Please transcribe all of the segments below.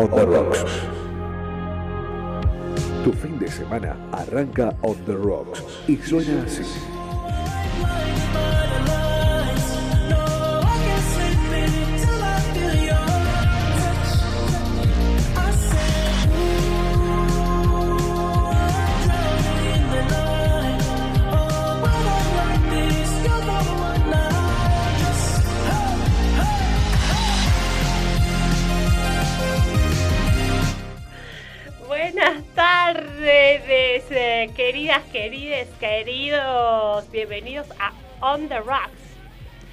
On the Rocks. Tu fin de semana arranca On the Rocks y suena así. Buenas tardes, eh, queridas, querides, queridos. Bienvenidos a On the Rocks.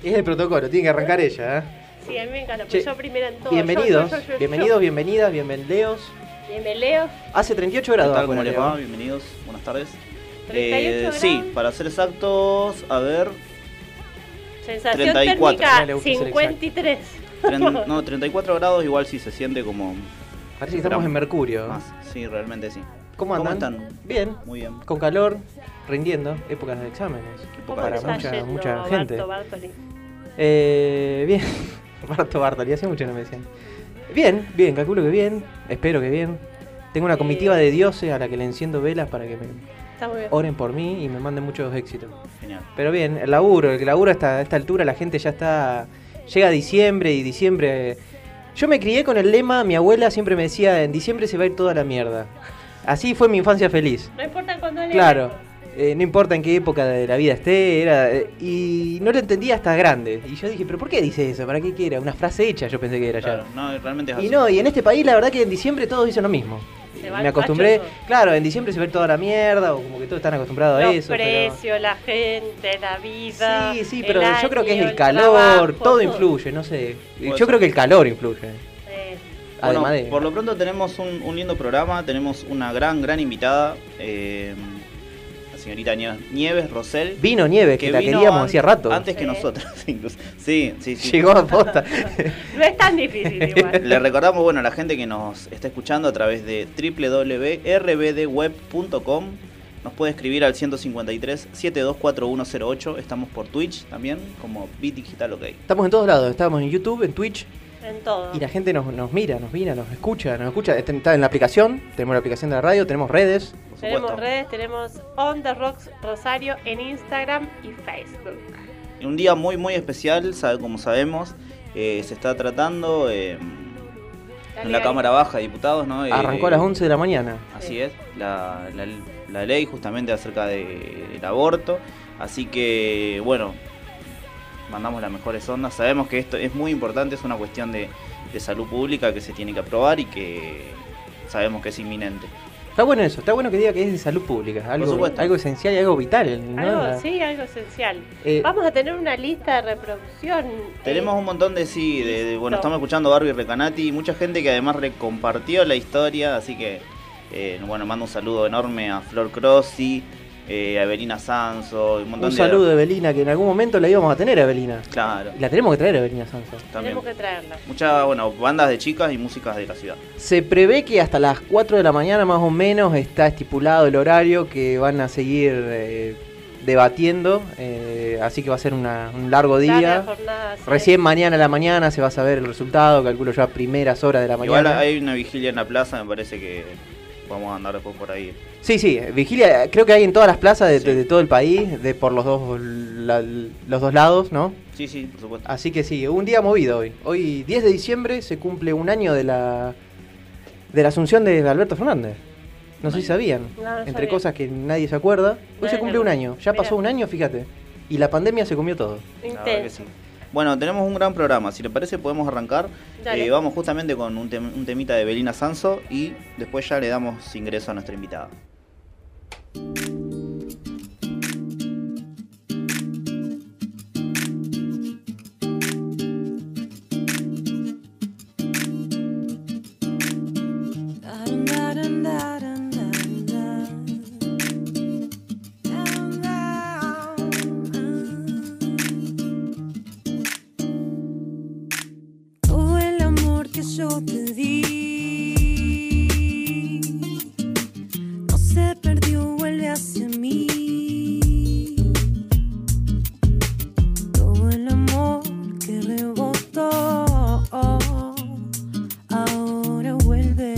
Es el protocolo, tiene que arrancar ella. ¿eh? Sí, a mí me encanta, Che, pues yo primero en todo. bienvenidos, yo, yo, yo, yo, bienvenidos, bienvenidas, bienvenidos. yo. Bienvenidos. Hace 38 ¿Qué grados. tal? ¿Cómo afuera, les Leo. va? Bienvenidos, buenas tardes. Eh, 38 sí, grados. para ser exactos, a ver, Sensación 34. No le térmica gusta ser 53. tren- no, 34 grados igual sí se siente como Parece que estamos Pero- en Mercurio. más. Sí, realmente sí. ¿Cómo andan? están? Bien, Muy bien. con calor, rindiendo, épocas de exámenes. ¿Cómo Época de te está Para examen. yendo, mucha, mucha Barto gente. Bartoli? Eh, bien, Barto Bartoli, hace mucho no me decían. Bien, bien, calculo que bien, espero que bien. Tengo una comitiva de dioses a la que le enciendo velas para que me Está muy bien. oren por mí y me manden muchos éxitos. Genial. Pero bien, el laburo, el laburo hasta a esta altura, la gente ya está. Llega diciembre y diciembre. Yo me crié con el lema, mi abuela siempre me decía: en diciembre se va a ir toda la mierda. Así fue mi infancia feliz. No importa cuándo le Claro, eh, no importa en qué época de la vida esté, era. eh, y no lo entendía hasta grande. Y yo dije: ¿pero por qué dice eso? ¿Para qué quiera? Una frase hecha, yo pensé que era Claro, ya. no, realmente es así. Y no, y en este país la verdad que en diciembre todos dicen lo mismo. Se va Me el acostumbré, facho todo. claro, en diciembre se va a ir toda la mierda, o como que todos están acostumbrados a Los eso. pero- precios, la gente, la vida. Sí, sí, pero el yo creo que es año, el calor, trabajo, todo influye, no sé. Puede yo ser. creo que el calor influye. Eh, Bueno, además de. por lo pronto tenemos un, un lindo programa, tenemos una gran, gran invitada, eh, la señorita Nieves, Nieves Rosell. Vino Nieves, que, la vino queríamos an- hacía rato. Antes que Sí. nosotros, incluso. Sí, sí, sí. Llegó a posta. no es tan difícil igual. Le recordamos, bueno, a la gente que nos está escuchando a través de www.rbdweb.com. Nos puede escribir al 153 724108. Estamos por Twitch también, como Bit Digital OK. Estamos en todos lados, estamos en YouTube, en Twitch, En todo. y la gente nos, nos mira, nos mira, nos escucha, nos escucha. Está- Está en la aplicación, tenemos la aplicación de la radio, tenemos redes. Por Tenemos supuesto. redes, tenemos On The Rocks Rosario en Instagram y Facebook. Un día muy, muy especial, sabe- como sabemos. eh, se está tratando eh, en la Dale, Cámara Baja de Diputados, ¿no? Eh, Arrancó a las 11 de la mañana. Así es, la, la- la ley justamente acerca de- del aborto. Así que, bueno, mandamos las mejores ondas. Sabemos que esto es muy importante, es una cuestión de, de salud pública que se tiene que aprobar y que sabemos que es inminente. Está bueno eso, está bueno que diga que es de salud pública, algo, supuesto. algo esencial y algo vital. ¿no? Algo, La- sí, algo esencial. Eh, Vamos a tener una lista de reproducción. Tenemos Eh, un montón de sí, de, de- bueno, estamos escuchando Barbie Recanati y mucha gente que además recompartió la historia, así que, eh, bueno, mando un saludo enorme a Flor Crossi, eh, a Evelina Sanso, y un montón un de... saludo a Evelina, que en algún momento la íbamos a tener a Evelina. Claro, La tenemos que traer a Evelina Sansa. también. tenemos que traerla. Muchas, bueno, bandas de chicas y músicas de la ciudad. Se prevé que hasta las 4 de la mañana más o menos está estipulado el horario que van a seguir eh, debatiendo, eh, así que va a ser una- un largo Larga día. jornada, sí. Recién mañana a la mañana se va a saber el resultado, calculo yo a primeras horas de la Igual mañana. hay una vigilia en la plaza, me parece que vamos a andar después por ahí. Sí, sí, vigilia, eh, creo que hay en todas las plazas de, Sí. de todo el país, de por los dos, la- los dos lados, ¿no? Sí, sí, por supuesto. Así que sí, un día movido hoy. Hoy 10 de diciembre se cumple un año de la, de la asunción de Alberto Fernández. No sé si Bueno. sabían. No, no entre sabía. cosas que nadie se acuerda. Hoy Nadie se se cumple un acuerda. año. Ya Mirá. pasó un año, fíjate. Y la pandemia se comió todo. La verdad que Intenso. sí. Bueno, tenemos un gran programa. Si le parece, podemos arrancar. Dale. Eh, vamos justamente con un, tem- un temita de Belina Sanso y después ya le damos ingreso a nuestra invitada. Todo el amor que yo te di no se perdió, vuelve hacia mí. Todo el amor que rebotó ahora vuelve.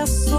Este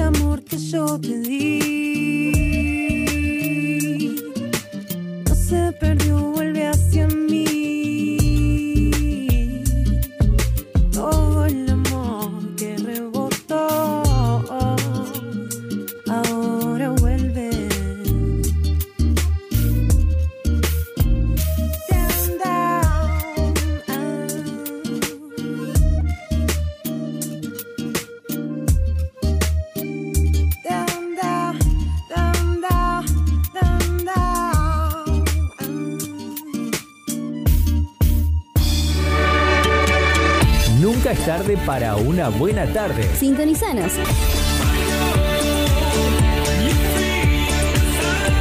amor que yo te di. No se perdió, vuelve hacia mí. Todo el amor que rebotó, ahora vuelve. Down, down, down, down, down, down, down, down. Nunca es tarde para una buena tarde. Sintonizanos.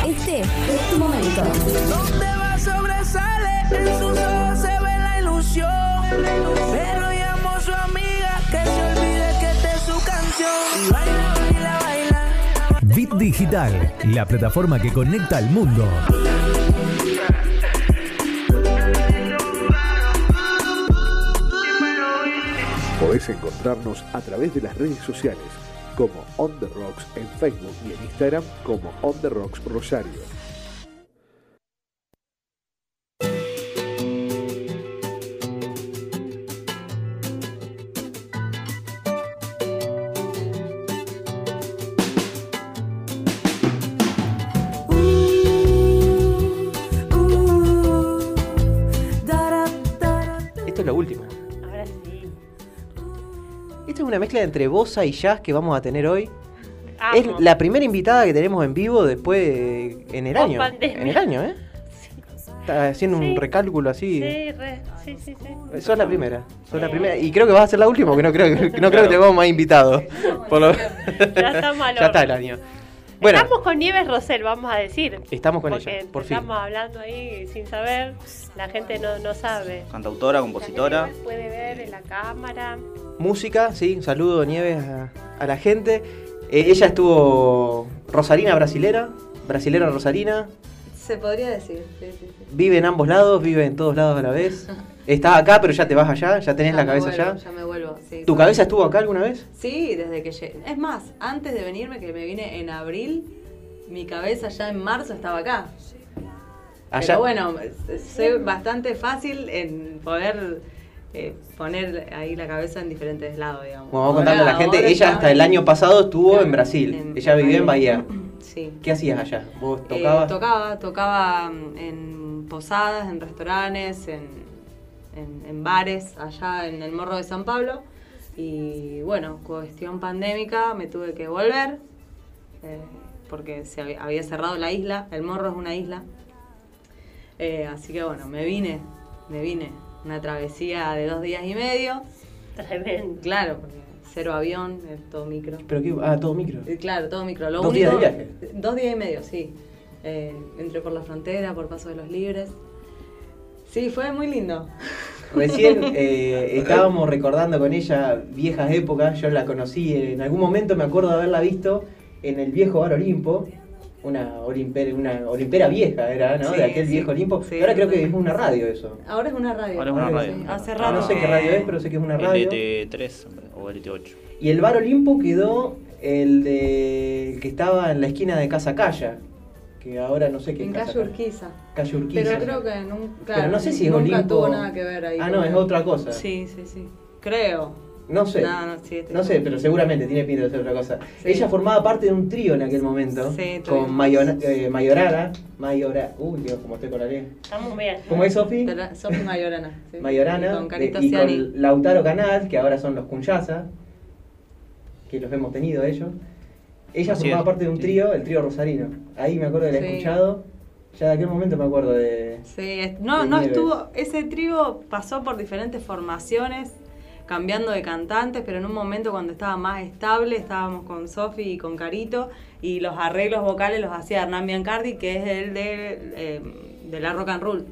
Este es tu momento. Donde va sobresale, en sus ojos se ve la ilusión. Pero llamo a su amiga que se olvide que esta es su canción. Y baila, baila, baila. Bit Digital, la plataforma que conecta al mundo. Podés encontrarnos a través de las redes sociales como On The Rocks en Facebook y en Instagram como On The Rocks Rosario. Esto es lo último. Ahora sí. Esta es una mezcla entre bossa y jazz que vamos a tener hoy. Amo. Es la primera invitada que tenemos en vivo después de- en el Post año. pandemia. En el año, ¿eh? Está haciendo un Sí. recálculo así. Sí, re- sí, sí, sí. Sos la primera, sos la primera. Y creo que vas a ser la última, porque no creo, que- no creo que tengamos más invitados. Por lo- Ya estamos al Ya está el horno. año. Bueno, Estamos con Nieves Rosel, vamos a decir. Estamos con Porque ella, por fin. Estamos hablando ahí sin saber, la gente no, no sabe. Cantautora, La compositora. gente Puede ver en la cámara. música, sí, un saludo Nieves a, a la gente. Eh, ella estuvo Rosarina brasilera, brasilera Rosarina, Se podría decir, sí, sí, sí. vive en ambos lados, vive en todos lados a la vez. Estás acá, pero ya te vas allá, ya tenés Ya la me cabeza vuelvo, allá. Ya me vuelvo, sí. ¿Tu cabeza estuvo acá alguna vez? Sí, desde que llegué. Es más, antes de venirme, que me vine en abril, mi cabeza ya en marzo estaba acá. Allá. Pero bueno, soy bastante fácil en poder eh, poner ahí la cabeza en diferentes lados, digamos. Como vamos contando a la Ahora- gente, ahora ella ya- hasta el año pasado estuvo en Brasil. En- ella vivía en Bahía. Sí. ¿Qué hacías allá? ¿Vos Eh, tocabas? tocaba, tocaba mm, en posadas, en restaurantes, en, en- en bares allá en el Morro de San Pablo. Y bueno, cuestión pandémica, me tuve que volver eh, porque se había, había cerrado la isla. El Morro es una isla. Eh, así que bueno, me vine, me vine. Una travesía de dos días y medio. Tremendo. Claro, porque cero avión, eh, todo micro. Pero qué, ah, todo micro. Eh, Claro, todo micro. Lo Dos único- días de viaje. Dos días y medio, sí. Eh, entré por la frontera, por Paso de los Libres. Sí, fue muy lindo. Recién eh, estábamos recordando con ella viejas épocas, yo la conocí, eh, en algún momento me acuerdo de haberla visto en el viejo bar Olimpo, una olimpera, una olimpera vieja era, ¿no? Sí, de aquel sí. viejo Olimpo, Sí, ahora creo que es totalmente. una radio eso. Ahora es una radio. Ahora es una radio. Sí, Hace Ah, rato. no sé que- qué radio es, pero sé que es una radio. LT3 o LT8. Y el bar Olimpo quedó el de el que estaba en la esquina de Casa Calla, que ahora no sé qué es En Casa Calle Urquiza. Calle Urquiza. Pero creo que nunca, Pero no sé si es nunca Olimpo. tuvo nada que ver ahí. Ah, con no, es el- otra cosa. Sí, sí, sí. Creo. No sé. No, no, sí, este- No sé, pero seguramente tiene pinta de ser otra cosa. Sí. Ella formaba parte de un trío en aquel momento. Sí, tuvimos. con Mayona, eh, Mayorana. Mayora, uy, Dios, como estoy con la ley. Estamos bien. ¿Cómo es Sofi? Pero Sofi Mayorana. sí. Mayorana. Y con Carito de- y Ciani. con Lautaro Canal, que ahora son los Cunyaza, que los hemos tenido ellos. Ella Así formaba es. parte de un trío, el trío Rosarino. Ahí me acuerdo de haber Sí. escuchado. Ya de aquel momento me acuerdo de. Sí, es- no, de no Nieves. estuvo. Ese trío pasó por diferentes formaciones, cambiando de cantantes, pero en un momento cuando estaba más estable, estábamos con Sofi y con Carito, y los arreglos vocales los hacía Hernán Biancardi, que es el de, eh, de la rock and roll.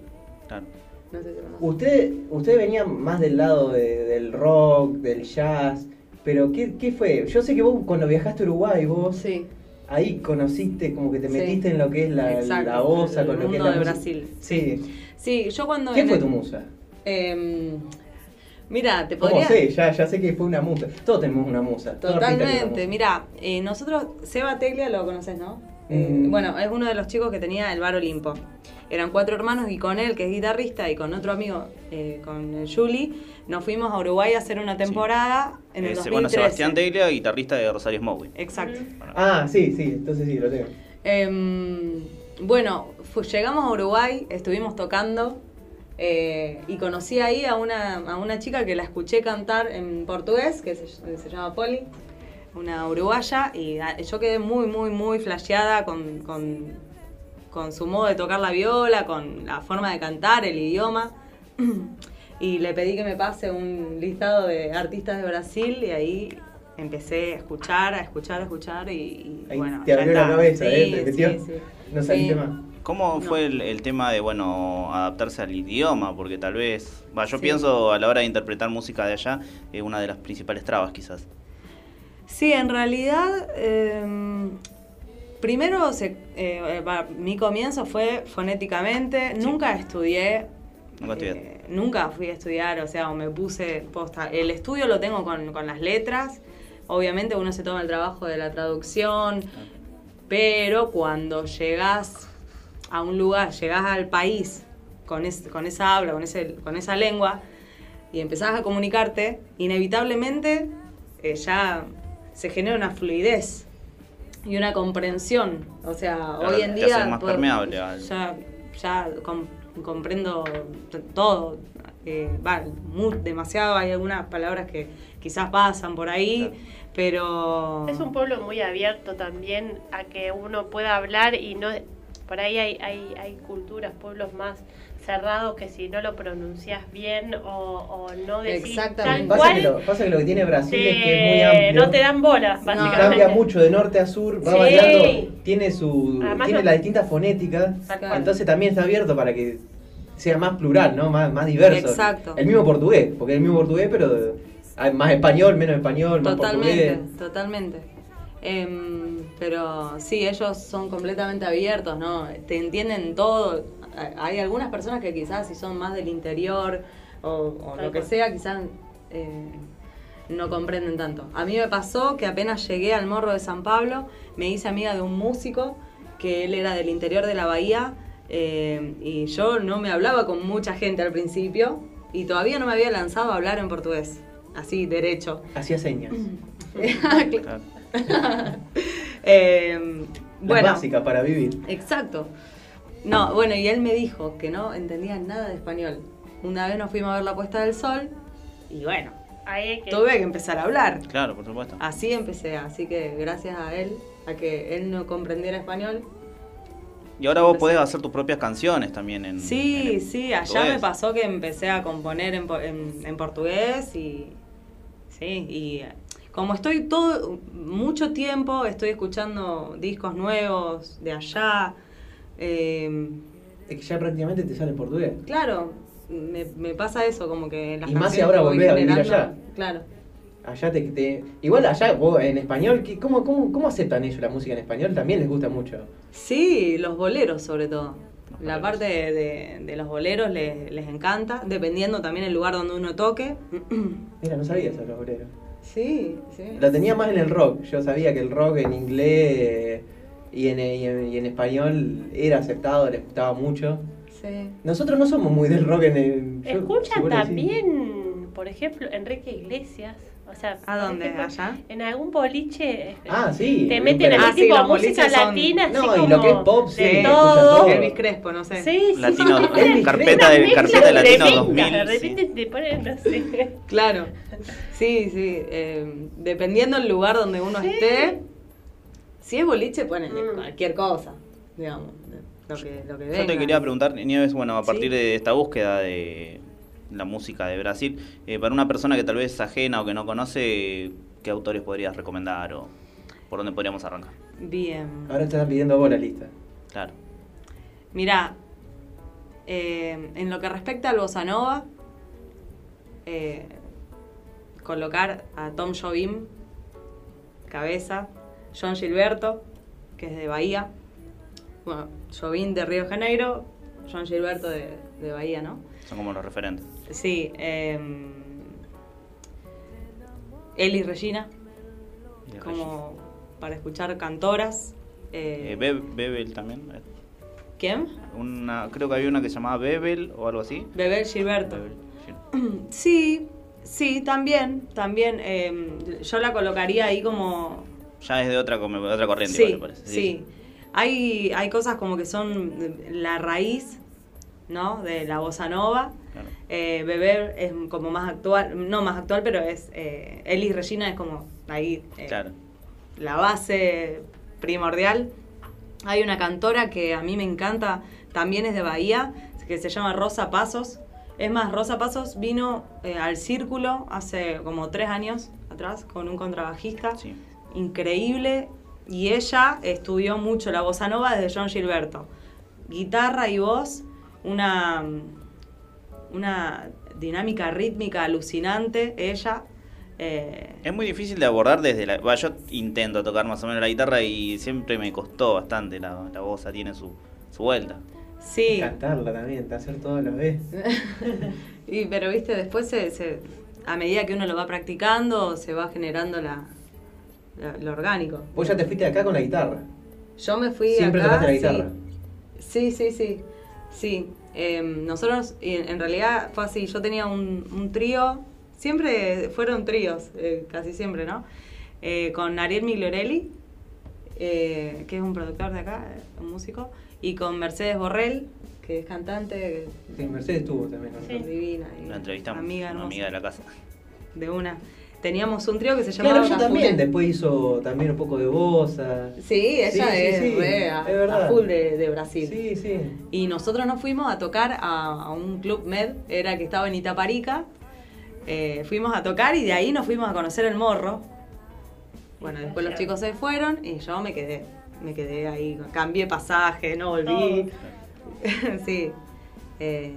Claro. No sé si lo conoces. Usted, usted venía más del lado de- del rock, del jazz, pero ¿qué, qué fue? Yo sé que vos cuando viajaste a Uruguay, vos Sí, ahí conociste, como que te Sí. metiste en lo que es la, Exacto, la bossa, el con lo que es mundo la de música. Brasil. Sí. sí, yo cuando. ¿Quién en fue el- tu musa? Em, Mira, te ¿Cómo podría... sé? Ya, ya sé que fue una musa. Todos tenemos una musa. Todo artista tiene una Totalmente, musa. mira, eh, nosotros, Seba Teglia lo conoces, ¿no? Eh, Mm. Bueno, es uno de los chicos que tenía el bar Olimpo. Eran cuatro hermanos y con él, que es guitarrista, y con otro amigo, eh, con el Juli, nos fuimos a Uruguay a hacer una temporada en el Eh, 2013. bueno, Sebastián Mm. Teglia, guitarrista de Rosario Smowey. Exacto. Ah, sí, sí, entonces sí, lo tengo. Em, bueno, fu- llegamos a Uruguay, estuvimos tocando eh, y conocí ahí a una, a una chica que la escuché cantar en portugués, que se, se llama Poli, una uruguaya, y ah, yo quedé muy, muy, muy flasheada con, con- con su modo de tocar la viola, con la forma de cantar, el idioma. Y le pedí que me pase un listado de artistas de Brasil y ahí empecé a escuchar, a escuchar, a escuchar y, y Ahí bueno. te ya abrió la está. cabeza, Sí, ¿eh? Te metió. sí, sí. No saliste Sí. más. ¿Cómo No. fue el, el tema de, bueno, adaptarse al idioma? Porque tal vez, va, yo Sí. pienso a la hora de interpretar música de allá, es una de las principales trabas quizás. Sí, en realidad, eh, primero se- eh, va- mi comienzo fue fonéticamente, nunca estudié. Nunca estudié. eh, nunca fui a estudiar, o sea, o me puse posta. El estudio lo tengo con, con las letras, obviamente uno se toma el trabajo de la traducción, pero cuando llegas a un lugar, llegas al país con, es- con esa habla, con, ese, con esa lengua, y empezás a comunicarte, inevitablemente eh, ya se genera una fluidez y una comprensión. O sea, Claro, hoy en te día... haces más puedo- permeable al- Ya, ya com- comprendo t- todo. eh, va, mu- demasiado, hay algunas palabras que quizás pasan por ahí, pero... Es un pueblo muy abierto también a que uno pueda hablar y no... Por ahí hay, hay, hay culturas, pueblos más cerrados que si no lo pronuncias bien o, o no decís tal Exactamente. Pasa que, cual, lo, pasa que lo que tiene Brasil es que es muy te- amplio. no te dan bolas, básicamente. Cambia mucho de norte a sur, va Sí. variando, tiene su Además tiene no- las distintas fonéticas, Tal cual. entonces también está abierto para que sea más plural, ¿no? Más, más diverso. Exacto. El mismo portugués, porque es el mismo portugués, pero hay más español, menos español, más Totalmente, portugués. totalmente. Em, pero sí, ellos son completamente abiertos, ¿no? Te entienden todo. Ha- Hay algunas personas que quizás si son más del interior o, o Tal lo que cual. sea, quizás eh, no comprenden tanto. A mí me pasó que apenas llegué al Morro de San Pablo, me hice amiga de un músico que él era del interior de la bahía eh, y yo no me hablaba con mucha gente al principio y todavía no me había lanzado a hablar en portugués, así derecho. Hacía señas. Claro. Eh, Las bueno, Eh. básicas para vivir. exacto. No, bueno, y él me dijo que no entendía nada de español. Una vez nos fuimos a ver la puesta del sol y bueno, Ahí hay que- tuve que empezar a hablar. Claro, por supuesto. Así empecé, así que gracias a él, a que él no comprendiera español. Y ahora vos podés hacer tus propias canciones también en... en Sí, el sí, allá portugués. me pasó que empecé a componer en, po- en- en portugués y sí, y eh, como estoy todo mucho tiempo, estoy escuchando discos nuevos de allá. em, Es que ya prácticamente te sale en portugués. Claro, me, me pasa eso, como que las Y más si canciones ahora que voy volvés a vivir generando- allá. Claro. Allá te, te- Igual allá, vos, en español, ¿qué- ¿cómo, cómo, ¿cómo aceptan ellos la música en español? También les gusta mucho. Sí, los boleros sobre todo. Los La boleros. parte de, de- de los boleros les, les encanta, dependiendo también el lugar donde uno toque. Mira, no sabía eso, los obreros. Sí, sí. Lo tenía más en el rock. Yo sabía que el rock en inglés y en, y en- y en español era aceptado, les gustaba mucho. sí. Nosotros no somos muy del rock en el. yo- Escuchan seguro que sí. también, por ejemplo, Enrique Iglesias. O sea, ¿A por dónde? ejemplo, ¿Allá? En algún boliche. eh, Ah, sí. Te meten pero- Ah, algún sí, tipo de los boliches música son- latina, No, así y lo que es como pop, sí, de escuchas todo. todo. Elvis Crespo, no sé. Sí, sí, Latino, sí, Elvis carpeta Una de, mezcla carpeta de latino tremenda, 2000. De sí. repente te ponen, no sé. Claro. Sí, sí. eh, dependiendo el lugar donde uno Sí. esté, si es boliche, ponen Mm. cualquier cosa, digamos. Lo que, lo que Yo te venga. quería preguntar, Nieves, bueno, a Sí. partir de esta búsqueda de la música de Brasil, eh, para una persona que tal vez es ajena o que no conoce, ¿qué autores podrías recomendar o por dónde podríamos arrancar? Bien. Ahora te están pidiendo vos la lista. Claro. Mirá, eh, en lo que respecta al bossa nova, eh, colocar a Tom Jobim, cabeza, John Gilberto, que es de Bahía, bueno, Jobim de Río de Janeiro, John Gilberto de, de Bahía, ¿no? Son como los referentes. Sí, em, Eli Regina, Eli como para escuchar cantoras. eh, Eh, Be- Bebel también. eh, ¿Quién? Una, creo que había una que se llamaba Bebel o algo así. Bebel Gilberto. Bebel, Sí, sí. sí, también, también. eh, yo la colocaría ahí como Ya es de otra, come- otra corriente, Sí, igual, me parece. sí. Hay, hay cosas como que son em, la raíz, ¿no? De la bossa nova. claro. Eh, Beber es como más actual, no más actual, pero es. Eh, Elis Regina es como ahí eh, Claro. la base primordial. Hay una cantora que a mí me encanta, también es de Bahía, que se llama Rosa Pasos. Es más, Rosa Pasos vino eh, al círculo hace como tres años atrás con un contrabajista Sí. increíble y ella estudió mucho la bossa nova desde John Gilberto. Guitarra y voz, una, una dinámica rítmica alucinante, ella. eh, Es muy difícil de abordar desde la... va, yo intento tocar más o menos la guitarra y siempre me costó bastante. La, la bosa tiene su, su vuelta. sí, Cantarla también, hacer todo lo ves. y, pero viste, después se- se- a medida que uno lo va practicando, se va generando la, la- lo orgánico. Vos ya te fuiste de acá con la guitarra. Yo me fui Siempre acá, tocaste la sí. guitarra. Sí, sí, sí. Sí. Em, nosotros, en, en realidad, fue así. Yo tenía un, un trío. Siempre fueron tríos, eh, casi siempre, ¿no? Eh, con Ariel Migliorelli, eh, que es un productor de acá, eh, un músico, y con Mercedes Borrell, que es cantante, Sí, Mercedes estuvo también con que es nosotros. divina. y La entrevistamos. Amiga una hermosa. amiga de la casa. De una. Teníamos un trío que se llamaba Claro, ella Una Furia. también. Después hizo también un poco de bosa. Sí, ella Sí, sí, es sí, re a, es verdad. a full de, de Brasil. Sí, sí. Y nosotros nos fuimos a tocar a, a un club med, era que estaba en Itaparica. Eh, fuimos a tocar y de ahí nos fuimos a conocer el morro. Bueno, después los chicos se fueron y yo me quedé. Me quedé ahí, cambié pasaje, no volví. Oh. sí. Eh,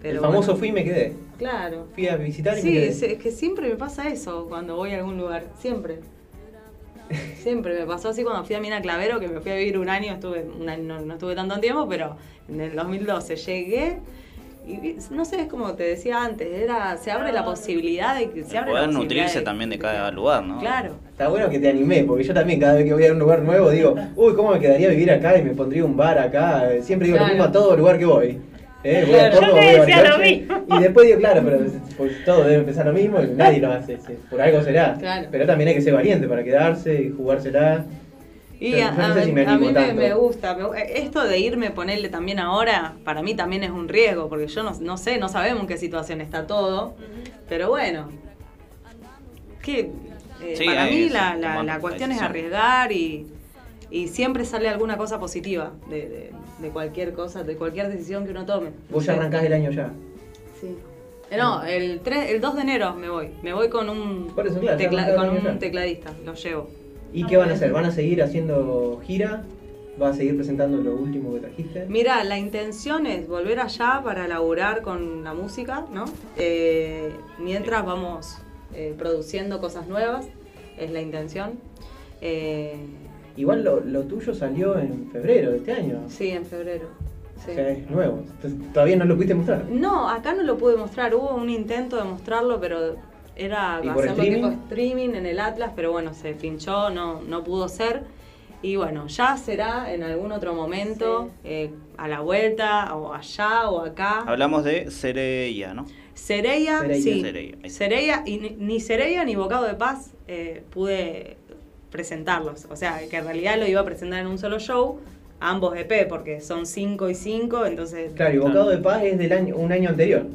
pero el famoso bueno, fui y me quedé. Claro. Fui a visitar y me Sí, quedé. sí, es que siempre me pasa eso cuando voy a algún lugar, siempre. Siempre me pasó así cuando fui a Mina Clavero, que me fui a vivir un año, estuve un año- no, no estuve tanto tiempo, pero en el 2012 llegué y vi- no sé, es como te decía antes, era se abre la posibilidad de que se El abre poder la posibilidad nutrirse también de cada lugar, ¿no? Claro. Está bueno que te animé, porque yo también cada vez que voy a un lugar nuevo digo, uy, ¿cómo me quedaría vivir acá y me pondría un bar acá? Eh, Siempre digo Claro. lo mismo a todo lugar que voy. Eh, voy a Claro. Yo te Córdoba, voy a decía lo Bariloche, mismo. Y después digo, claro, pero pues, todo debe empezar lo mismo y nadie lo hace. sí, Por algo será. Claro. Pero también hay que ser valiente para quedarse y jugársela. Y Pero a, yo no sé a- si me a animo mí me, tanto. me gusta. me gu- eh, esto de irme, ponerle también ahora, para mí también es un riesgo, porque yo no, no sé, no sabemos en qué situación está todo. Pero bueno, que, eh, Sí, para ahí mí es la, un la- tomar la la cuestión es decisión. arriesgar y, y siempre sale alguna cosa positiva de, de- de cualquier cosa, de cualquier decisión que uno tome. Vos ya arrancás el año ya. Sí. Eh, No, el, 3, el 2 de enero me voy. Me voy con un, Por eso, claro, ya tecla- arrancás el con año un ya. tecladista, lo llevo. ¿Y qué van a hacer? ¿Van a seguir haciendo gira? ¿Vas a seguir presentando lo último que trajiste? Mira, la intención es volver allá para laburar con la música, ¿no? Eh, mientras vamos eh, produciendo cosas nuevas, es la intención. Eh, Igual lo, lo tuyo salió en febrero de este año. sí, en febrero. sí. O sea, es nuevo. Entonces, Todavía no lo pudiste mostrar. No, acá no lo pude mostrar, hubo un intento de mostrarlo, pero era ¿Y hacerlo por streaming? tipo streaming en el Atlas, pero bueno, se pinchó, no, no pudo ser. Y bueno, ya será en algún otro momento, eh, a la vuelta, o allá, o acá. Hablamos de Cereya, ¿no? Sereia, Sereia. sí. Sereia, ahí está. Sereia, y ni- ni Sereia ni Bocado de Paz eh, pude presentarlos. O sea, que en realidad lo iba a presentar en un solo show, ambos EP, porque son 5 y 5, entonces... Claro, y Bocado de Paz es del año, un año anterior.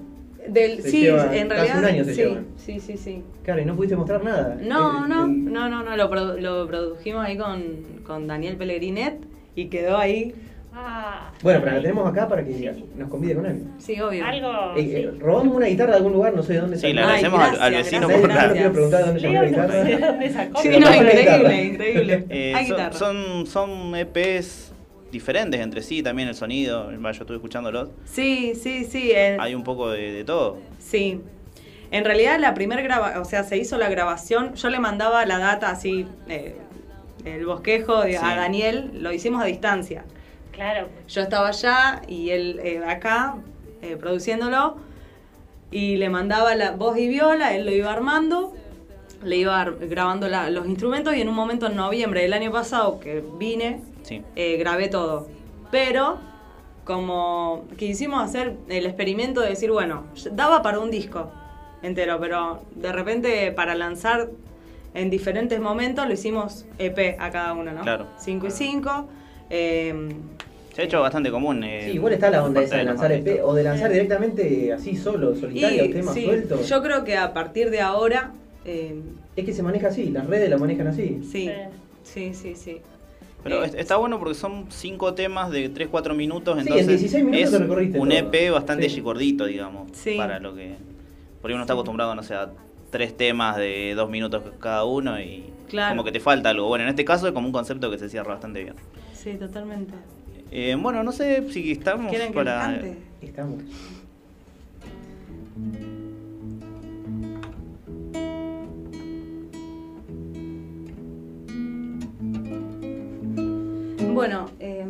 Del, se sí, llevan en casi realidad... un año se sí, llevan. sí, sí, sí. Claro, y no pudiste mostrar nada. Eh, No, El- no, el- no, no, no, lo, produ- lo produjimos ahí con, con Daniel Pellegrinet y quedó ahí, Ah, Bueno, pero la tenemos acá para que Sí. nos convide con algo. sí, obvio. algo. Eh, eh, robamos una guitarra de algún lugar, no sé de dónde Sí, salió. le Ay, agradecemos al- al, gracias, vecino Nadie- por nadie la... nos quiero preguntar de dónde sacó Leo, la no sé guitarra. dónde sacó, Sí, Pero no, no fue la guitarra. increíble, increíble. Eh, Hay son, guitarra. son, son EPs diferentes entre sí, también el sonido. Yo estuve escuchándolos. Sí, sí, sí. en- Hay un poco de, de todo. Sí. En realidad la primera grabación, o sea, se hizo la grabación, yo le mandaba la data así, eh, el bosquejo de- a Sí. Daniel, lo hicimos a distancia. Claro. Yo estaba allá y él eh, acá eh, produciéndolo y le mandaba la voz y viola, él lo iba armando le iba ar- grabando la- los instrumentos y en un momento en noviembre del año pasado que vine, Sí. eh, grabé todo. Pero como quisimos hacer el experimento de decir, bueno, daba para un disco entero, pero de repente para lanzar en diferentes momentos lo hicimos EP a cada uno, ¿no? Claro. 5 y eh, 5. Se ha hecho bastante común. eh, Sí, igual está la onda por esa de parte los lanzar EP artistas. o de lanzar directamente así solo, solitario, temas sí, sueltos. yo creo que a partir de ahora... eh, Es que se maneja así, las redes la manejan así. sí, Eh, sí, sí, sí. Pero Eh, es- está bueno porque son cinco temas de 3-4 minutos, Sí, en entonces 16 minutos es lo recorriste un todo. EP bastante Sí. gordito, digamos, Sí. para lo que... Porque uno está acostumbrado, no sé, a tres temas de dos minutos cada uno y Claro. como que te falta algo. Bueno, en este caso es como un concepto que se cierra bastante bien. Sí, totalmente. Eh, bueno, no sé si estamos ¿Quieren que para... les cante? Estamos. Bueno, eh,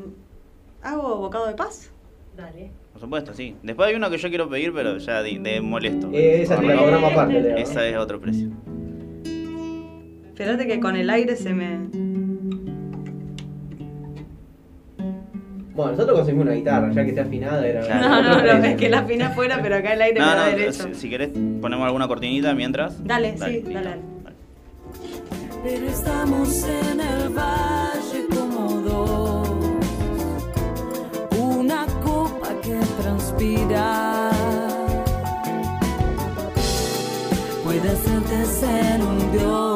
¿hago bocado de paz? Dale. Por supuesto, sí. Después hay uno que yo quiero pedir, pero ya de, de molesto. Eh, esa te la Arreglamos. cobramos aparte, Leo. Esa es otro precio. Espérate que con el aire se me... Bueno, nosotros conseguimos una guitarra, ya que está afinada era. Claro. No, no, no, es que la afina fuera, pero acá el aire me No, da no, derecho. si, si querés ponemos alguna cortinita mientras. Dale, sí, listo. dale. Pero estamos en el valle como dos, una copa que transpira. Puede hacerte ser un dios.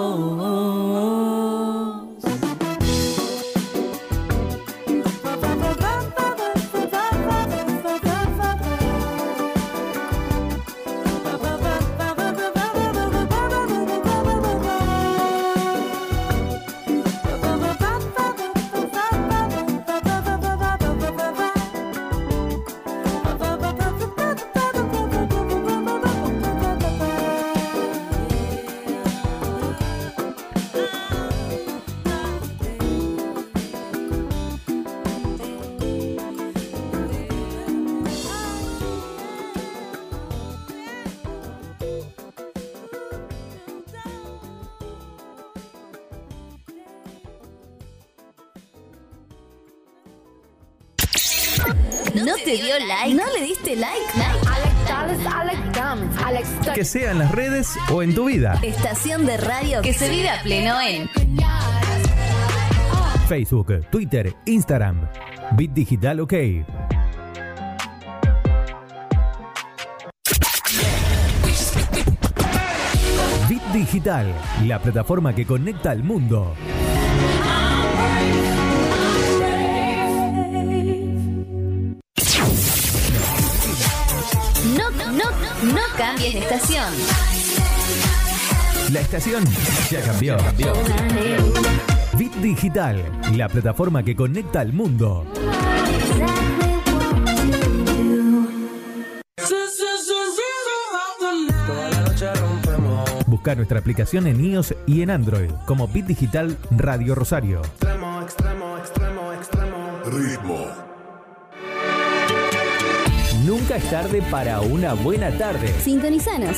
¿No te dio like? ¿No le diste like? Alex Charles, Alex Gams, Alex Que sea en las redes o en tu vida. Estación de radio que se vive a pleno en Facebook, Twitter, Instagram. Bit Digital OK. Bit Digital, la plataforma que conecta al mundo. No, no, no cambies de estación. La estación ya cambió. Bit Digital, la plataforma que conecta al mundo. Busca nuestra aplicación en iOS y en Android como Bit Digital Radio Rosario. Nunca es tarde para una buena tarde. Sintonizanos.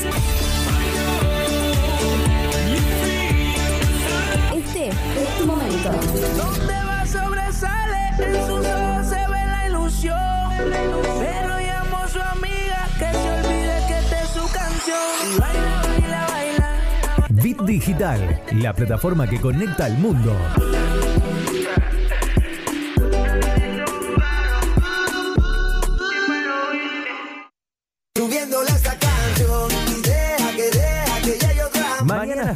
Este es tu momento. Donde va sobresale, en sus ojos se ve la ilusión. Pero llamo a su amiga que se olvide que esta es su canción. Y baila, baila, baila. Bit Digital, la plataforma que conecta al mundo. Mañanas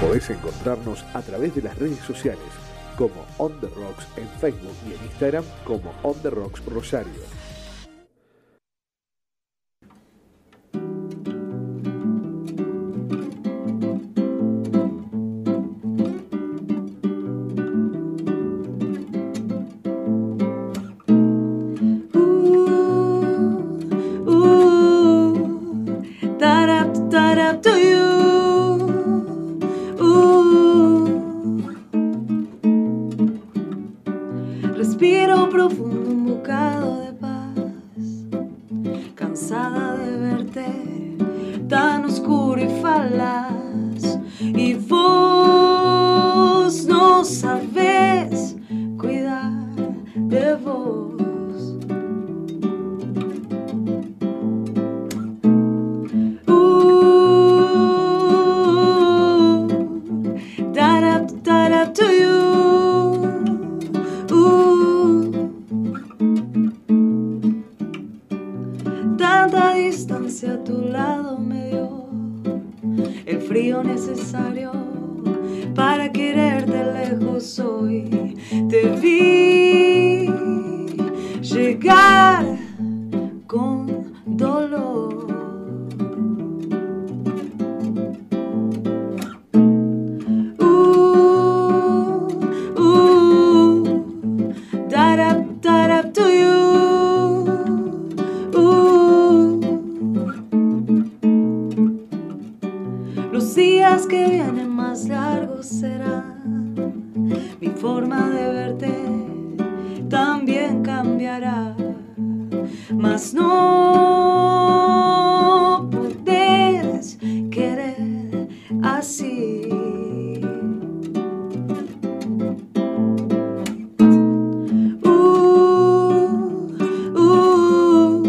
Podés encontrarnos a través de las redes sociales como On The Rocks en Facebook y en Instagram como On The Rocks Rosario. Respiro profundo un bocado de paz, cansada de verte tan oscuro y falaz. Y vos no sabes cuidar de vos. Ooh, da-da, da-da to you. Ooh. Tanta distancia a tu lado me dio el frío necesario para quererte lejos hoy. Te vi llegar con dolor. Ooh, ooh, da-da, da-da to you. Ooh. Los días que vienen más largos serán. Mi forma de verte también cambiará. Mas no podés querer así. Ooh, ooh,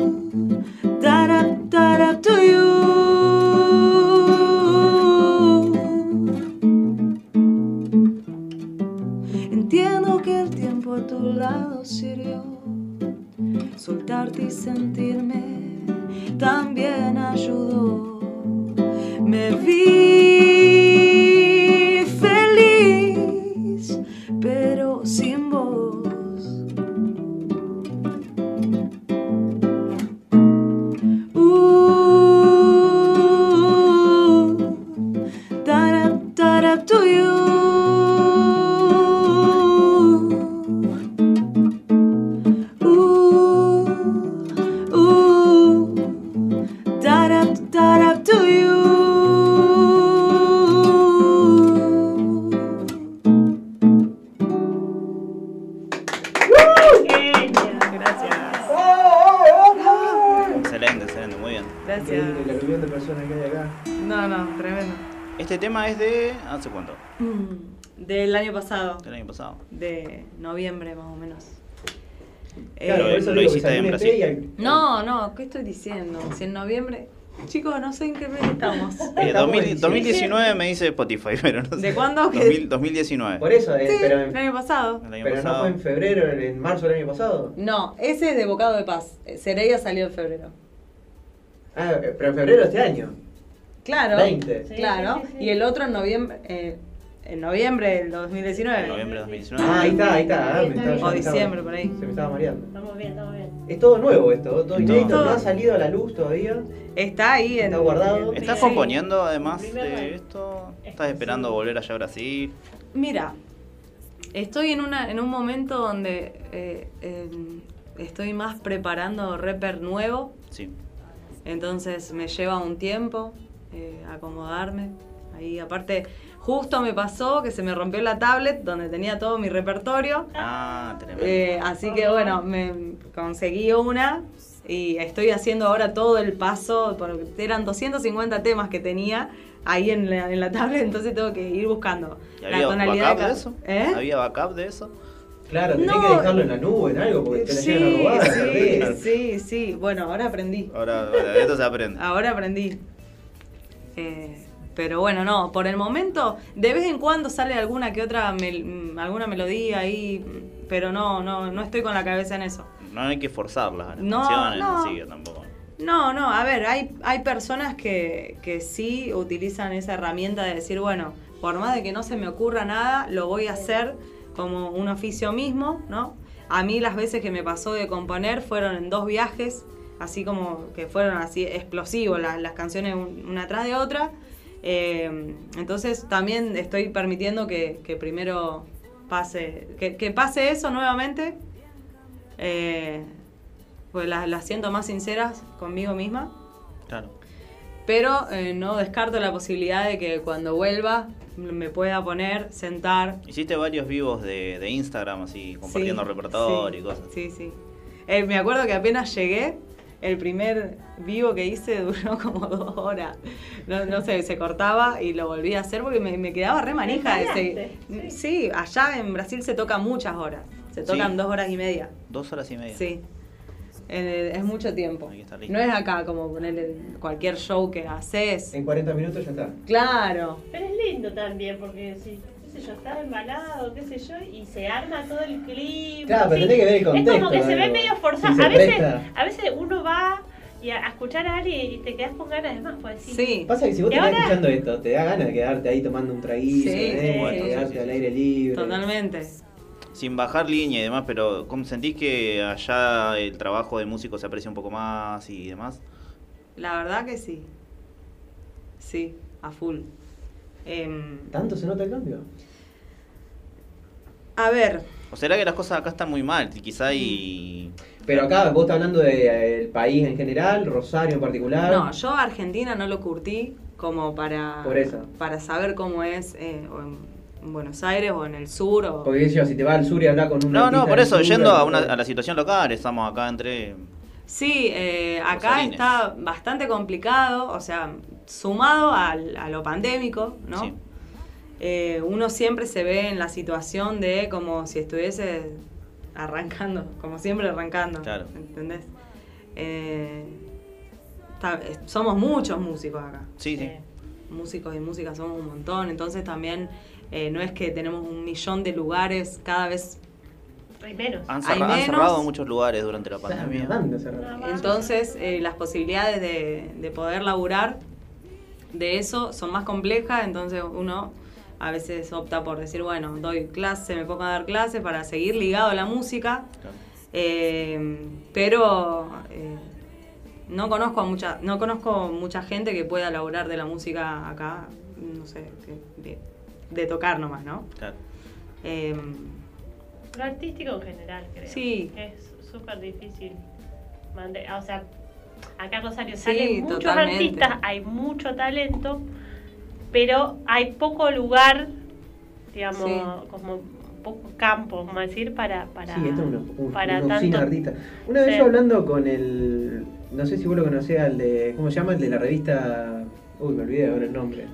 da-da, da-da to you. Entiendo que el tiempo a tu lado sirvió. Soltarte y sentirme también ayudó. Me vi feliz, pero sin vos. Ooh, da-da, da-da Uh, to you. Ooh, uh, ooh, da-da, da-da to you. Gracias. Excelente, excelente, muy bien. Eh, Gracias. Increíble la cantidad de personas que hay acá. No, no, tremendo. Este tema es de. ¿Hace cuánto? Eh, Mm, Del año pasado, Del año pasado. de noviembre más o menos. Claro, Eh, lo hiciste salió este en un EP Brasil. y al- No, no, ¿qué estoy diciendo? Si en noviembre. Chicos, no sé en qué mes estamos. Eh, Está 2000 buenísimo. 2019 me dice Spotify, pero no sé. ¿De cuándo? 2000 Por 2019. eso, eh, Sí, pero, el año pasado. El año pero no pasado. fue en febrero, en, en marzo del año pasado. No, ese es de Bocado de Paz. Eh, Sereia salió en febrero. Ah, eh, pero en febrero de este año. Claro. 20. Sí, Claro. sí, sí, sí. Y el otro en noviembre. eh, en noviembre del 2019. En noviembre de 2019. Ah, ahí está, ahí está. ah, me Está estaba- O yo bien. me estaba- diciembre, por ahí. Se me estaba mareando. Estamos bien, estamos bien. Es todo nuevo esto, todo Es inédito, todo. no ha salido a la luz todavía. Está ahí en. Está guardado. en- Eh, ¿Estás sí. componiendo además El primer de rey. Este, esto? ¿Estás esperando volver allá a Brasil? Mira, estoy en, una, en un momento donde eh, em, estoy más preparando rapper nuevo. Sí. Entonces me lleva un tiempo eh, acomodarme. Ahí aparte, justo me pasó que se me rompió la tablet donde tenía todo mi repertorio. Ah, tremendo. Eh, así que bueno, me conseguí una y estoy haciendo ahora todo el paso, porque eran 250 temas que tenía ahí en la, en la tablet, entonces tengo que ir buscando ¿Y la ¿Había tonalidad backup ca- de eso? ¿Eh? ¿Había backup de eso? Claro, tenés que No. dejarlo en la nube, en algo, porque te la llegan a Sí, robar. sí, perdés. sí, sí. Bueno, ahora aprendí. Ahora, ahora, de esto se aprende. Ahora aprendí. Eh, pero bueno, no, por el momento, de vez en cuando sale alguna que otra, mel- mm, alguna melodía ahí, mm, pero no, no, no estoy con la cabeza en eso. No hay que forzarlas las No, canciones, no. así que tampoco. No, no, a ver, hay, hay personas que, que sí utilizan esa herramienta de decir, bueno, por más de que no se me ocurra nada, lo voy a hacer como un oficio mismo, ¿no? A mí las veces que me pasó de componer fueron en dos viajes, así como que fueron así explosivos la- las canciones un- una tras de otra. Eh, entonces también estoy permitiendo que, que primero pase, que, que pase eso nuevamente. Eh, pues las, las siento más sinceras conmigo misma, Claro. pero eh, no descarto la posibilidad de que cuando vuelva me pueda poner, sentar. Hiciste varios vivos de, de Instagram, así, compartiendo Sí, repertorio sí, y cosas. Sí, sí. Eh, me acuerdo que apenas llegué, el primer vivo que hice duró como dos horas. No, no sé, se cortaba y lo volví a hacer porque me, me quedaba re manija. de Desvariaste, seguir. sí. allá en Brasil se toca muchas horas. Se Sí. tocan dos horas y media. Dos horas y media. Sí. Eh, es mucho tiempo. Hay que estar listo. No es acá como ponerle cualquier show que haces. En 40 minutos ya está. Claro. Pero es lindo también, porque si, qué sé yo, estás embalado, qué sé yo, y se arma todo el clima. Claro, pero sí. tenés que ver el Es contexto, como que se ve algo. medio forzado. Si se a, veces, presta. a veces uno va y a, a escuchar a alguien y te quedas con ganas de más, pues decir, Sí. Pasa que si Y vos te estás ahora- escuchando esto, te da ganas de quedarte ahí tomando un traguito, Sí, ¿eh? sí, Bueno, sí, quedarte sí, al sí. aire libre. Totalmente. Sin bajar línea y demás, pero ¿cómo sentís que allá el trabajo de músico se aprecia un poco más y demás? La verdad que sí. Sí, a full. Em, ¿Tanto se nota el cambio? a ver, ¿O será que las cosas acá están muy mal? Y Quizá y... Pero acá vos estás hablando del país en general, Rosario en particular. no, yo a Argentina no lo curtí como para, Por eso. para saber cómo es eh, o en Buenos Aires o en el sur. O, Porque qué sé yo, si te vas al sur y hablas con un No, artista no, por del eso, sur, yendo a, una- algo- a la situación local, estamos acá entre... Sí, eh, acá Rosarines. está bastante complicado, o sea, sumado al- a lo pandémico, ¿no? Sí. Eh, uno siempre se ve en la situación de como si estuviese arrancando, como siempre arrancando. Claro. ¿Entendés? Eh, ta- eh, somos muchos músicos acá. Sí, sí. eh, Músicos y músicas somos un montón. Entonces también eh, no es que tenemos un millón de lugares, cada vez hay menos. Han, Hay cerra- han menos. cerrado muchos lugares durante la Está pandemia. bastante cerrado. No, Entonces, eh, las posibilidades de, de poder laburar de eso son más complejas, entonces uno a veces opta por decir, bueno, doy clase, me pongo a dar clases para seguir ligado a la música, Claro. eh, pero eh, no conozco a mucha no conozco mucha gente que pueda laburar de la música acá, no sé, que- de, de tocar nomás, ¿no? Claro. Eh, Lo artístico en general, creo. Sí. Es súper difícil. mande- O sea, acá en Rosario salen muchos totalmente. artistas, hay mucho talento, pero hay poco lugar, digamos, Sí. como poco campo, vamos a decir, para, para, sí, esto es una, un- para una tanto. usina artista. Una vez Sí. yo hablando con el. No sé si vos lo conocés, al de. ¿Cómo se llama? El de la revista. Uy, me olvidé ahora el nombre.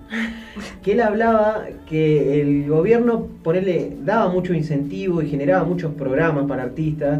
Que él hablaba que el gobierno, ponele, daba mucho incentivo y generaba muchos programas para artistas,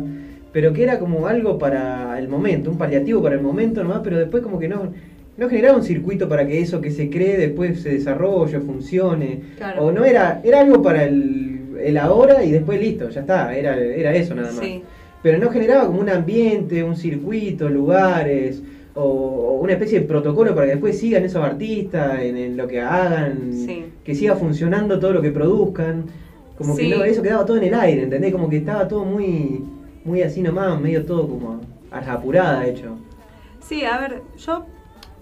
pero que era como algo para el momento, un paliativo para el momento nomás, pero después como que no. No generaba un circuito para que eso que se cree después se desarrolle, funcione. Claro. O no era, era algo para el, el ahora y después listo, ya está, era, era eso nada más. sí, Pero no generaba como un ambiente, un circuito, lugares, o, o una especie de protocolo para que después sigan esos artistas, en, en lo que hagan, Sí. que siga funcionando todo lo que produzcan. Como Sí. que no, eso quedaba todo en el aire, ¿entendés? Como que estaba todo muy, muy así nomás, medio todo como a la apurada hecho. Sí, a ver, yo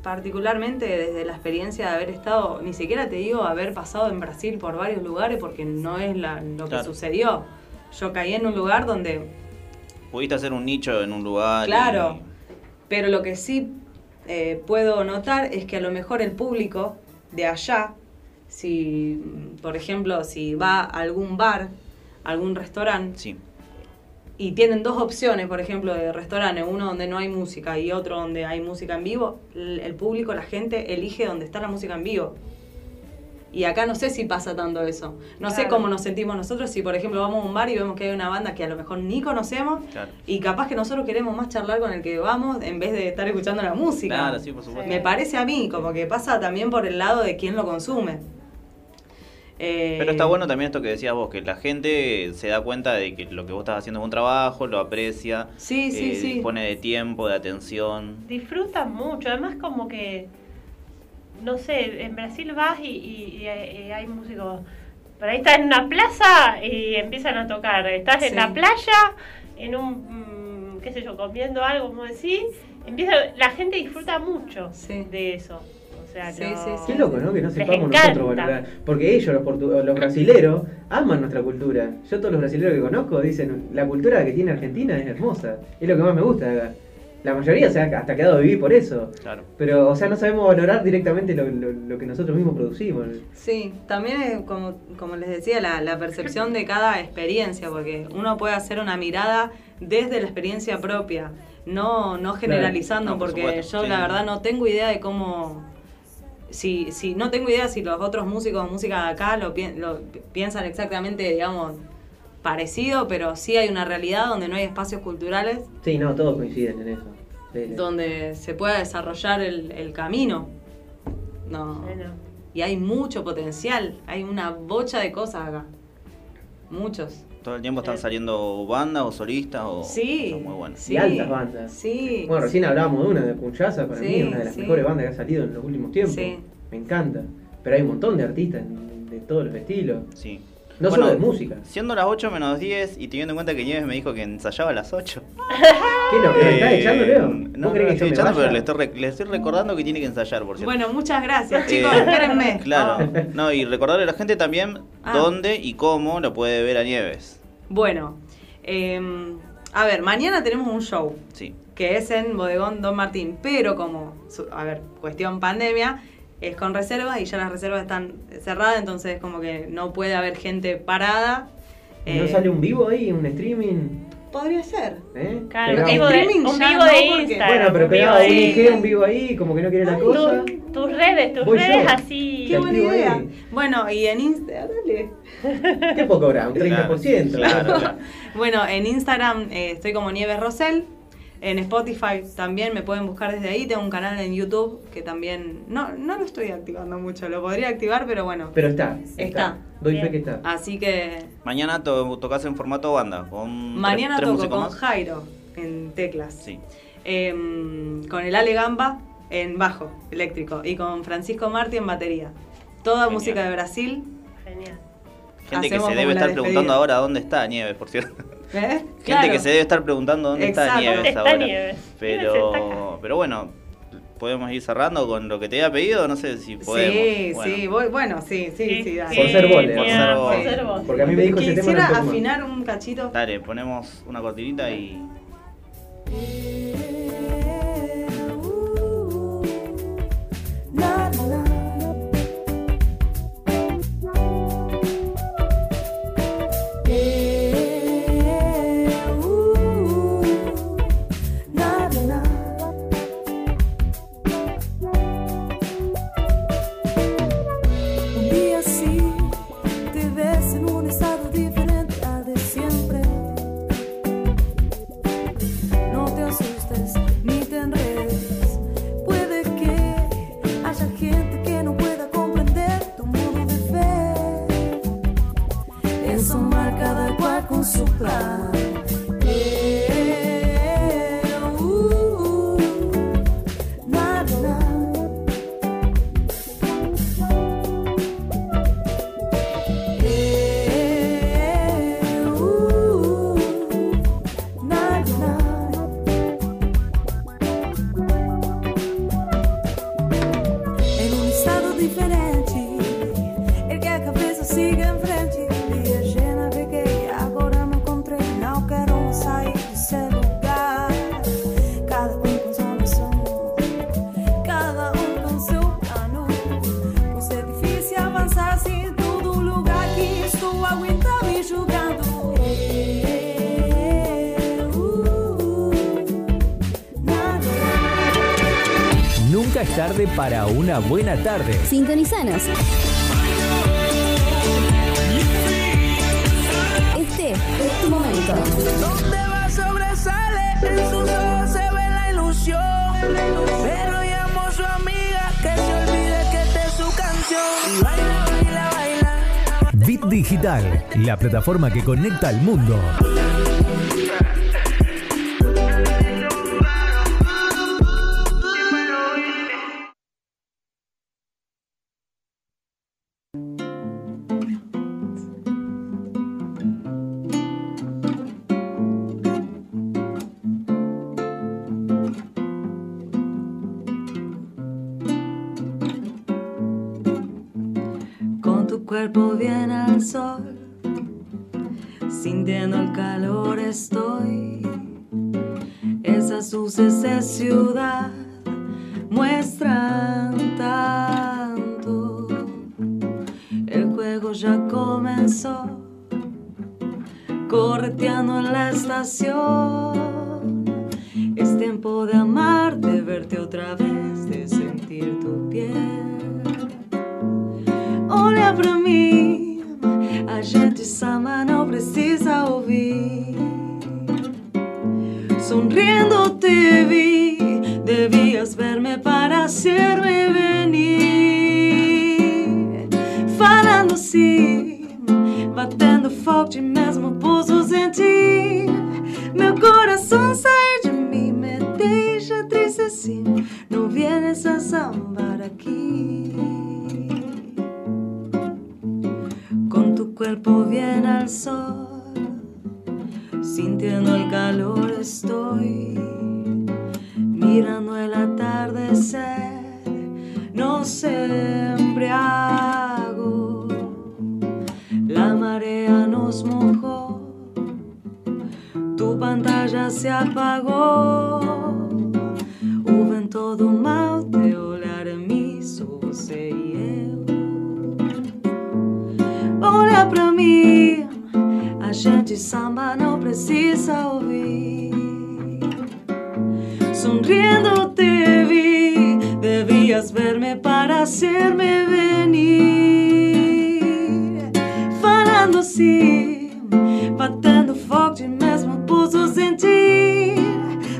particularmente desde la experiencia de haber estado, ni siquiera te digo haber pasado en Brasil por varios lugares porque no es la- lo que Claro. sucedió. Yo caí en un lugar donde, Pudiste hacer un nicho en un lugar. y- Claro. pero lo que sí eh, puedo notar es que a lo mejor el público de allá, si, por ejemplo, si va a algún bar, algún restaurante, Sí. y tienen dos opciones, por ejemplo, de restaurantes, uno donde no hay música y otro donde hay música en vivo, el, el público, la gente elige donde está la música en vivo. Y acá no sé si pasa tanto eso. No sé Claro. cómo nos sentimos nosotros si, por ejemplo, vamos a un bar y vemos que hay una banda que a lo mejor ni conocemos Claro. y capaz que nosotros queremos más charlar con el que vamos en vez de estar escuchando la música. Claro, sí, por supuesto. Me parece a mí, como que pasa también por el lado de quien lo consume. Eh, Pero está bueno también esto que decías vos, que la gente se da cuenta de que lo que vos estás haciendo es un trabajo, lo aprecia, Sí, sí, eh, sí. dispone de tiempo, de atención. disfrutan mucho. Además, como que, no sé, en Brasil vas y, y- y hay y hay músicos. Por ahí estás en una plaza y empiezan a tocar. Estás Sí. en la playa, en un, mm, qué sé yo, comiendo algo, como decís. Empieza, la gente disfruta mucho Sí. de eso. O sea, Sí, no- sí, sí. Qué loco, ¿no? Que no Les sepamos encanta. nosotros valorar. Porque ellos, los, portu- los brasileros, aman nuestra cultura. Yo todos los brasileros que conozco dicen, la cultura que tiene Argentina es hermosa. Es lo que más me gusta de acá. La mayoría se ha hasta quedado a vivir por eso. Claro. Pero, o sea, no sabemos valorar directamente lo, lo- lo que nosotros mismos producimos. Sí, también es como, como les decía, la, la percepción de cada experiencia, porque uno puede hacer una mirada desde la experiencia propia, no, no generalizando, No, por porque supuesto, yo sí. la verdad no tengo idea de cómo... Si, si no tengo idea si los otros músicos de música de acá lo, pi- lo pi- piensan exactamente, digamos, parecido, pero sí hay una realidad donde no hay espacios culturales Sí, no, todos coinciden en eso. Sí, sí. donde se pueda desarrollar el, el camino. No. Bueno, Y hay mucho potencial, hay una bocha de cosas acá. Muchos. Todo el tiempo están Claro. saliendo bandas o solistas o Sí. cosas muy buenas. sí. Y altas bandas. Sí. Bueno, recién hablábamos de una de Punchaza, para Sí, mí es una de las sí. mejores bandas que ha salido en los últimos tiempos. Sí. Me encanta. Pero hay un montón de artistas de todos los estilos. Sí. No Bueno, solo de música. Siendo las 8 menos 10 y teniendo en cuenta que Nieves me dijo que ensayaba a las 8. ¿Qué no? ¿Me estás echando, Leo? No, ¿Vos creés no, lo que yo estoy me echando, vaya? pero le estoy, re- le estoy recordando que tiene que ensayar, por cierto. Bueno, muchas gracias, Eh, chicos. Espérenme. Claro. Ah. No, y recordarle a la gente también Ah. dónde y cómo lo puede ver a Nieves. Bueno, eh, a ver, mañana tenemos un show Sí. que es en Bodegón Don Martín, pero como, su- a ver, cuestión pandemia, es con reservas y ya las reservas están cerradas, entonces como que no puede haber gente parada. ¿No Eh, sale un vivo ahí, un streaming? Podría ser. ¿eh? claro, un Pegado. vivo de, Streaming un ya vivo no, de porque- Instagram. Bueno, pero un vivo pegado a un de- IG, un vivo ahí, como que no quiere la cosa. Tu- tus redes, tus Voy redes yo. así. Qué buena activo idea. ahí. Bueno, y en Insta, dale. ¿Qué poco habrá? Un 30%. Claro, claro. Bueno, en Instagram eh, estoy como Nieves Rosel. En Spotify también me pueden buscar desde ahí. Tengo un canal en YouTube que también. No, no lo estoy activando mucho. Lo podría activar, pero bueno. Pero está. Está. Doy Bien. fe que está. Así que Mañana to- tocas en formato banda. Con tres- mañana tres toco músicos con más. Jairo en teclas. Sí. Em, con el Ale Gamba en bajo eléctrico. Y con Francisco Martí en batería. Toda Genial. música de Brasil. Genial. Gente Hacemos que se como debe la estar despedida. preguntando ahora dónde está Nieves, por cierto. ¿Eh? Gente Claro. que se debe estar preguntando dónde está Exacto. Nieves ¿Dónde está ahora. Nieves? Nieves está acá. Pero, pero bueno, podemos ir cerrando con lo que te había pedido. No sé si podemos. Sí, Bueno. sí, voy- bueno, sí, sí, sí, dale. Por ser vos, Leo. Por ser vos. Por ser vos. Porque a mí me dijo ese tema Quisiera no puedo más. afinar un cachito. Dale, ponemos una cortinita y. Un día sí te ves en un estado diferente al de siempre. No te asustes ni te enredes. Puede que haya gente que no pueda comprender tu modo de fe. Eso mal cada cual con su plan. Eh, uh, na, na, na. En un estado diferente, el que a cabeça sigue em frente. E a gente naveguei, agora me encontrei. Não quero mais sair desse lugar. Cada um com sua missão, cada um com seu plano. Pois é difícil avançar sem todo o lugar que estou aguentando e julgando. Eu, nada. Nunca es tarde para una buena tarde. Sintonizanos. Este es tu momento. Donde va sobresale, en sus ojos se ve la ilusión. Pero llamo a su amiga que se olvide que esta es su canción. Y baila, baila, baila. Bit Digital, la plataforma que conecta al mundo. con tu cuerpo bien al sol. Sintiendo el calor estoy. Esa suciedad luces de ciudad muestran tanto. El juego ya comenzó, correteando en la estación. Es tiempo de amarte, verte otra vez, de sentir tu piel. Olha pra mim, a gente sama não precisa ouvir. Sonriendo te vi, debías verme para hacerme venir. Falando assim, batendo forte mesmo pulsos em ti. Meu coração sai de mim, me deixa triste assim. Não vienes a sambar aqui. Con tu cuerpo bien al sol, sintiendo el calor estoy. Mirando el atardecer, nos embriago. La marea nos mojó, tu pantalla se apagó. Hubo en todo mal te olhar a mim, só você e eu. Olha pra mim, a gente samba não precisa ouvir. Sonriendo te vi, debías verme para hacerme venir. Falando assim, batendo forte mesmo pulsos em ti.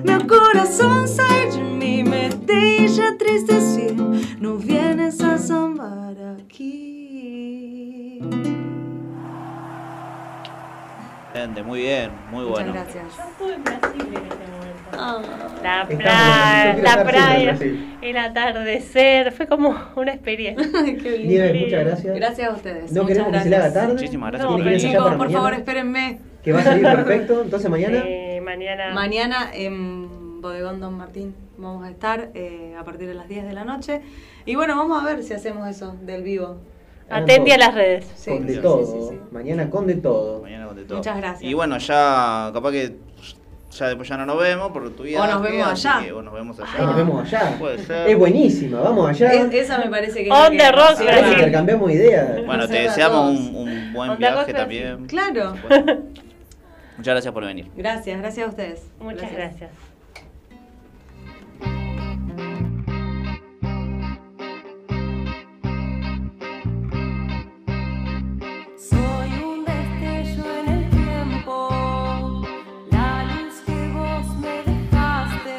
Meu coração sai de mim, me deixa triste assim. Não vienes a sambar aqui. Excelente, muy bien, muy Muchas bueno. gracias. Ah. Yo estuve en Brasil en ese momento. La Está playa, bueno, yo quiero Ah, la estar siempre en playa, Brasil. el atardecer, fue como una experiencia. Qué lindo. Nieves, muchas gracias. Gracias a ustedes. No muchas queremos que se le haga gracias. tarde. Muchísimas gracias No, por Tiene que ir venir. allá Chicos, para por favor, mañana, espérenme. que va a salir perfecto. Entonces mañana, Eh, mañana. Mañana en Bodegón Don Martín vamos a estar eh, a partir de las 10 de la noche. Y bueno, vamos a ver si hacemos eso del vivo. Atenti a las redes. Sí, con sí, de sí, todo. sí, sí. Mañana con de todo. Mañana con de todo. Muchas gracias. Y bueno, ya capaz que ya después ya no nos vemos por tu vida. O nos que, vemos así allá. que, o nos vemos allá. Ah, nos vemos allá. Puede ser. Es buenísima, vamos allá. Es- esa me parece que... es On la que- the rocks, sí, Ahora Brasil. intercambiamos ideas. Bueno, te Nos vemos a deseamos todos. un, un buen Onda viaje Gospel, también. Claro. Bueno, muchas gracias por venir. Gracias, gracias a ustedes. Muchas gracias. Soy un destello en el tiempo, la luz que vos me dejaste.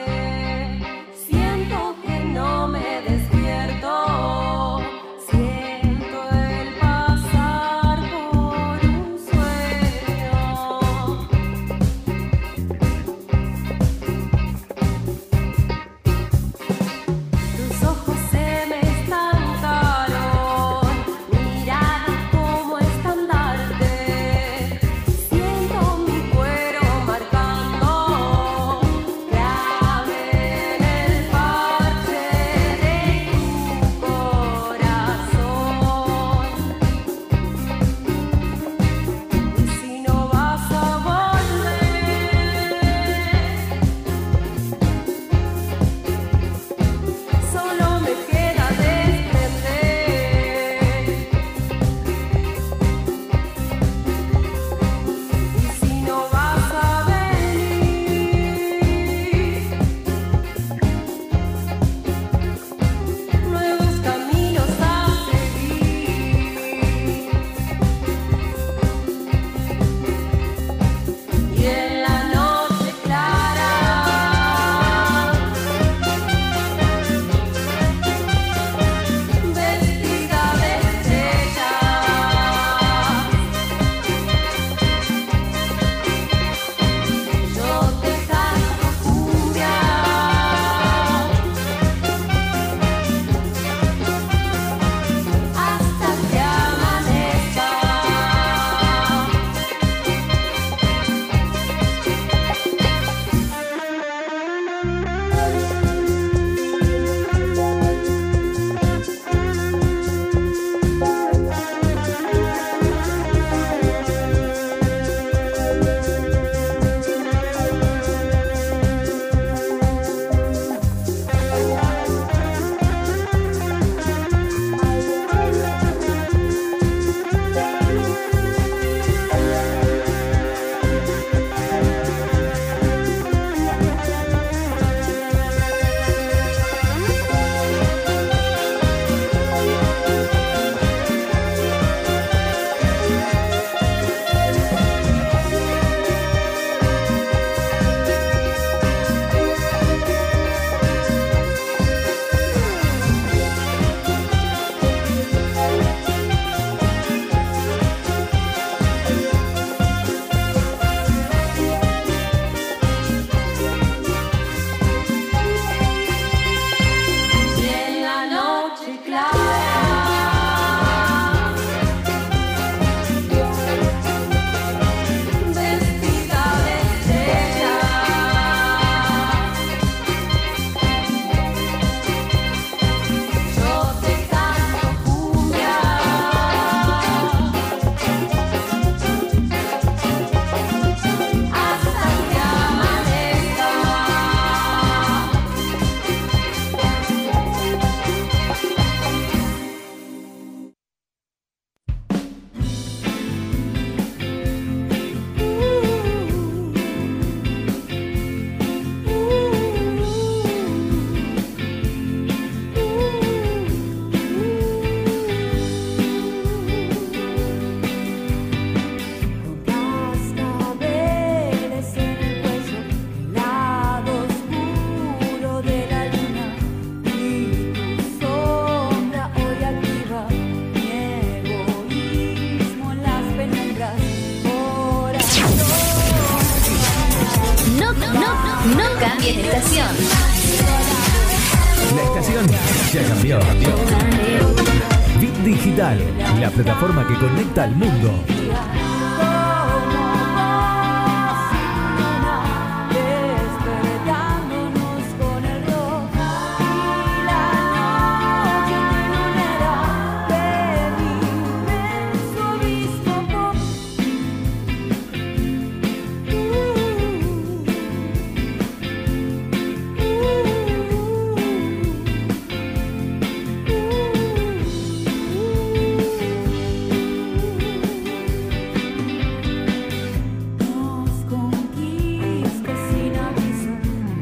Siento que no me despierto, siento el pasar por un sueño. No cambies de estación. La estación ya cambió. Bit Digital, la plataforma que conecta al mundo. Despertándonos con el rock y la noche en un era de su obispo. Nos conquista sin aviso,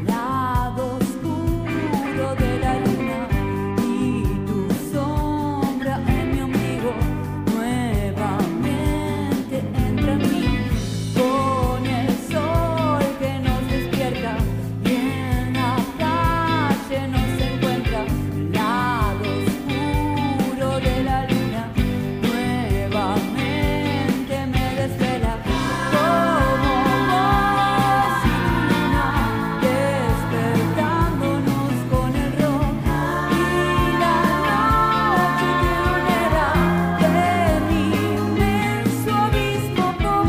lado oscuro de la luna y tu sombra en mi ombligo nuevamente entra en mí con el sol que nos despierta y en la calle nos encuentra lado oscuro de la luna nuevamente me desvela como vos sin luna despertándonos con el rock y la noche pionera de mi inmenso abismo pop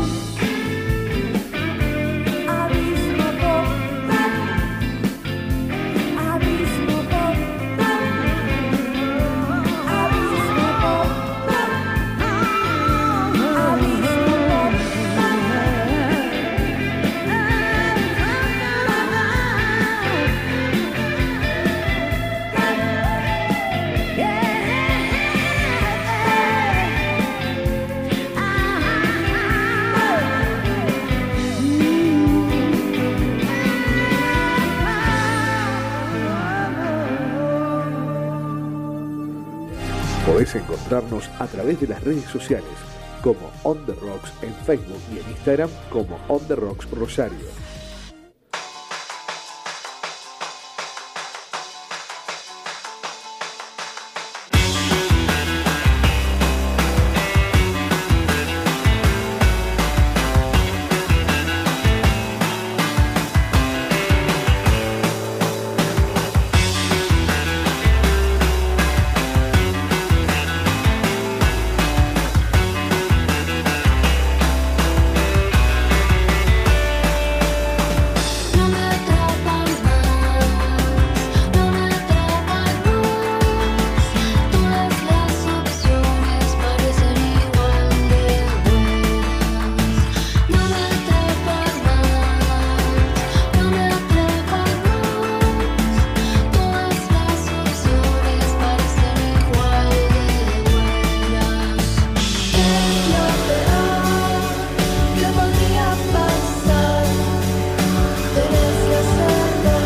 abismo pop pop abismo pop pop abismo pop pop Podés encontrarnos a través de las redes sociales como On The Rocks en Facebook y en Instagram como On The Rocks Rosario. No me atrapan más, no me atrapan más. Todas las opciones parecen igual de buenas. No me atrapan más, no me atrapan más. Todas las opciones parecen igual de buenas. Es lo peor que podría pasar. Tienes que hacerlo,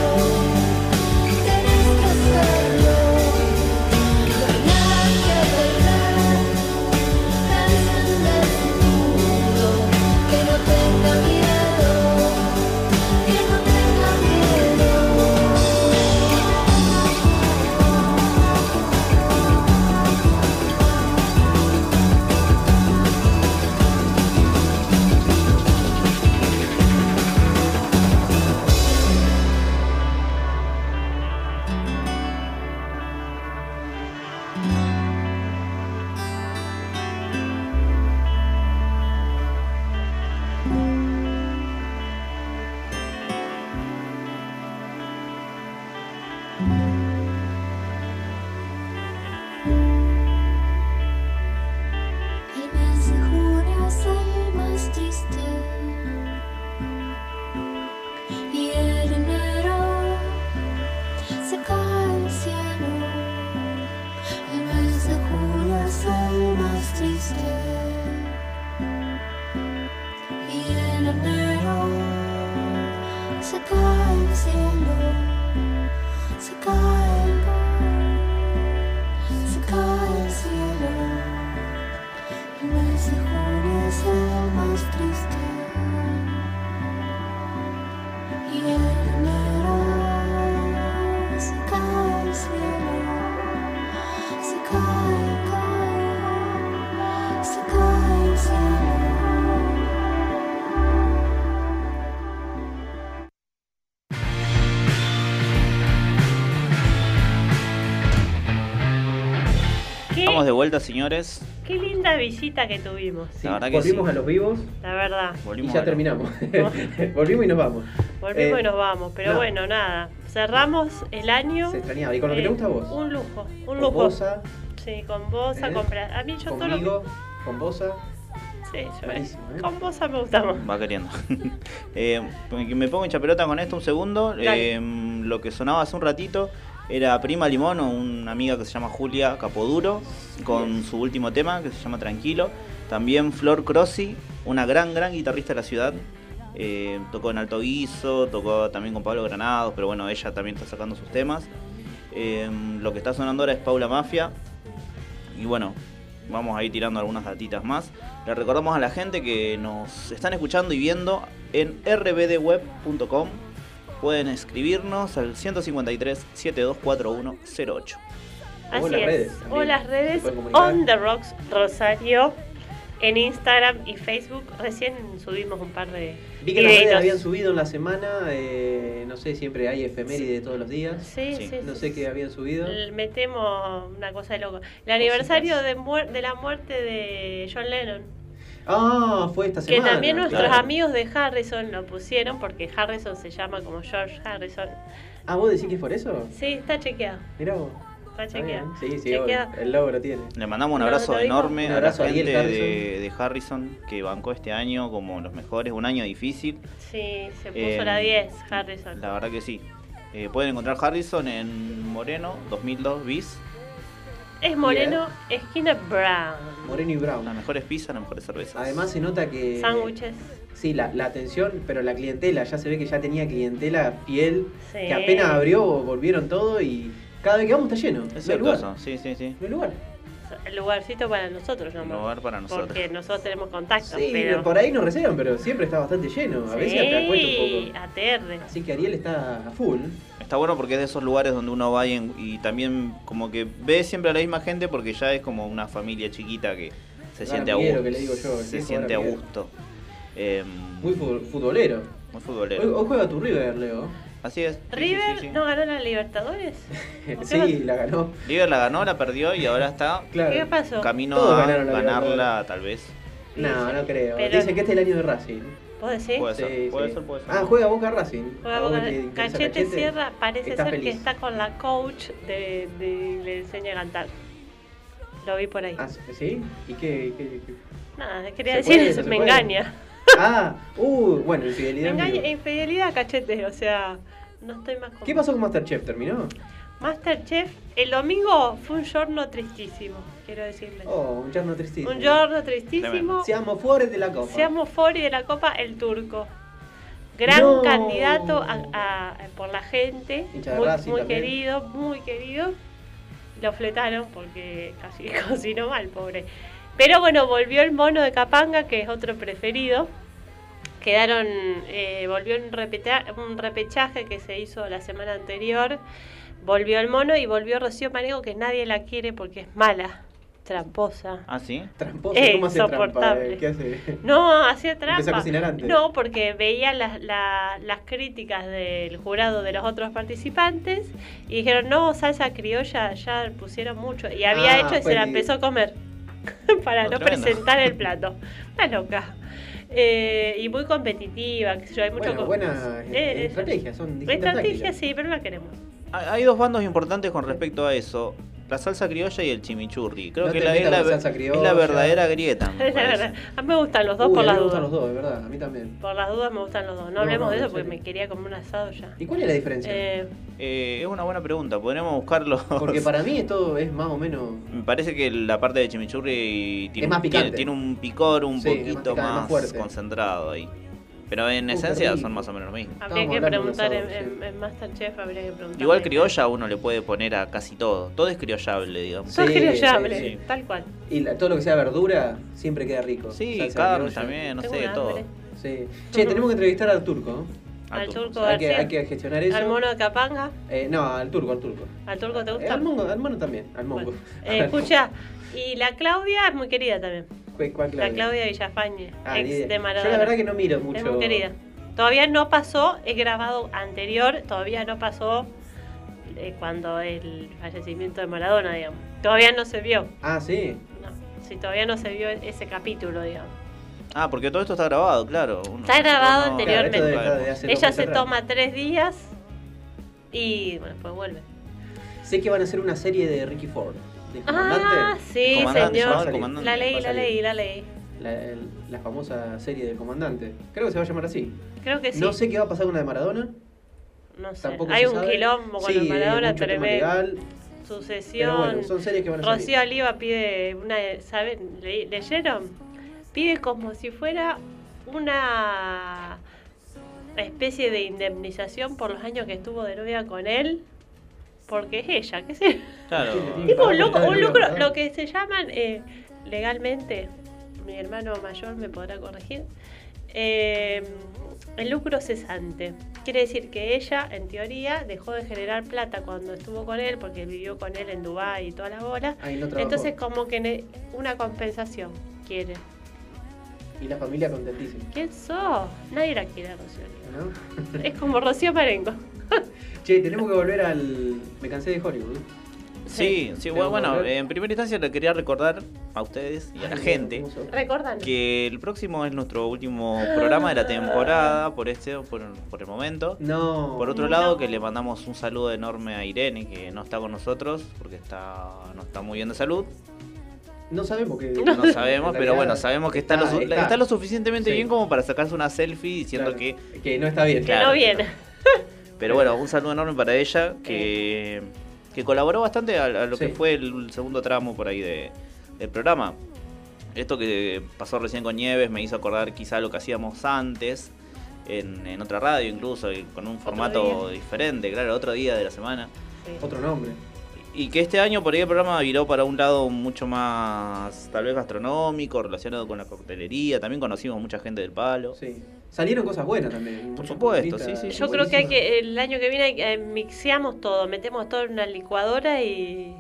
tienes que hacerlo. No hay nada que perder, tan del mundo que no tenga miedo, que no tenga El mes de junio es el más triste y en enero se cae el cielo. El mes de junio es el más triste y en enero se cae el cielo, se cae el se cae el cielo. El mes de junio es el más triste y en enero se cae el cielo, se cae, cae, se cae el cielo. estamos de vuelta, señores. Qué linda visita que tuvimos. La verdad que Volvimos sí. a los vivos La verdad. y Volvimos a ya lo- terminamos. Volvimos y nos vamos. Volvimos Eh, y nos vamos. Pero no. bueno, nada. Cerramos el año. Se extrañaba. Y con lo que te gusta a vos. Un lujo. Un Con lujo. Bosa, Sí, con vos, ¿Eh? a comprar. A mí yo todo lo conmigo, con Bosa. que. Sí, yo- Buenísimo, ¿eh? Con vos me gusta más. Va queriendo. Eh, me pongo hincha pelota con esto un segundo. Dale. Eh, lo que sonaba hace un ratito era Prima Limón o una amiga que se llama Julia Capoduro con su último tema que se llama Tranquilo. También Flor Crossi, una gran, gran guitarrista de la ciudad. Eh, tocó en Alto Guiso, tocó también con Pablo Granados, pero bueno, ella también está sacando sus temas. Eh, lo que está sonando ahora es Paula Mafia. Y bueno, vamos a ir tirando algunas datitas más. Le recordamos a la gente que nos están escuchando y viendo en rbdweb.com. Pueden escribirnos al 153 724108. O Así las es. redes también. o las redes Se pueden comunicar. On The Rocks Rosario en Instagram y Facebook. Recién subimos un par de Vi que las redes videitos. habían subido en la semana, eh, no sé, siempre hay efeméride todos los días. Sí, Sí. sí, No sí, Mm. sé sí. qué habían subido. L- Metemos una cosa de loco. El aniversario de, muer- de la muerte de John Lennon. Ah, fue esta Que semana. también nuestros claro. amigos de Harrison lo pusieron porque Harrison se llama como George Harrison. Ah, ¿vos decís que es por eso? Sí, está chequeado. Mirá vos. Está Está bien. chequeado. Sí, sí, Chequeado. obvio, el logro tiene. Le mandamos un No, abrazo lo dijo. enorme Un a abrazo a la gente Ariel de, de Harrison que bancó este año como los mejores. Un año difícil, Sí, se puso Eh, la 10, Harrison. la verdad que sí. Eh, pueden encontrar Harrison en Moreno 2002 bis. Es Moreno, esquina Brown. Moreno y Brown. Las mejores pizzas, las mejores cervezas. Además se nota que... Sándwiches. Sí, la, la atención, pero la clientela, ya se ve que ya tenía clientela fiel, Sí. que apenas abrió volvieron todo y cada vez que vamos está lleno. No hay es cierto lugar. eso. Sí, sí, sí. No hay lugar. El lugarcito para nosotros, Un nomás. lugar para nosotros. Porque nosotros tenemos contacto. Sí, Ah, pero... por ahí nos reservan, pero siempre está bastante lleno. A veces hasta cuesta un Sí, poco. aterde. Así que Ariel está a full. Está bueno porque es de esos lugares donde uno va y, en- y también como que ve siempre a la misma gente porque ya es como una familia chiquita que se Ahora siente a Miguel, gusto. lo que le digo yo, el se viejo siente a ahora Miguel. gusto. Eh, Muy fu- futbolero. muy Hoy, futbolero. hoy juega tu River, Leo. Así es. Sí, sí, River sí, sí. no ganó la Libertadores. ¿O qué sí, la ganó. River la ganó, la perdió y ahora está Claro. ¿Qué pasó? camino Todos a ganaron la ganarla Libertadores. tal vez. No, no creo. Pero- Dicen que este es el año de Racing. ¿Vos decís? Puede ser, puede ser, puede ser. Ah, juega Boca Racing. Juega ¿A vos Boca- te interesa Cachete, Sierra parece Está ser que feliz. está con la coach de, de- le enseña a cantar. Lo vi por ahí. Ah, ¿sí? ¿Y qué? qué- qué? Nada, quería ¿Se decir puede? eso, ¿No se me puede? engaña. Ah, uh, bueno, Me eh. infidelidad. en engaña, vivo. infidelidad cachete, o sea, no estoy más con ¿Qué pasó con Masterchef? ¿Terminó? Masterchef, el domingo fue un giorno tristísimo, quiero decirles. Oh, un charno tristísimo. un giorno tristísimo. Tremendo. Seamos fuertes de la copa. Seamos Fori de la Copa, el turco. Gran No. candidato a- a- por la gente, Hincha de muy, Racing muy también. querido, muy querido. Lo fletaron porque casi cocinó mal, pobre. Pero bueno, volvió el mono de Capanga, que es otro preferido. Quedaron, eh, volvió un, repeta- un repechaje que se hizo la semana anterior. Volvió el mono y volvió Rocío Manego, que nadie la quiere porque es mala, tramposa. Ah, sí. Tramposo, Eh, ¿cómo hace trampa? insoportable. eh? ¿Qué hace? No, hacía trampa. Empezó a cocinar antes. No, porque veía las, la- las críticas del jurado de los otros participantes y dijeron, no, salsa criolla ya pusieron mucho. Y había Ah, hecho y fue se la el- empezó a comer para no, No, tremendo. presentar el plato. Una loca. Eh, y muy competitiva, qué sé yo, hay mucho... Bueno, co- buena Eh, eh, estrategia, son distintas Estrategia, tácticas. sí, pero no la queremos. Hay hay dos bandos importantes con respecto a eso. La salsa criolla y el chimichurri. Creo No que te la, es, metas la, con salsa es la criolla. verdadera grieta. me La parece. verdad, A mí me gustan los dos Uy, por a mí las me gustan dudas. los dos, de verdad, a mí también. Por las dudas me gustan los dos. No, No, hablemos no, de en eso porque serio. me quería comer un asado ya. ¿Y cuál es la diferencia? Eh, Eh, es una buena pregunta. Podríamos buscarlo. Porque para mí esto es más o menos... Me parece que la parte de chimichurri tiene, Es más un- picante. tiene- tiene un picor un Sí, es más poquito picante, más más, fuerte. concentrado ahí. Pero en Uh, qué esencia rico. son más o menos lo mismo. Habría Estábamos que hablando de preguntar en, los en, sábados, en Masterchef, habría que preguntar. Igual criolla uno le puede poner a casi todo. Todo es criollable, digamos. Sí, Son criollables, sí, sí. tal cual. Y la- todo lo que sea verdura siempre queda rico. Sí, Salsa carne criolla. también, no Tengo sé, de un todo. hambre. Sí. Che, tenemos que entrevistar al turco. A Al tu- turco ¿no? Hay que, García. hay que gestionar eso. Al mono de Capanga. Eh, no, al turco, al turco. Al turco te Eh, gusta. al mongo, al mono también, al mongo. Bueno, eh, escucha, y la Claudia es muy querida también. ¿Cuál Claudia? La Claudia Villafañe, Ah, ni idea. ex de Maradona. Yo la verdad que no miro mucho. Es muy querida. Todavía no pasó, he grabado anterior, todavía no pasó eh, cuando el fallecimiento de Maradona, digamos. Todavía no se vio. Ah, sí. No, sí, todavía no se vio ese capítulo, digamos. Ah, porque todo esto está grabado, claro. Uno- Está grabado nosotros Claro, esto anteriormente. debe estar de hace dos Ella meses se atrás. toma tres días y bueno, después vuelve. Sé que van a hacer una serie de Ricky Ford. del Ah, comandante. sí, comandante, va a señor. salir. comandante. La Va leí, a la salir. leí, la leí. La, el- la famosa serie del comandante. Creo que se va a llamar así. Creo que sí. No sé qué va a pasar con la de Maradona. No sé. Tampoco Hay se un sabe. quilombo con Sí, el hay Maradona mucho tema tremendo. legal, pero Sucesión. bueno, son series que van a salir. Rocío Oliva pide una, ¿saben? Le- ¿Leyeron? Pide como si fuera una especie de indemnización por los años que estuvo de novia con él, porque es ella, qué sé. Claro. Sí, Tipo un Para lucro, mitad de un vida, lucro- ¿verdad? lo que se llaman eh, legalmente, mi hermano mayor me podrá corregir, eh, el lucro cesante. Quiere decir que ella, en teoría, dejó de generar plata cuando estuvo con él, porque vivió con él en Dubái y todas las bolas. Ahí no trabajó. Entonces, como que ne- una compensación quiere. Y la familia contentísima. ¿Quién sos? Nadie la quiere, Rocío. Oliva. ¿no? Es como Rocío Marengo. Che, tenemos que volver al. Me cansé de Hollywood. Sí, Tengo sí, que bueno, bueno, volver. en primera instancia le quería recordar a ustedes y a la gente Recordan. que el próximo es nuestro último programa de la temporada por este por, por el momento. No. Por otro lado, que le mandamos un saludo enorme a Irene, que no está con nosotros porque está no está muy bien de salud. No sabemos que. No sabemos, pero bueno, sabemos que está, lo, su- está. está lo suficientemente Sí. bien como para sacarse una selfie diciendo Claro. que... Que no está bien. Que claro, no viene. Pero bueno, Eh, un saludo enorme para ella, que, que colaboró bastante a, a lo que Sí. fue el segundo tramo por ahí de, del programa. Esto que pasó recién con Nieves me hizo acordar quizá lo que hacíamos antes, en, en otra radio incluso, y con un formato diferente, claro, otro día de la semana. Otro nombre. Y que este año por ahí el programa viró para un lado mucho más, tal vez gastronómico, relacionado con la coctelería. También conocimos mucha gente del palo. Sí. Salieron cosas buenas también. Por supuesto, sí, sí, Yo creo que, hay que el año que viene eh, mixeamos todo, metemos todo en una licuadora y,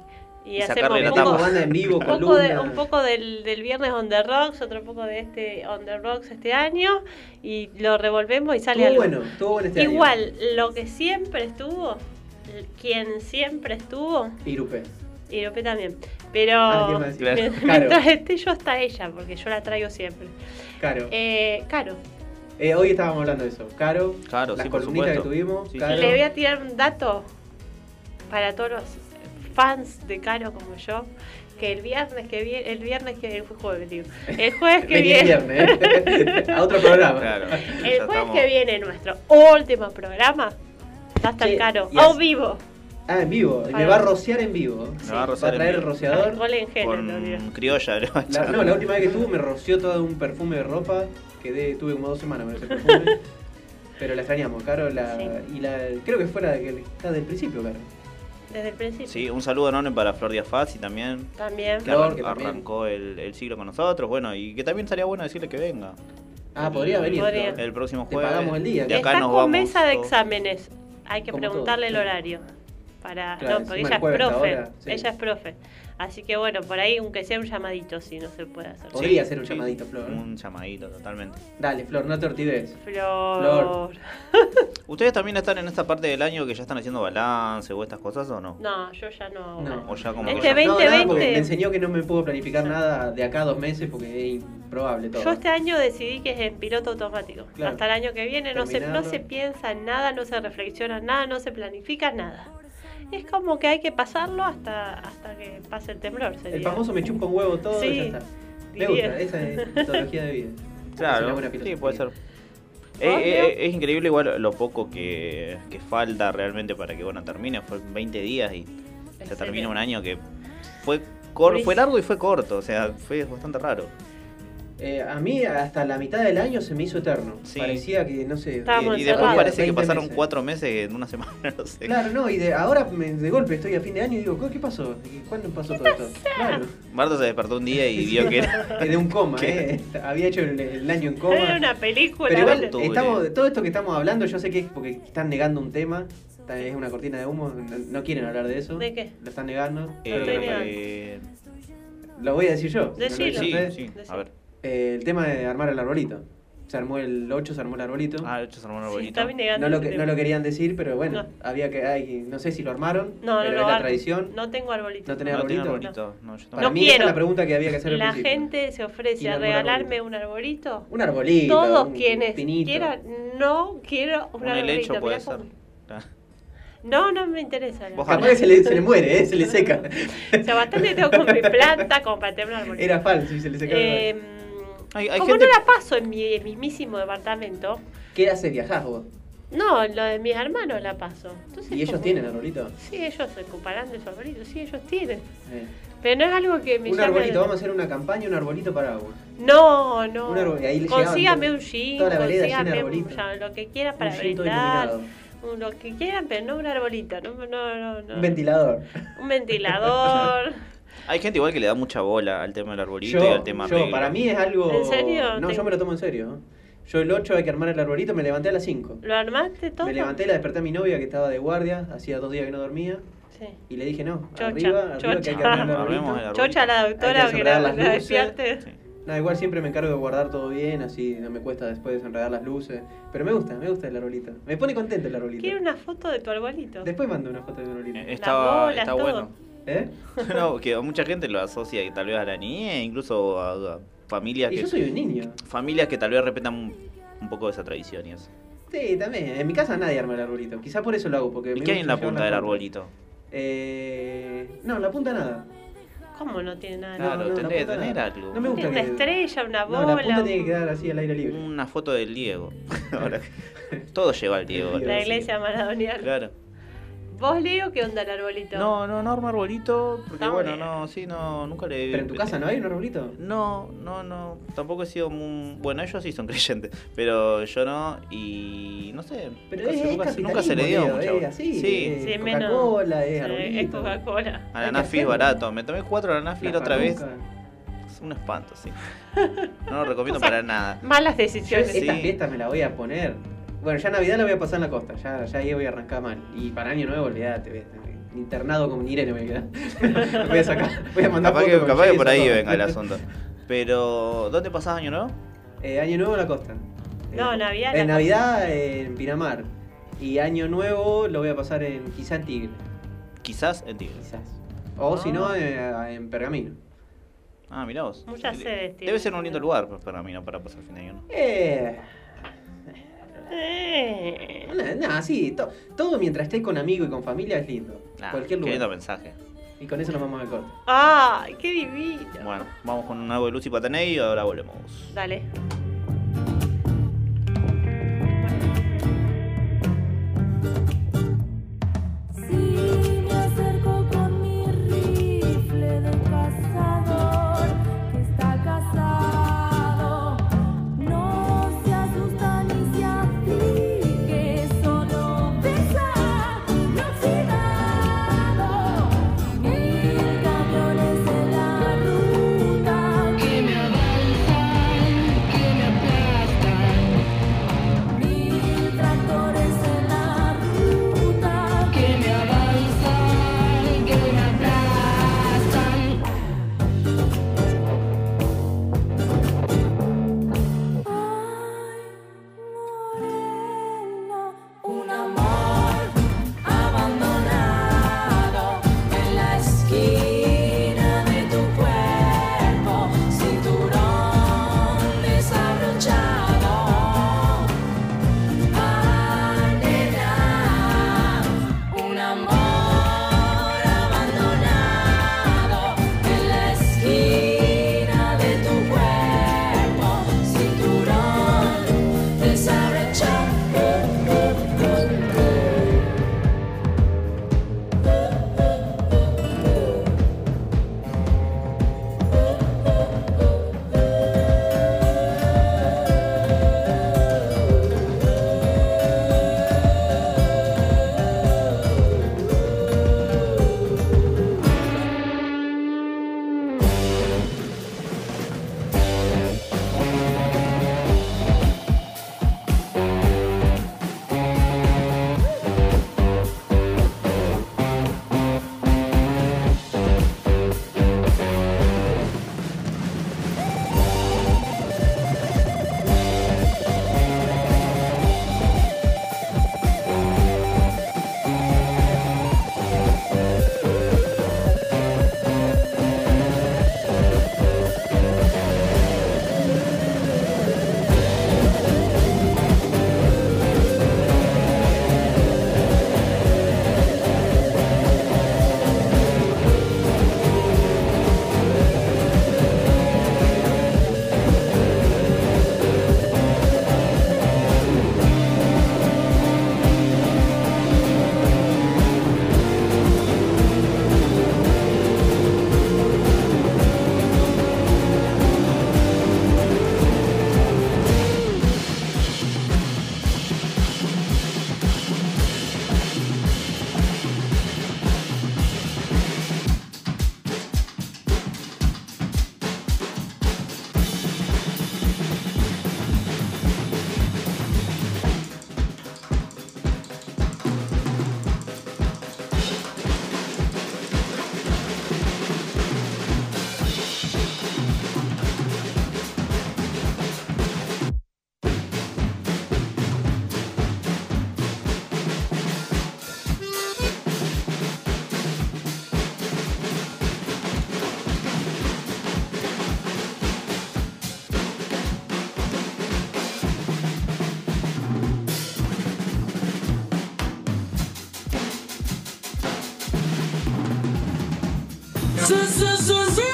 y Y hacemos sacarle un la Como tapa. poco, banda en vivo, un poco de- columna. un poco del, del viernes on the rocks, otro poco de este on the rocks este año y lo revolvemos y sale Estuvo algo. bueno, estuvo bueno este año. Igual, lo que siempre estuvo, l- quien siempre estuvo, Irupé. y Lopé también, pero Ah, ¿quién más? Claro. mientras- Claro. mientras esté yo está ella, porque yo la traigo siempre. Caro. Eh, Caro, Eh, hoy estábamos hablando de eso. Caro, Claro, las sí, por columnitas que supuesto. tuvimos. Sí, Caro, Le voy a tirar un dato para todos los fans de Caro como yo, que el viernes que viene, el viernes que el jueves, digo, el jueves que Vení viene, viernes, ¿eh? a otro programa. Claro, ya el jueves estamos. que viene nuestro último programa va a estar Sí, Caro, y a así- vivo, Ah, en vivo. Para- Me va a rociar en vivo. Me va a rociar en traer vivo. el rociador. alcohol en gel, en realidad. Con criolla, le va a La- echar. no, la última vez que estuvo me roció todo un perfume de ropa. Quedé, tuve como dos semanas con ese perfume. pero la extrañamos, Caro. La, Sí. Y la, creo que fue la que está del principio, Caro. desde el principio Sí, un saludo enorme para Flor Díaz Faz y también también. que Flor, arran- que también- arrancó el, el siglo con nosotros, bueno, y que también estaría bueno decirle que venga Ah, podría venir. Podría. Flor. el próximo Te jueves. pagamos el día, De ¿no? acá Está nos con vamos mesa de todos. exámenes, hay que Como preguntarle todos, el sí. horario. Para, Claro, no, porque ella encima el es jueves profe, ahora, sí. ella es profe. Así que bueno, por ahí aunque sea un llamadito si no se puede hacer. Podría hacer un llamadito, Flor. ¿eh? Un llamadito, totalmente. Dale, Flor, no te ortides. Flor. ¿Ustedes también están en esta parte del año que ya están haciendo balance o estas cosas o no? No, yo ya no. No. O ya como Este que ya- ve- No, nada, porque 2020. me enseñó que no me puedo planificar nada de acá a dos meses porque es improbable todo. Yo este año decidí que es en piloto automático. Claro. Hasta el año que viene no se, no Terminarlo. se piensa en nada, no se reflexiona en nada, no se planifica nada. Es como que hay que pasarlo hasta, hasta que pase el temblor. Sería. El famoso me chupa un huevo todo y ya Sí, está. Me diría. gusta, esa es metodología de vida. Es una Claro, buena sí, filosofía. puede ser. Eh, Leo? eh, es increíble igual lo poco que, que falta realmente para que bueno termine. Fue 20 días y En ya serio. termina un año que fue cor- fue Buenísimo. largo y fue corto. O sea, fue bastante raro. Eh, a mí hasta la mitad del año se me hizo eterno. Sí. Parecía que, no sé. Estábamos Y Bueno, después cerrado. parece que 20 pasaron meses. cuatro meses en una semana, no sé. Claro, no, y de, ahora me- de golpe estoy a fin de año y digo, ¿qué pasó? ¿Y ¿Cuándo pasó todo esto? Claro, Marta se despertó un día y vio que era. que de un coma, ¿Qué? ¿eh? Había hecho el, el año en coma. Era una película. Pero igual, Octubre. estamos, todo esto que estamos hablando, yo sé que es porque están negando un tema, está- es una cortina de humo, no, no quieren hablar de eso. ¿De qué? Lo están negando. Eh, pero estoy no- negando. eh, lo voy a decir yo. si no lo Decilo. dicen sí, ustedes. sí, Decilo. a ver. Eh, el tema de armar el arbolito. se armó el 8, se armó el arbolito. Ah, el 8 se armó el arbolito. está bien negando No lo, ese que- no tema. lo querían decir, pero bueno, No. había que, hay, no sé si lo armaron, No, no, pero no, es la ar- tradición. No tengo arbolito. No tenés No tiene arbolito. arbolito. No, yo Para No tampoco. mí esa quiero. es la pregunta que había que hacer al La principio. gente se Y ofrece a algún arbolito. regalarme un arbolito. Un arbolito. Todos un quienes pinito. quieran, no quiero un, Un arbolito. helecho puede mirá ser. cómo- No, no me interesa. la Vos Capaz verdad. que se le, se le muere, ¿eh? se le seca. O sea, bastante tengo con mi planta, con plantearme un arbolito. Era falso y se le secaba. Eh, Hay- hay como gente- no la paso en mi mismísimo departamento, ¿Qué haces? ¿Viajás vos? no, lo de mis hermanos la paso. Entonces, ¿Y ellos como- tienen arbolito? eh, Sí, ellos se comparan de su arbolito, sí, ellos tienen. Eh. Pero no es algo que me Un llame- arbolito, vamos a hacer una campaña, un arbolito para agua. No, no. Un árbol, y ahí le llegaban consígame todo- un jean, toda la vereda llena de consígame un, arbolitos. ya, lo que quieran para un jean todo brindar, iluminado. un- lo que quieran, pero no un arbolito, no, no, no, no. Un ventilador. Un ventilador. Hay gente igual que le da mucha bola al tema del arbolito y Yo, al tema yo, regla. para mí es algo. ¿En serio? No, Te- yo me lo tomo en serio. Yo el 8 hay que armar el arbolito, me levanté a las 5. ¿Lo armaste todo? Me levanté, la desperté a mi novia que estaba de guardia, hacía dos días que no dormía, Sí. y le dije no, Chocha, arriba, arriba que hay que chocha. armar el Ah, armemos arbolito. el arbolito. Chocha la doctora Hay que que desenredar la, las la luces. despierte. Sí. Nada, igual siempre me encargo de guardar todo bien, así no me cuesta después desenredar las luces. Pero me gusta, me gusta el arbolito. Me pone contento el arbolito. Quiero una foto de tu arbolito. Después mando una foto del arbolito. Eh, Estaba, bolas, está todo. bueno. ¿Eh? No, que mucha gente lo asocia y tal vez a la niñez, incluso a, a familias Y que yo soy un niño. familias que tal vez respetan un, un poco esa tradición y eso. Sí, también. En mi casa nadie arma el arbolito. Quizá por eso lo hago, porque... ¿Y me qué hay gusta en la llevar punta del planta. arbolito? Eh... No, en la punta nada. ¿Cómo no tiene nada? Ah, No, Claro, la tendría que punta tener nada. algo. No me gusta Tiene una que- estrella, una No, bola. la punta un- tiene que quedar así al aire libre. Una foto del Diego. Ahora, todo lleva al Diego. Diego, la ahora sí. iglesia maradoniana. Claro. ¿Vos, Leo, qué onda el arbolito? No, no, no arma arbolito, porque Está bueno, bien. no, sí, no, nunca le Pero en tu casa no hay un arbolito. No, no, no. Eh, Tampoco he sido muy. Bueno, ellos sí son creyentes, pero yo no. Y no sé. Pero nunca, es, se- es nunca se- nunca se le dio capitalismo, mucha Leo, es bola. así. Sí. es Sí, menos. eh, Coca-Cola, Sí, es es arbolito. Coca-Cola. Hay que Ananafis hacerlo. barato. Me tomé cuatro ananafis la otra vez. Yo Es un espanto, sí. No lo recomiendo O sea, para nada. Malas decisiones. Sí. Esta fiesta me la voy a poner. Bueno, ya Navidad la voy a pasar en la costa. Ya, ya ahí voy a arrancar mal. Y para Año Nuevo, olvídate. ve, Internado como Irene voy a quedar. voy a sacar. Voy a mandar Capaz que, fotos con capaz que yeso, por ahí todo. venga el asunto. Pero, ¿dónde pasás año nuevo? Eh, año Nuevo en la costa. No, Eh, Navidad en En la Navidad eh, en Pinamar. Y Año Nuevo lo voy a pasar en quizá en Tigre. Quizás en Tigre. Quizás. O si Ah. no, eh, en Pergamino. Ah, mirá vos. Muchas sedes tiene. Debe ser un lindo lugar pues, para mí, no para pasar fin de año. ¿no? Eh. Eh, Nada, sí, to- todo mientras estés con amigos y con familia es lindo. Ah, Cualquier Qué lindo lugar. mensaje. Y con eso nos vamos al corte. ¡Ay, qué divino! Bueno, vamos con un algo de Lucy Pataney y ahora volvemos. Dale. Si me acerco con mi rifle de cazador que está casado, no se asusta ni se aplique, solo pesa no oxidado. El camión es de la ruta que me avanzan, que me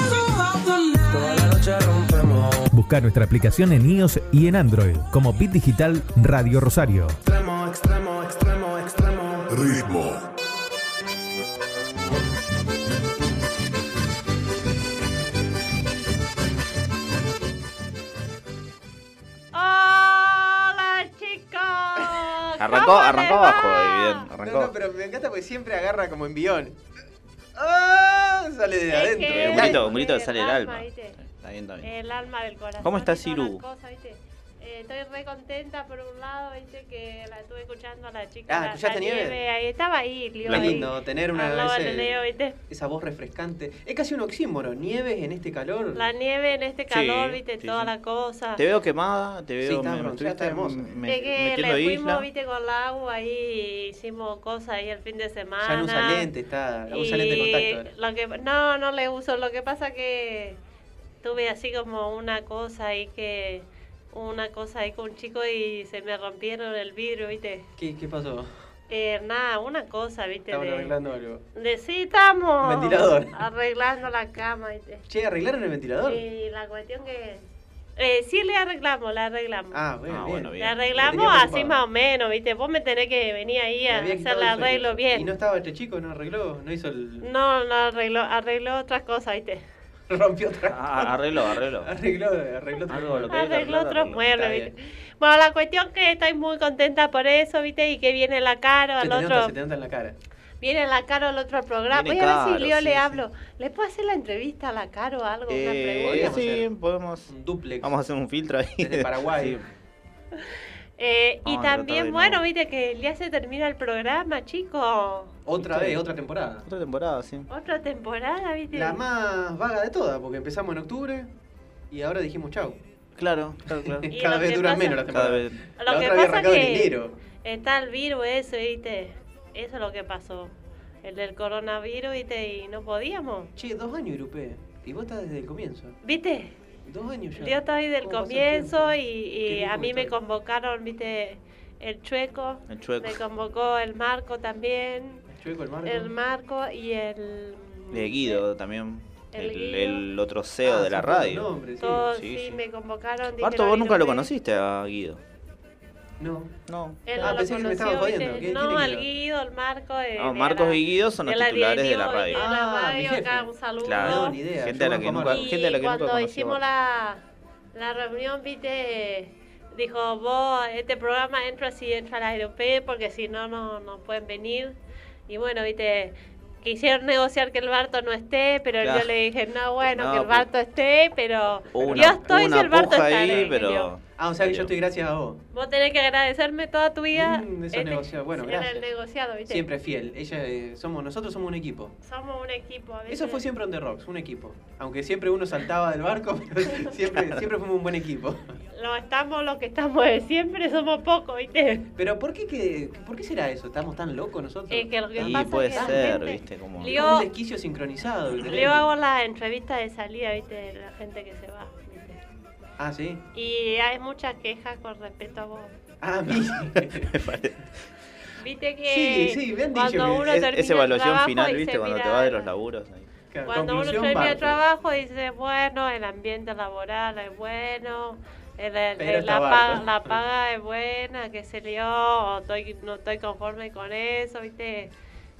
Toda la noche rompemos. Busca nuestra aplicación en iOS y en Android como Bit Digital Radio Rosario. Extremo, extremo, extremo, extremo. Ritmo. ¡Hola, chicos! Arrancó, ¿Cómo arrancó les va? abajo, ahí bien, No, arrancó. no, pero me encanta porque siempre agarra como envión. ¡Ah! Sale de adentro. que- Un grito, un grito que sale del alma, alma. ¿viste? Está bien, está bien. El alma del corazón. ¿Cómo está y todas las Siru? cosas, ¿viste? Eh, estoy re contenta por un lado, ¿viste? Que la estuve escuchando a la chica. Ah, la- ¿escuchaste la Nieve? Ahí estaba ahí, Leo. Qué ahí, lindo tener al una lado ese- de Leo, ¿viste? esa voz refrescante. Es casi un oxímoro. Nieves en este calor. La nieve en este calor, Sí, ¿viste? sí, Toda sí. la cosa. Te veo quemada, te Sí, veo. está me- me bronceada, está estuviste hermosa. me- Es que metiendo le fuimos, isla. viste, con la agua ahí, hicimos cosas ahí el fin de semana. Ya no usa lente, está. Usa lente de Y contacto. ahora. lo que, no, no le uso. Lo que pasa que tuve así como una cosa ahí que. Una cosa ahí con un chico y se me rompieron el vidrio, ¿viste? ¿Qué, qué pasó? Eh, nada, una cosa, ¿viste? Estaban De, arreglando algo. de sí, estamos. Ventilador. Arreglando la cama, ¿viste? Che, ¿arreglaron el ventilador? Y la cuestión que. Eh, sí, le arreglamos, le arreglamos. Ah, bueno, Ah, bien. bueno, Le bien. arreglamos Tenía así preocupado. más o menos, ¿viste? Vos me tenés que venir ahí Me a había hacer el quitado el sueño arreglo eso. Y bien. no estaba este chico, no arregló, no hizo el. No, no arregló, arregló otras cosas, ¿viste? Rompió otra. Ah, arreglo, arreglo. Arregló, arregló otra. Algo lo que hay que Arregló arreglar, otros arregló. muebles, Está ¿viste? Bueno, la cuestión que estoy muy contenta por eso, ¿viste? Y que viene la Caro Se al te nota, otro. se te nota en la cara. Viene la Caro al otro programa. Viene Voy a ver si Caro, yo sí, le sí. hablo. ¿Le puedo hacer la entrevista a la Caro o algo? una Eh, pregunta. podríamos sí, hacer. podemos. Un duplex. Vamos a hacer un filtro ahí. Desde Paraguay. Sí. Eh, y vamos a tratar de también, no- bueno, viste que ya se termina el programa, chicos. Otra Sí. vez, otra temporada. Otra temporada, sí. Otra temporada, viste. La más vaga de todas, porque empezamos en octubre y ahora dijimos chau. Claro, claro, claro. Y Cada lo vez que duran pasa- menos las Cada temporadas. vez. Lo La que otra había pasa arrancado en que- enero. Está el virus eso, ¿viste? Eso es lo que pasó. El del coronavirus, ¿viste? Y no podíamos. Che, dos años Irupé. Y vos estás desde el comienzo. ¿Viste? Dos años ya. Yo estoy del ¿Cómo pasa el comienzo y, tiempo? Qué y lindo a mí me comentario. convocaron, ¿viste? El chueco. El chueco. Me convocó el Marco también. El chueco, el marco. El Marco y el... De Guido también. El El, Guido. el otro CEO Ah, de la son todos radio. nombres, sí. Todos, Sí, sí, sí. me convocaron. Marto, dijeron, vos "Ay, nunca no lo me-". conociste a Guido. No. No. Él Ah, no pensé que me lo estaban conoció, jodiendo. ¿viste? ¿Qué- No, quién es el Guido? Guido, el Marco. eh, No, de Marcos la- y Guido son los la titulares de la 19, radio. De la Ah, mi radio, acá jefe. un saludo. Claro, ni idea, gente yo a la conozco que a nunca, Marcos. Y gente a la que nunca cuando conocí, hicimos Marcos. la, la reunión, viste, dijo, vos, este programa entra si entra la aerope, porque si no, no, no pueden venir. Y bueno, viste, quisieron negociar que el Barto no esté, pero Claro. yo le dije, no, bueno, No, que el pues- Barto esté, pero Hubo una- yo estoy hubo si una el Barto está. puja le ahí, dije yo. pero. Ah, o sea que yo estoy gracias a vos. Vos tenés que agradecerme toda tu vida. Mm, esos negociados. Bueno, era gracias. el negociado, viste. Siempre fiel. Ella, eh, somos, nosotros somos un equipo. Somos un equipo. a Eso veces- fue siempre on the rocks, un equipo. Aunque siempre uno saltaba del barco, pero siempre, siempre fuimos un buen equipo. Lo estamos, lo que estamos de siempre, somos pocos, viste. Pero ¿por qué, que, por qué será eso? ¿Estamos tan locos nosotros? Es Eh, que lo que Y pasa puede es que ser, realmente- viste, como. Es Leo- como un desquicio sincronizado. que Yo tenemos. hago las entrevistas de salida, viste, de la gente que se va. ¿viste? Ah, sí. Y hay muchas quejas con respecto a vos. Ah, a mí. Me parece- Viste que Sí, sí, me han dicho cuando que uno es- es- termina es el evaluación trabajo final, dice, viste, cuando te "Mirá, vas de los laburos. ahí. Claro, Cuando uno conclusión, termina el barco. trabajo dice, bueno, el ambiente laboral es bueno, el- el- Pero está la, barco. paga, la paga es buena, que se dio, o estoy, no estoy conforme con eso, viste.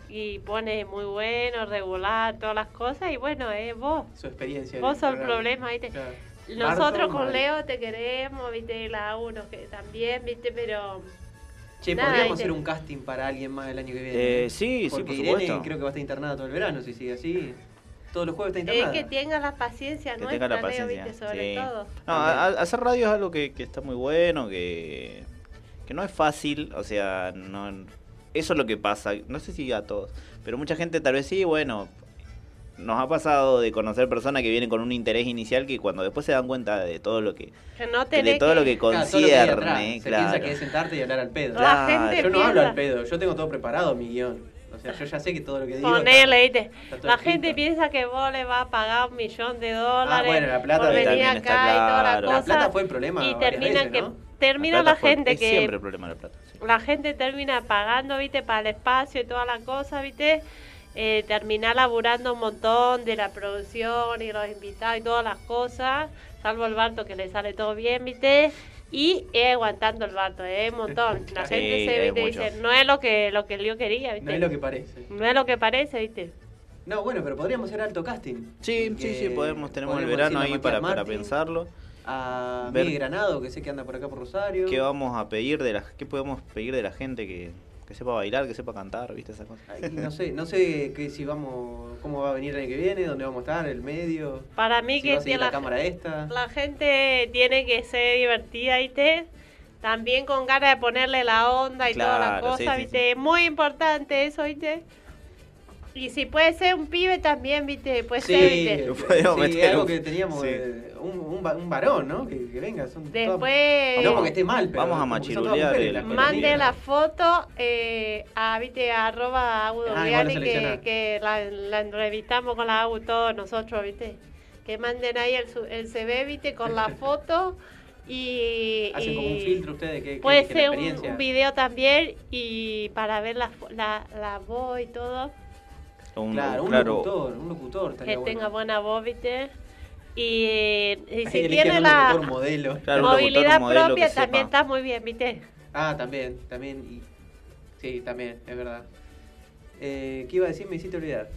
Y pone muy bueno, regular, todas las cosas, y bueno, es vos. Su experiencia. en Vos sos el programa. problema, ¿viste? Claro. Nosotros Harto con mal. Leo te queremos, viste, la uno que también, viste, pero Che, Nada, podríamos viste. hacer un casting para alguien más el año que viene. Eh, sí, sí, Porque por Irene supuesto. creo que va a estar internada todo el verano, si sigue así. Todos los jueves está es internada. que tenga la paciencia Que nuestra, tenga la Leo, paciencia. viste, sobre sí. todo. No, a- a- hacer radio es algo que, que está muy bueno, que, que no es fácil, o sea, no eso es lo que pasa, no sé si a todos, pero mucha gente tal vez sí, bueno, nos ha pasado de conocer personas que vienen con un interés inicial que cuando después se dan cuenta de todo lo que, Que no que de tenés todo lo que Claro, todo lo que hay atrás. concierne, Se claro. piensa que es sentarte y hablar al pedo. Eh, La gente Yo no piensa- hablo al pedo, yo tengo todo preparado mi guión. O sea, yo ya sé que todo lo que digo. Ponele, viste. está todo La escrito. gente piensa que vos le vas a pagar un millón de dólares bueno, la plata por venir también acá está y toda la claro. cosa. La plata fue el problema. y varias terminan veces, que ¿no? termina plata la fue- gente pues, es que siempre el problema de la plata. sí. la gente termina pagando, viste, para el espacio y toda la cosa, viste. eh, terminar laburando un montón de la producción y los invitados y todas las cosas, salvo el barto que le sale todo bien, ¿viste? Y eh, aguantando el barto, ¿eh? Un montón. La Sí, gente se es ¿viste? mucho. dice, no es lo que, lo que yo quería, ¿viste? No es lo que parece. No es lo que parece, ¿viste? No, bueno, pero podríamos hacer alto casting. Sí, sí, sí, podemos, tenemos el podríamos verano decirle a ahí para, Matías para Martín, pensarlo. A ver- Miguel Granado, que sé que anda por acá por Rosario. ¿Qué vamos a pedir de la, qué podemos pedir de la gente que, que sepa bailar, que sepa cantar, viste esas cosas? Y no sé, no sé que si vamos, cómo va a venir el año que viene, dónde vamos a estar, el medio. Para mí si que va a seguir tiene la, la- cámara esta. La gente tiene que ser divertida, ¿viste? También con ganas de ponerle la onda y todas las Claro, sí, cosas, sí, ¿viste? Muy importante eso, ¿viste? Y si puede ser un pibe también, ¿viste? Puede ser, ¿viste? eh, podríamos sí, meter algo un- que teníamos, sí. eh, un, un, va- un varón, ¿no? Que, que venga, son todas- Después- no porque este esté mal, pero Vamos a como que son todas machirulear mujeres, el- la colonia. Mande la foto eh, a, ¿viste? a arroba Ah, igual la Audogliani que, selecciona. que la, la entrevistamos con la Agu todos nosotros, ¿viste? Que manden ahí el, su- el CV, ¿viste? Con la foto y... Hacen como un y- filtro ustedes que, que, Puede que la ser un, experiencia. un video también y para ver la, fo- la, la voz y todo, Un- Claro, un claro. locutor, un locutor estaría que bueno. tenga buena voz, ¿viste? Y, y si Eligen tiene un la locutor modelo. Claro, un locutor, un movilidad modelo que propia sepa. también está muy bien, ¿viste? Ah, también, también. y- Sí, también, es verdad. Eh, ¿Qué iba a decir? Me hiciste olvidar.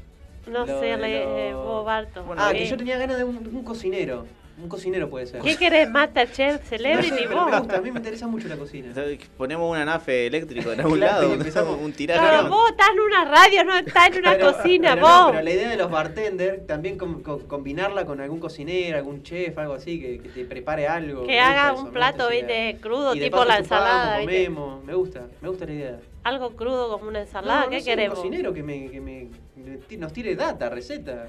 No Lo sé, de le, lo- eh, vos, Barto. ah, Eh, que yo tenía ganas de un, un cocinero. Un cocinero puede ser. ¿Qué querés, Masterchef, No Celebrity, sé, pero me vos? gusta, a mí me interesa mucho la cocina. Entonces, Ponemos un anafe eléctrico en algún Claro, lado, y un- empezamos- un Pero tiraje. vos estás en una radio, no estás en una Pero- cocina, pero no, vos. pero la idea de los bartenders, también com- co- combinarla con algún cocinero, algún chef, algo así, que, que te prepare algo. que me gusta haga eso, me un gusta plato, esa idea. ¿viste? Crudo, Y de tipo paso la chupamos, ensalada, ¿viste? comemos, me gusta, me gusta la idea. Algo crudo como una ensalada, No, no ¿qué sé, queremos? Un cocinero que, me, que me- me ti- nos tire data, receta.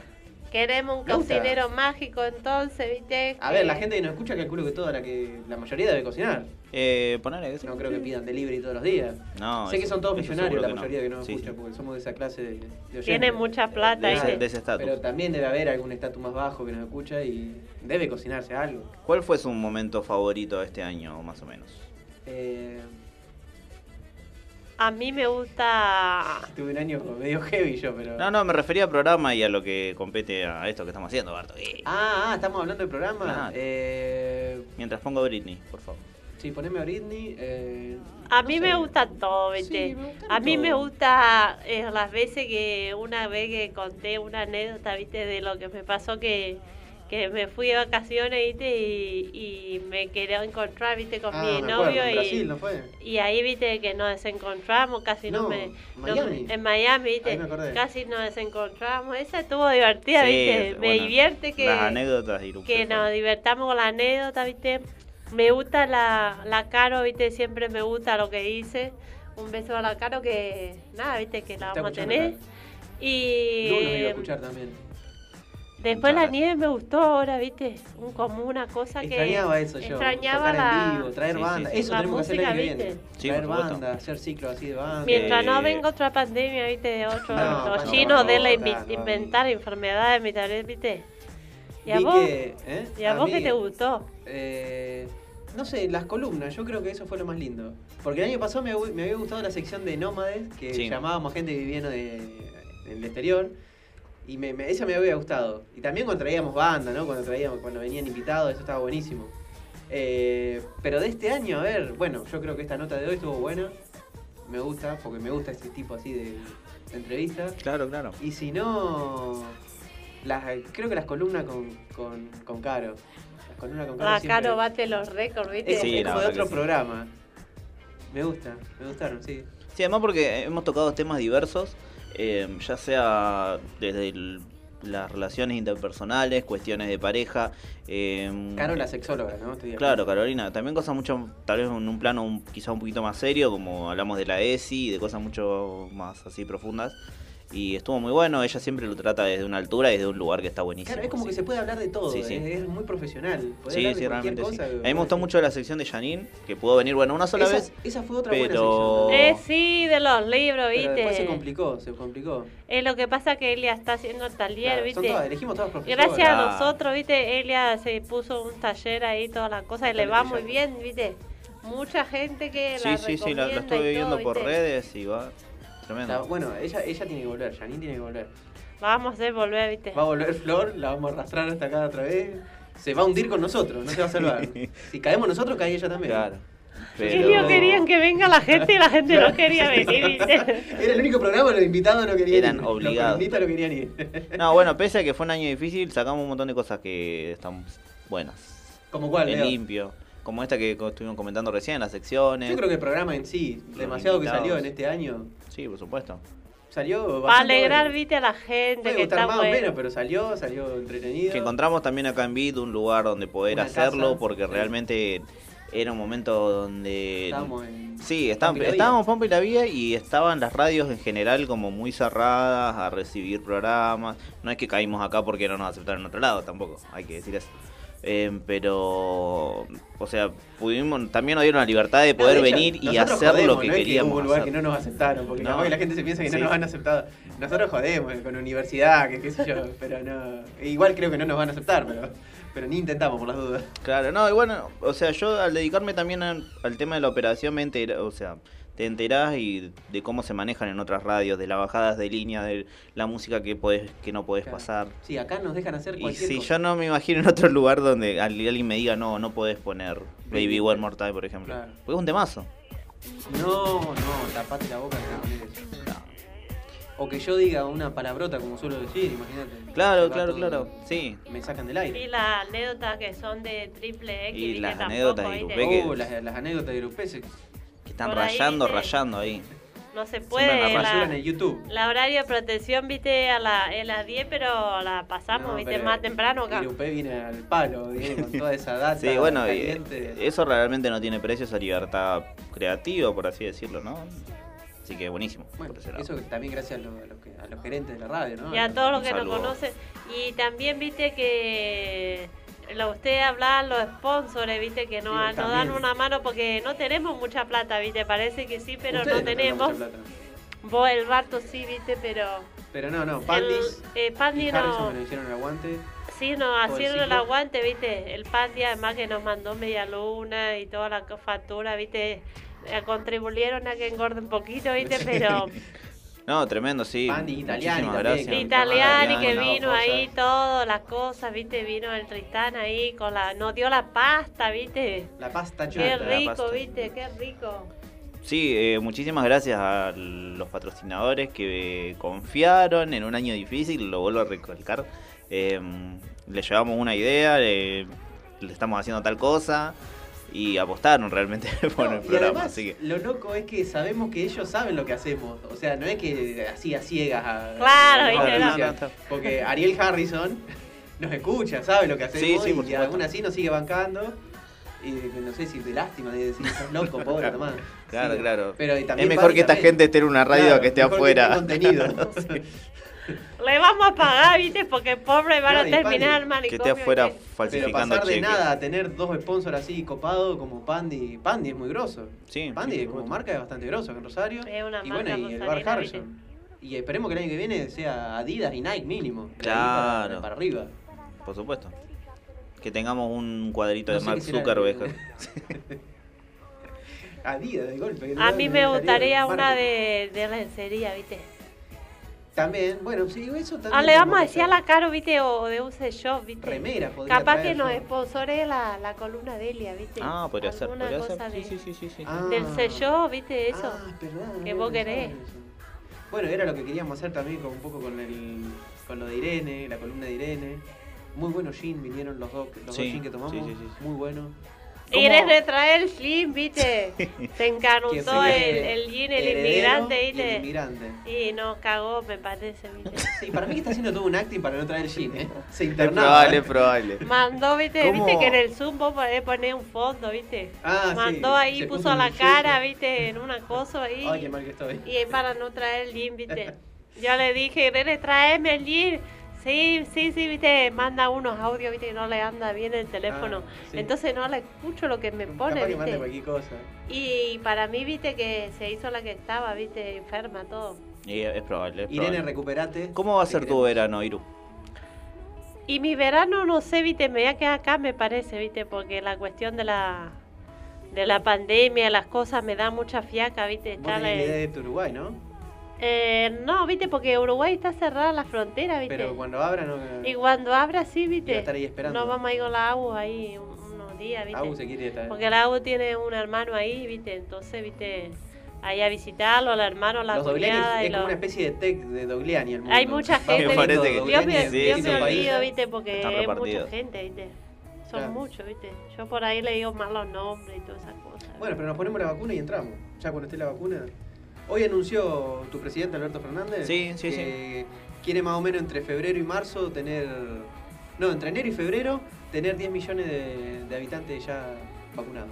Queremos un Me gusta. cocinero mágico entonces, ¿viste? A Que- ver, la gente que nos escucha calculo que toda la que la mayoría debe cocinar. Eh, ponele que sí. No creo que pidan delivery todos los días. No, sé que eso- son todos eso millonarios la seguro que no. mayoría que nos Sí, escucha, porque somos de esa clase de, de oyentes. Tiene mucha plata, De ese- ¿viste? de ese estatus. Pero también debe haber algún estatus más bajo que nos escucha y debe cocinarse algo. ¿Cuál fue su momento favorito de este año, más o menos? Eh, A mí me gusta... tuve un año medio heavy yo, pero... No, no, me refería al programa y a lo que compete a esto que estamos haciendo, Barto. Eh, Ah, ah, estamos hablando del programa. Claro. Eh, Mientras pongo Britney, por favor. sí, poneme a Britney. eh, A no mí sé. me gusta todo, ¿viste? Sí, me gusta a mí todo. me gusta eh, las veces que una vez que conté una anécdota, ¿viste? De lo que me pasó que, que me fui de vacaciones, ¿viste? Y, y me quería encontrar, ¿viste? Con Ah, mi me acuerdo, novio en y... Brasil, ¿no fue? Y ahí viste que nos desencontramos, casi no, No, me. Miami. no me- en Miami, Ahí viste. me acordé. Casi nos desencontramos. Esa estuvo divertida, viste. Sí, me bueno, divierte que. Las anécdotas y lo Que nos divertamos con la anécdota, ¿viste? Me gusta la, la Caro, ¿viste? Siempre me gusta lo que dice. Un beso a la Caro que, nada, ¿viste? Que la Está vamos a escuchando, tener. Lu nos iba a Y escuchar también. después la Muchas nieve me gustó ahora, ¿viste? Un, como una cosa que... Extrañaba eso yo. Extrañaba tocar la... en vivo, traer Sí, banda. sí, sí. Eso La tenemos que hacer el año que música, viene. ¿viste? Sí, traer por supuesto. banda, hacer ciclos así de banda. Mientras no Eh, venga otra pandemia, ¿viste? De otro, No, los no, chinos no, de la no, invi- no, no. inventar enfermedades, enfermedades, ¿viste? ¿Y a Vi vos? que, ¿eh? ¿Y a, vos mí, qué te gustó? eh, no sé, las columnas, yo creo que eso fue lo más lindo. Porque el año pasado me, hu- me había gustado la sección de nómades, que Sí. llamábamos gente que vivía en, el exterior. Y me, me- esa me había gustado. Y también cuando traíamos banda, ¿no? Cuando, traíamos, cuando venían invitados, eso estaba buenísimo. Eh, pero de este año, a ver, bueno, yo creo que esta nota de hoy estuvo buena. Me gusta, porque me gusta este tipo así de, de entrevistas. Claro, claro. Y si no, las, eh, creo que las columnas con, con, con Caro. Las columnas con Caro. La siempre- Ah, Caro bate los récords, ¿viste? Es, Sí, es la como de verdad que otro Ah, sí. programa. Me gusta, me gustaron, sí. Sí, además porque hemos tocado temas diversos, eh, ya sea desde el- las relaciones interpersonales, cuestiones de pareja. eh, Caro la sexóloga, ¿no? Estoy de acuerdo. Claro, Carolina. También cosas mucho, tal vez en un plano un- quizá un poquito más serio, como hablamos de la ESI y de cosas mucho más así profundas. Y estuvo muy bueno, ella siempre lo trata desde una altura y desde un lugar que está buenísimo. Claro, es como así que se puede hablar de todo, Sí, sí. Es, es muy profesional. Podés Sí, hablar de sí, cualquier realmente sí. cosa, eh. A mí me gustó mucho la sección de Janine, que pudo venir, bueno, una sola esa, vez. Esa fue otra pero- buena sección. Eh, Eh, sí, de los libros, Pero después se ¿viste? complicó, se complicó. Es lo que pasa que Elia está haciendo el taller, Claro, son ¿viste? todas- elegimos todas profesoras. Gracias a Ah. nosotros, ¿viste? Elia se puso un taller ahí, todas las cosas, y le va muy bien, ¿viste? Mucha gente que Sí, la sí, sí, la, la recomienda y estuve viendo todo, por ¿viste? redes y va. Tremendo. La- bueno, ella, ella tiene que volver, Janine tiene que volver. Vamos a hacer volver, viste. Va a volver Flor, la vamos a arrastrar hasta acá otra vez. Se va a hundir con nosotros, no se va a salvar. si caemos nosotros, cae ella también. Claro. Ellos querían que venga la gente y la gente no quería venir, viste. Era el único programa, los invitados no querían Eran ir. obligados. Los columnistas no querían ir. No, bueno, pese a que fue un año difícil, sacamos un montón de cosas que están buenas. ¿Como cuál, El Leo? limpio. Como esta que co- estuvimos comentando recién, las secciones. Yo creo que el programa en sí, Los demasiado que invitados. salió en este año, Sí, por supuesto. salió Para bastante alegrar, bueno. viste, a la gente Puede que gustar está más o bueno. menos, pero salió, salió entretenido. Que encontramos también acá en Vid un lugar donde poder Una hacerlo casa, porque sí. realmente era un momento donde... Estábamos en- Sí, estaban- Pampa y la Vía. estábamos Pampa y la Vía y estaban las radios en general como muy cerradas a recibir programas. No es que caímos acá porque no nos aceptaron en otro lado tampoco, hay que decir eso. Eh, pero, o sea, pudimos, también nos dieron la libertad de poder No, de hecho, venir y nosotros hacer jodemos, lo que no es queríamos. hubo un lugar hacer. que no nos aceptaron, porque No. capaz que la gente se piensa que Sí. no nos han aceptado. Nosotros jodemos con universidad, que qué sé yo, pero no. Igual creo que no nos van a aceptar, pero, pero ni intentamos por las dudas. Claro, no, y bueno, o sea, yo al dedicarme también a- al tema de la operación me enteré, o sea, te enterás y de cómo se manejan en otras radios, de las bajadas de línea, de la música que podés, que no podés Claro. pasar. Sí, acá nos dejan hacer Y cualquier si cosa. yo no me imagino en otro lugar donde al- alguien me diga, no, no podés poner Baby Baby One More Time, por ejemplo. Claro. Porque es un temazo. No, no, tapate la boca que no poner eso. O que yo diga una palabrota como suelo decir, imagínate. Claro, Va todo- claro, claro. Sí. Me sacan del aire. Y las anécdotas que son de triple X. Y viste, las tampoco, anécdotas de viste. Ve que- Oh, las, las anécdotas de Grupeses. Que están Por ahí, rayando, viste. rayando ahí. No se Siempre puede. la La, rayuran En el YouTube. la horario de protección, viste, a, la, a las 10, pero la pasamos, No, viste, pero más temprano acá. Irupé viene al palo, viene con toda esa data. Sí, bueno, y- eh, caliente. eso realmente no tiene precio, esa libertad creativa, por así decirlo, ¿no? Así que buenísimo. Bueno, por ese lado. eso también gracias a los, a los que- a los gerentes de la radio, ¿no? Y a todos los Un que nos saludo. conocen. Y también viste que la usted hablaba los sponsors, viste que Sí, nos, nos también. dan una mano porque no tenemos mucha plata, viste, parece que sí, pero Ustedes no tenemos. mucha plata. Vos el barto sí, viste, pero Pero no, no, Pandis el eh, Pandi y no, Harrison me lo hicieron el aguante. sí nos el hicieron el ciclo. aguante, viste, el Pandi además que nos mandó media luna y toda la co- factura, viste, eh, contribuyeron a que engorde un poquito, viste, pero No, tremendo, sí. Pan y Italiani Muchísimas también, gracias. que- Italiani que Italiani, vino cosas. ahí, todas las cosas, viste, vino el Tristán ahí con la, nos dio la pasta, viste, La pasta qué chula. la rico, pasta. viste, qué rico. Sí, eh, muchísimas gracias a los patrocinadores que confiaron en un año difícil, lo vuelvo a recalcar. Eh, le llevamos una idea, eh, le estamos haciendo tal cosa y apostaron realmente por el y programa. además, así que Lo loco es que sabemos que ellos saben lo que hacemos. O sea, no es que así a ciegas. a- Claro, a- viste, a- no. No, no. Porque Ariel Harrison nos escucha, sabe lo que hacemos. Sí, sí, por y supuesto. aún así nos sigue bancando. Y no sé si de lástima de decir, "Sos loco, pobre, nomás. Claro, Sí. claro. Pero, y también es mejor Pablo que esta también. gente esté en una radio Claro, que esté mejor afuera. esté contenido. Le vamos a pagar, viste, porque pobre van No, a y terminar Pandi, el que manicomio. esté afuera ¿viste? Pero falsificando pasar de cheques. nada a tener dos sponsors así copados como Pandi. Pandi es muy grosso. Sí, Pandi sí, por como supuesto. marca es bastante grosso acá en Rosario. Es una y marca bueno, y el rosarina, Bar ¿viste? Harrison. Y esperemos que el año que viene sea Adidas y Nike mínimo. De ahí Claro. Para, para arriba. Por supuesto. Que tengamos un cuadrito No de sé Mark qué será el- Zuckerberg. Adidas de golpe. A mí me Adidas, gustaría una marca. de, de lencería, viste. También, bueno, sí, eso también. Ah, le vamos a podemos decir a hacer. la Caro, viste, o o de UC Shop, viste. Remera podría Capaz traer que nos yo. sponsore la, la columna de Elia, viste. Ah, podría ser, Alguna podría cosa ser. Sí, de- sí, sí, sí, sí. Ah. Del sello, viste, eso. Ah, es verdad, no Que había vos pensado querés. en eso. Bueno, era lo que queríamos hacer también con, un poco con el con lo de Irene, la columna de Irene. Muy buenos gin vinieron los dos, los Sí, dos gin que tomamos. sí, sí, sí, sí. Muy bueno. Eres ¿Cómo? de traer el jean, viste. Se Que encanutó el, fue el jean, el heredero inmigrante, y El viste. inmigrante. Y nos cagó, me parece, viste. Sí, para mí que está haciendo todo un acting para no traer el gin, ¿eh? Se Es internaba. probable, es probable. Mandó, viste, ¿Cómo? viste que en el Zoom vos podés poner un fondo, viste. Ah, sí, Mandó ahí, se puso, puso la un cara, yeso. viste, en una cosa ahí. Ay, qué mal que estoy. Y es para no traer el jean, viste. Yo le dije, Irene, tráeme el jean. Sí, sí, sí, viste, manda unos audios, viste, que no le anda bien el teléfono. Ah, sí. Entonces no le escucho lo que me pone, Capaz que mande viste. cualquier cosa. Y para mí, viste, que se hizo la que estaba, viste, enferma, todo. Y es probable, es Irene, probable. recuperate. ¿Cómo va a Te ser tu queremos. verano, Iru? Y mi verano, no sé, viste, me voy a quedar acá, me parece, viste, porque la cuestión de la de la pandemia, las cosas me da mucha fiaca, viste, Vos estar tenés la idea eh, de tu Uruguay, ¿no? Eh, no, viste, porque Uruguay está cerrada la frontera, viste. Pero cuando abra no. no- Y cuando abra, sí, Iba a viste. estar ahí esperando. Nos vamos a ir con la AU ahí un- unos días, viste. Agus se quiere estar. Porque la AU tiene un hermano ahí, viste. Entonces, viste, ahí a visitarlo, al hermano, a la los cuñada. Dogliani y es como los- una especie de tech de Dogliani el mundo. Hay mucha Va gente. mutando, viste. Dios Dogliani me, es Dios me distinto país. olvido, viste, porque Está es mucha repartido. gente, viste. Son Claro. muchos, viste. Yo por ahí le digo más los nombres y todas esas cosas. Bueno, pero nos ponemos la vacuna y entramos. Ya cuando esté la vacuna. Hoy anunció tu presidente Alberto Fernández. Sí, sí, que Quiere más o menos entre febrero y marzo tener. No, entre enero y febrero tener 10 millones de, de habitantes ya vacunados.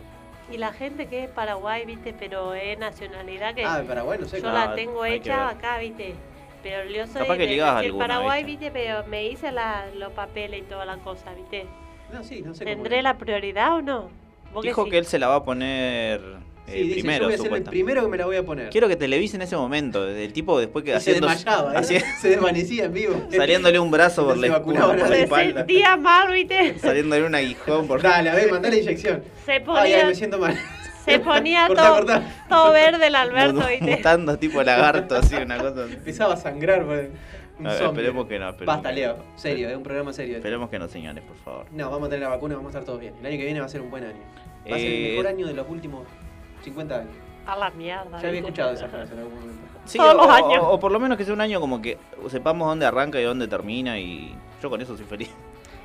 Y la gente que es Paraguay, viste, pero es nacionalidad que. Ah, de Paraguay, no sé, Yo claro, la tengo hay que hecha ver. acá, viste. Pero yo soy Capaz que de- ligás nací en alguna, Paraguay, viste, pero me hice la- los papeles y toda la cosa, viste. No, sí, no sé cómo ¿Tendré es. la prioridad o no? Vos Dijo sí. que él se la va a poner eh, Sí, dice, primero, yo voy a ser el supuestamente. primero que me la voy a poner. Quiero que televise en ese momento. El tipo después que Y se haciendo- desmayaba, ¿eh? haci- se desvanecía en vivo. saliéndole un brazo por No la, se vacunaba por la nadie. espalda. Día mal, viste. Saliéndole un aguijón por Dale, a ver, mandá la inyección. Se Ay, ponía, ay, me siento mal. se ponía Cortá, todo, cortá. todo verde el Alberto, viste. Mutando tipo lagarto, así, una cosa. así. Empezaba a sangrar, boludo. Un A ver, zombie. esperemos que no. esperemos Basta, que no. Leo. Serio, es un programa serio. Esperemos que no, señores, por favor. No, vamos a tener la vacuna, vamos a estar todos bien. El año que viene va a ser un buen año. Va a ser Eh, el mejor año de los últimos 50 años. A la mierda. Ya había viste. escuchado esa frase en algún momento. Sí, Todos o, los años. o- o por lo menos que sea un año como que sepamos dónde arranca y dónde termina y yo con eso soy feliz.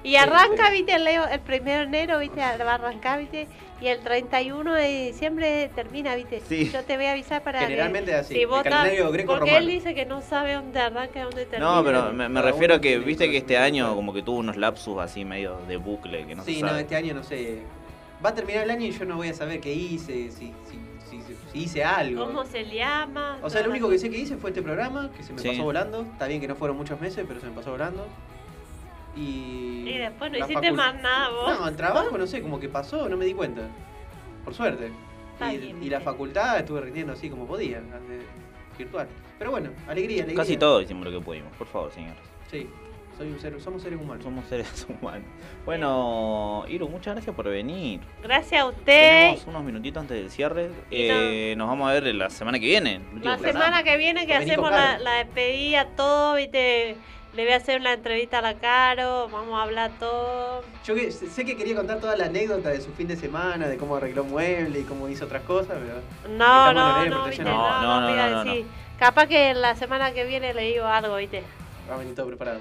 Y arranca, viste, el, Leo- el primero de enero, viste, va a arrancar, viste, y el 31 de diciembre termina, viste. Sí. Yo te voy a avisar para Generalmente que, es así, si el vos calendario estás- greco-romano. Porque él dice que no sabe dónde arranca y dónde termina. No, pero me, me Cada refiero a uno que tiene viste su que este año como que tuvo unos lapsus así medio de bucle que no sí, se no, sabe. este año no sé. Va a terminar el año y yo no voy a saber qué hice, si, si- si- si hice algo. ¿Cómo se llama? O sea, lo único que sé que hice fue este programa, que se me Sí. pasó volando. Está bien que no fueron muchos meses, pero se me pasó volando. Y. Y después no la hiciste facul- más nada vos. No, el trabajo, no sé, como que pasó, no me di cuenta. Por suerte. Está Y, bien, y la facultad estuve rindiendo así como podía, eh, virtual. Pero bueno, alegría, alegría. Casi todo hicimos lo que pudimos, por favor, señores. Sí, soy un ser, somos seres humanos. Somos seres humanos. Bueno, Iru, muchas gracias por venir. Gracias a usted. Tenemos unos minutitos antes del cierre. Eh, Nos vamos a ver la semana que viene. el último La programa. semana que viene que Domenico hacemos la, Caro. la despedida, todo, viste. Le voy a hacer una entrevista a la Caro, vamos a hablar todo. Yo que- sé que quería contar toda la anécdota de su fin de semana, de cómo arregló mueble y cómo hizo otras cosas, pero. No, Estamos en no, horario no, viste, protección. no, no, no, no, no. sí. Capaz que la semana que viene le digo algo, viste. Va a venir todo preparado.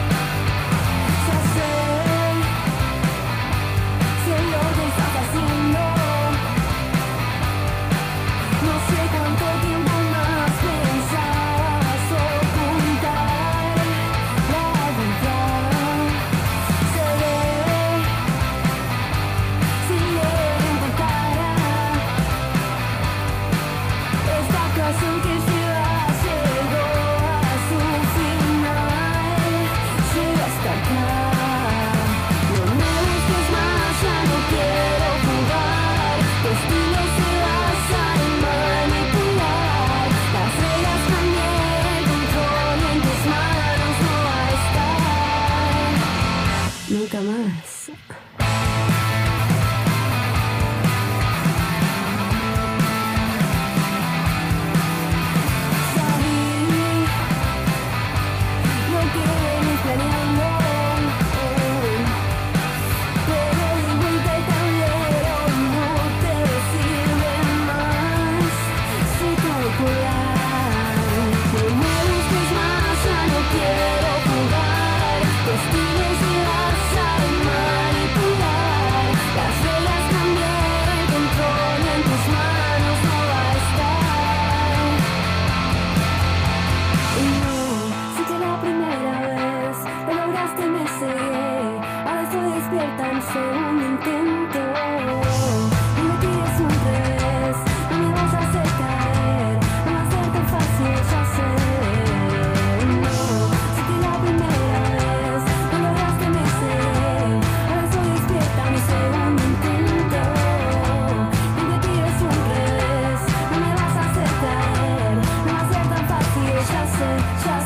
Ya sé, sé lo que estás haciendo. No sé cuánto tiempo más pensás ocultar la verdad. Se ve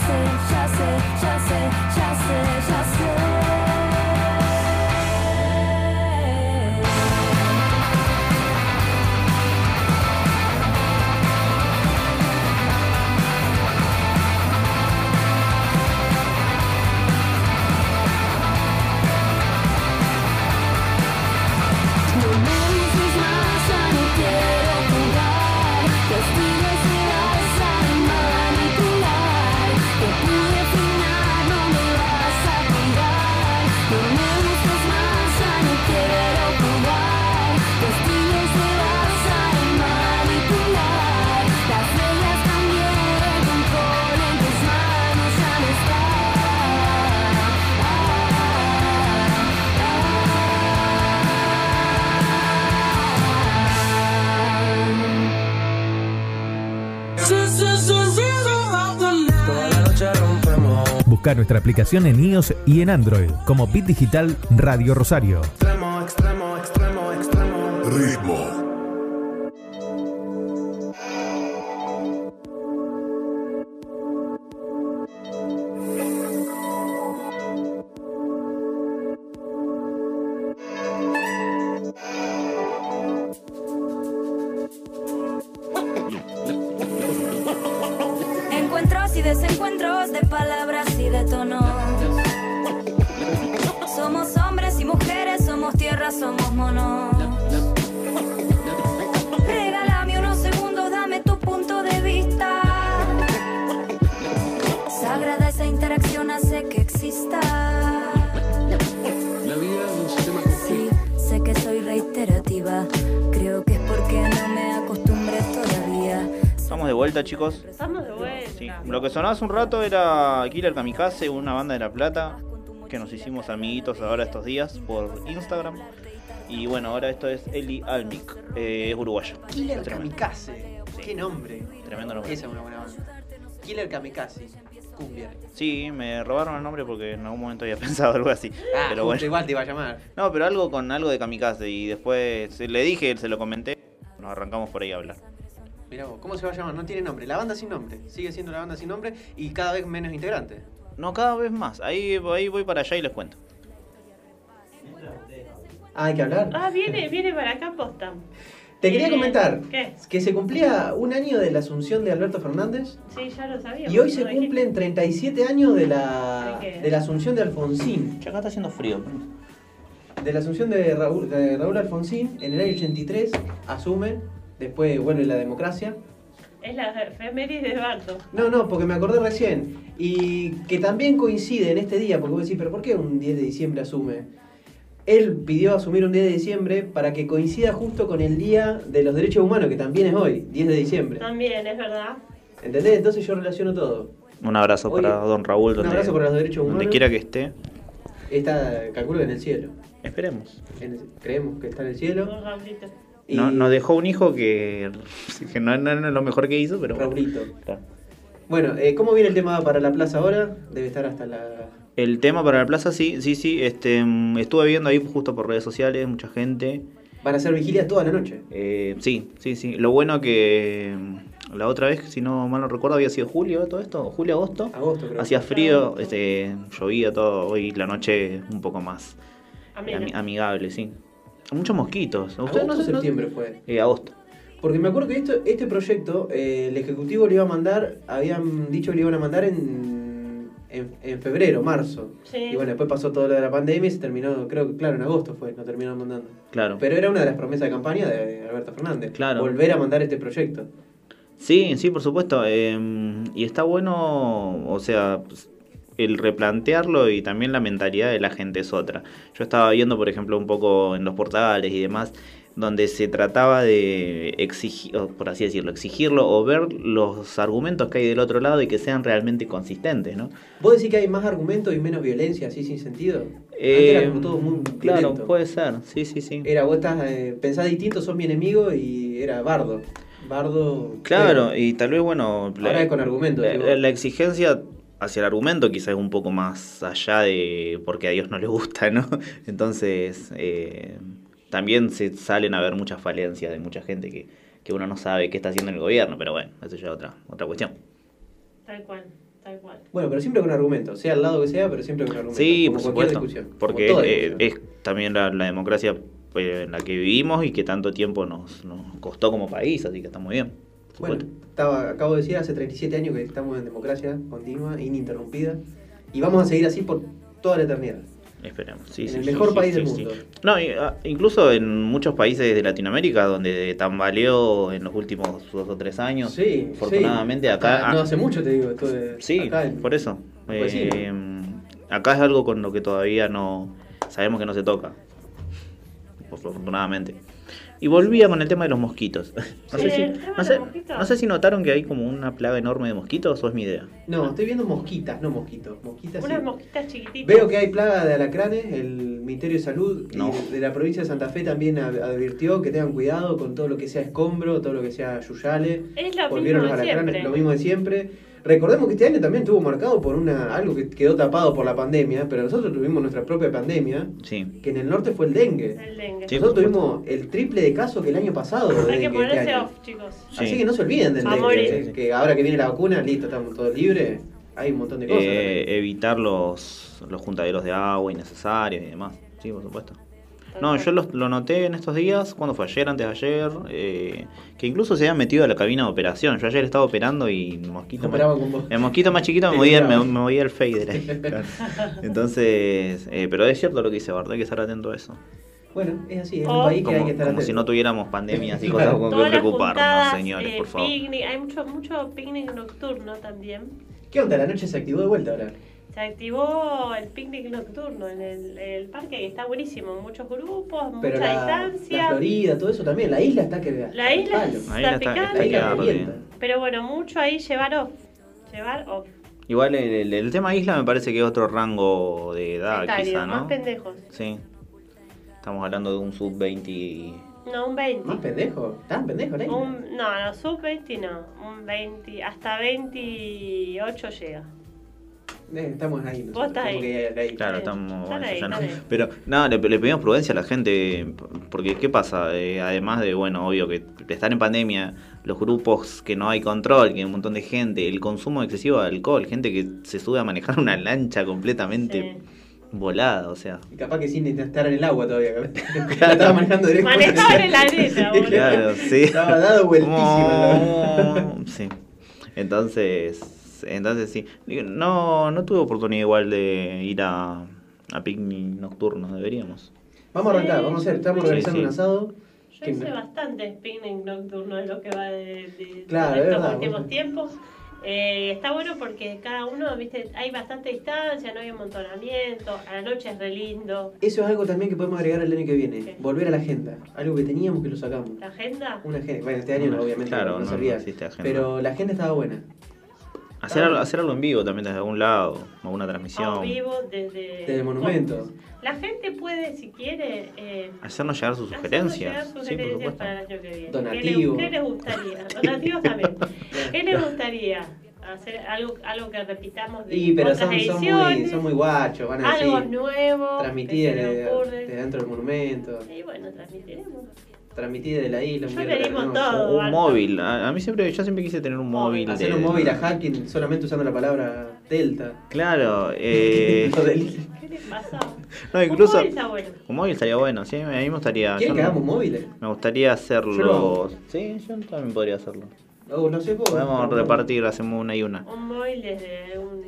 ya sé, ya sé, ya sé. No me dices más, ya no quiero jugar. Los días se vas a manipular. Te pude frenar, no me vas a cuidar. No me gustas más, ya no quiero jugar. Los días se vas a manipular. Las reglas también, el control en tus manos ya no Toda la noche rompemos, Busca nuestra aplicación en iOS y en Android como Bit Digital Radio Rosario. extremo, extremo, extremo, extremo. Ritmo. Encuentros y desencuentros de palabras y de tonos. Somos hombres y mujeres, somos tierra, somos monos. Regálame unos segundos, dame tu punto de vista. Sagrada esa interacción hace que exista. La vida es un sistema Sí, sé que soy reiterativa. Creo que es porque no me acostumbré todavía. Estamos de vuelta, chicos. Estamos de vuelta. Sí. Lo que sonaba hace un rato era Killer Kamikaze, una banda de La Plata, que nos hicimos amiguitos ahora estos días por Instagram. Y bueno, ahora esto es Eli Almic, eh, es uruguayo. Killer Tremendo. Kamikaze. Qué nombre. Tremendo nombre. Esa es una buena banda. Killer Kamikaze. Cumbia. Sí, me robaron el nombre porque en algún momento había pensado algo así. Ah, pero justo bueno. igual te iba a llamar. No, pero algo con algo de Kamikaze. Y después se- le dije, se lo comenté, nos arrancamos por ahí a hablar. Mirá vos, ¿cómo se va a llamar? No tiene nombre. La banda sin nombre. Sigue siendo la banda sin nombre y cada vez menos integrantes. No, cada vez más. Ahí, ahí voy para allá y les cuento. Ah, hay que hablar. Ah, viene, viene para acá Postam. Te quería comentar ¿Qué? que se cumplía un año de la asunción de Alberto Fernández Sí, ya lo sabía. y hoy se no dijiste. cumplen 37 años de la, ¿De qué? de la asunción de Alfonsín. Ya acá está haciendo frío. De la asunción de Raúl, de Raúl Alfonsín, en el año 83 asume, después vuelve la democracia. Es la efeméride de Bardo. No, no, porque me acordé recién. Y que también coincide en este día, porque vos decís, pero ¿por qué un 10 de diciembre asume? Él pidió asumir un 10 de diciembre para que coincida justo con el Día de los Derechos Humanos, que también es hoy, 10 de diciembre. También, es verdad. ¿Entendés? Entonces yo relaciono todo. Un abrazo Oye, para don Raúl, un donde, abrazo para los derechos donde humanos. quiera que esté. Está, calculo, en el cielo. Esperemos. En el- creemos que está en el cielo. Don Raulito. Y No- nos dejó un hijo que, que no, no es lo mejor que hizo, pero bueno. Raulito. Claro. Bueno, eh, ¿cómo viene el tema para la plaza ahora? Debe estar hasta la... El tema para la plaza, sí, sí, sí. Este, mm, estuve viendo ahí justo por redes sociales, mucha gente. Van a hacer vigilias toda la noche. Eh, sí, sí, sí. Lo bueno que mm, la otra vez, si no mal no recuerdo, había sido julio todo esto, julio, agosto. Agosto, creo. Hacía frío, este, llovía todo, hoy la noche un poco más Amena. ami- amigable, sí. Muchos mosquitos. Agosto, ¿Ustedes no se- no- septiembre fue. Eh, agosto. Porque me acuerdo que esto, este proyecto, eh, el Ejecutivo le iba a mandar, habían dicho que le iban a mandar en, en, en febrero, marzo. Sí. Y bueno, después pasó todo lo de la pandemia y se terminó, creo que, claro, en agosto fue, no terminaron mandando. Claro. Pero era una de las promesas de campaña de Eh, Alberto Fernández. Claro. Volver a mandar este proyecto. Sí, sí, por supuesto. eh, y está bueno, o sea, pues, el replantearlo y también la mentalidad de la gente es otra. Yo estaba viendo, por ejemplo, un poco en los portales y demás, donde se trataba de exigir, o por así decirlo, exigirlo o ver los argumentos que hay del otro lado y que sean realmente consistentes, ¿no? ¿Vos decís que hay más argumentos y menos violencia así sin sentido? Antes Eh, era como todo muy claro, violento. puede ser, sí, sí, sí. Era vos estás, eh, pensás distinto, sos mi enemigo y era bardo. Bardo. Claro, eh, y tal vez, bueno, Ahora es con argumentos, la, digo. la- la exigencia hacia el argumento quizás es un poco más allá de porque a Dios no le gusta, ¿no? Entonces, eh, también se salen a ver muchas falencias de mucha gente que, que uno no sabe qué está haciendo el gobierno, pero bueno, eso ya es otra, otra cuestión. Tal cual. tal cual. Bueno, pero siempre con argumentos, sea al lado que sea, pero siempre con argumentos. Sí, como por cualquier supuesto. discusión, Porque como toda eh, es, también la, la democracia eh, en la que vivimos y que tanto tiempo nos, nos costó como país, así que está muy bien. por Bueno, supuesto. estaba, acabo de decir, hace 37 años que estamos en democracia continua, ininterrumpida, y vamos a seguir así por toda la eternidad. Esperemos, sí, En sí, el sí, mejor sí, país sí, del sí. mundo. No, y, ah, incluso en muchos países de Latinoamérica donde tambaleó en los últimos dos o tres años. Sí, Afortunadamente sí. acá. No hace mucho te digo esto de. Sí, acá en- por eso. Pues sí. Eh, acá es algo con lo que todavía no sabemos que no se toca. Afortunadamente. Y volvía con el tema de los mosquitos. No, Sí, sé, si, el tema de no, sé, los mosquitos. no sé si notaron que hay como una plaga enorme de mosquitos o es mi idea. No, estoy viendo mosquitas, no mosquitos. Mosquitas. Unas sí. mosquitas chiquititas. Veo que hay plaga de alacranes, el Ministerio de Salud y No. de la provincia de Santa Fe también ad- advirtió que tengan cuidado con todo lo que sea escombro, todo lo que sea yuyales. Es lo Volvieron mismo los de alacranes, siempre. lo mismo de siempre. Recordemos que este año también estuvo marcado por una algo que quedó tapado por la pandemia, pero nosotros tuvimos nuestra propia pandemia, Sí. que en el norte fue el dengue. El dengue. Sí, nosotros por tuvimos el triple de casos que el año pasado. de Hay dengue que este ponerse año. off, chicos. Sí. Así que no se olviden del A dengue, morir. eh, que ahora que viene la vacuna, listo, estamos todos libres, hay un montón de cosas. Eh, también. evitar los, los juntaderos de agua innecesarios y demás. Sí, por supuesto. Tal No, cual. yo los- lo noté en estos días, cuando fue ayer, antes de ayer, eh, que incluso se habían metido a la cabina de operación. Yo ayer estaba operando y el mosquito, más, Operaban con vos. el mosquito más chiquito me Te movía, me, miraba. me movía el fader. ahí. Claro. Entonces, eh, pero es cierto lo que dice Bart, hay que estar atento a eso. Bueno, es así, es O- un país que hay Como, que estar como si atento. no tuviéramos pandemias y cosas Claro. con que Todas las preocuparnos, juntadas, señores, eh, por favor. picnic. Hay mucho, mucho picnic nocturno también. ¿Qué onda? La noche se activó de vuelta ahora. Se activó el picnic nocturno en el, en el parque que está buenísimo. Muchos grupos, Pero mucha la, distancia. la Florida, todo eso también. La isla está que La isla palo. es- Ahí la está, Traficante. está que La isla arde. revienta. Pero bueno, mucho ahí llevar off. Llevar off. Igual el, el- el tema isla me parece que es otro rango de edad, Etario, quizá, Más ¿no? pendejos. Sí. Estamos hablando de un sub-20. y- No, un 20. Más pendejo. Tan pendejo la isla. Un- no, no, sub 20 no. Un 20, hasta 28 llega. Eh, estamos ahí. nosotros, Vos estás como ahí. que la isla. Claro, Está bien, estamos. está bueno, ahí, ya no. está bien. Pero nada, le, le pedimos prudencia a la gente. Porque, ¿qué pasa? Eh, además de, bueno, obvio que estar en pandemia, los grupos que no hay control, que hay un montón de gente, el consumo excesivo de alcohol, gente que se sube a manejar una lancha completamente volada, o sea. Y capaz que sin estar en el agua todavía. la estaba manejando directo. Manejaba en la arena, boludo. Claro, sí. Estaba dado vueltísima. Oh, sí. Entonces, entonces sí. Digo, No, no tuve oportunidad igual de ir a, a picnic nocturnos, deberíamos. Vamos a arrancar, vamos a hacer. Estamos Sí, organizando sí. un asado. Yo Que hice me- bastante picnic nocturno en lo que va de, de- Claro, de es estos verdad, últimos vos- tiempos. Eh, está bueno porque cada uno, viste, hay bastante distancia, no hay amontonamiento, a la noche es re lindo. Eso es algo también que podemos agregar el año que viene. ¿Qué? Volver a la agenda. Algo que teníamos que lo sacamos. La agenda, Una agenda. Bueno, este año no, obviamente Claro, no, no, no servía. existe agenda. pero la agenda estaba buena. Hacer, algo- hacer algo en vivo también desde algún lado, alguna a transmisión. vivo desde... Desde el monumento. La gente puede, si quiere, eh, Hacernos llegar sus hacernos llegar sugerencias. Sí, por sugerencias supuesto. pues, para el año que viene. Donativos. ¿Qué les, qué les gustaría? Donativos también. ¿Qué les gustaría? Hacer algo, algo que repitamos de Y pero otras son, son muy, ediciones, son muy guachos, van a algo decir. nuevo, Transmitir que se desde le ocurre. desde dentro del monumento, Y bueno, transmitiremos. transmitir desde la isla. Yo muy le dimos hermoso. todo. O un móvil. A, a mí siempre, yo siempre quise tener un móvil. Hacer de- un móvil a hacking solamente usando la palabra delta. Claro, eh, Lo del- ¿Qué les pasa? No, incluso- Un móvil está bueno. un móvil estaría bueno, sí, a mí me gustaría. ¿Quieren yo que hagamos móviles? Me gustaría hacerlo. Yo lo hago. Sí, yo también podría hacerlo. O Oh, no sé, vos. Podemos repartir, hacemos una y una. Un móvil desde un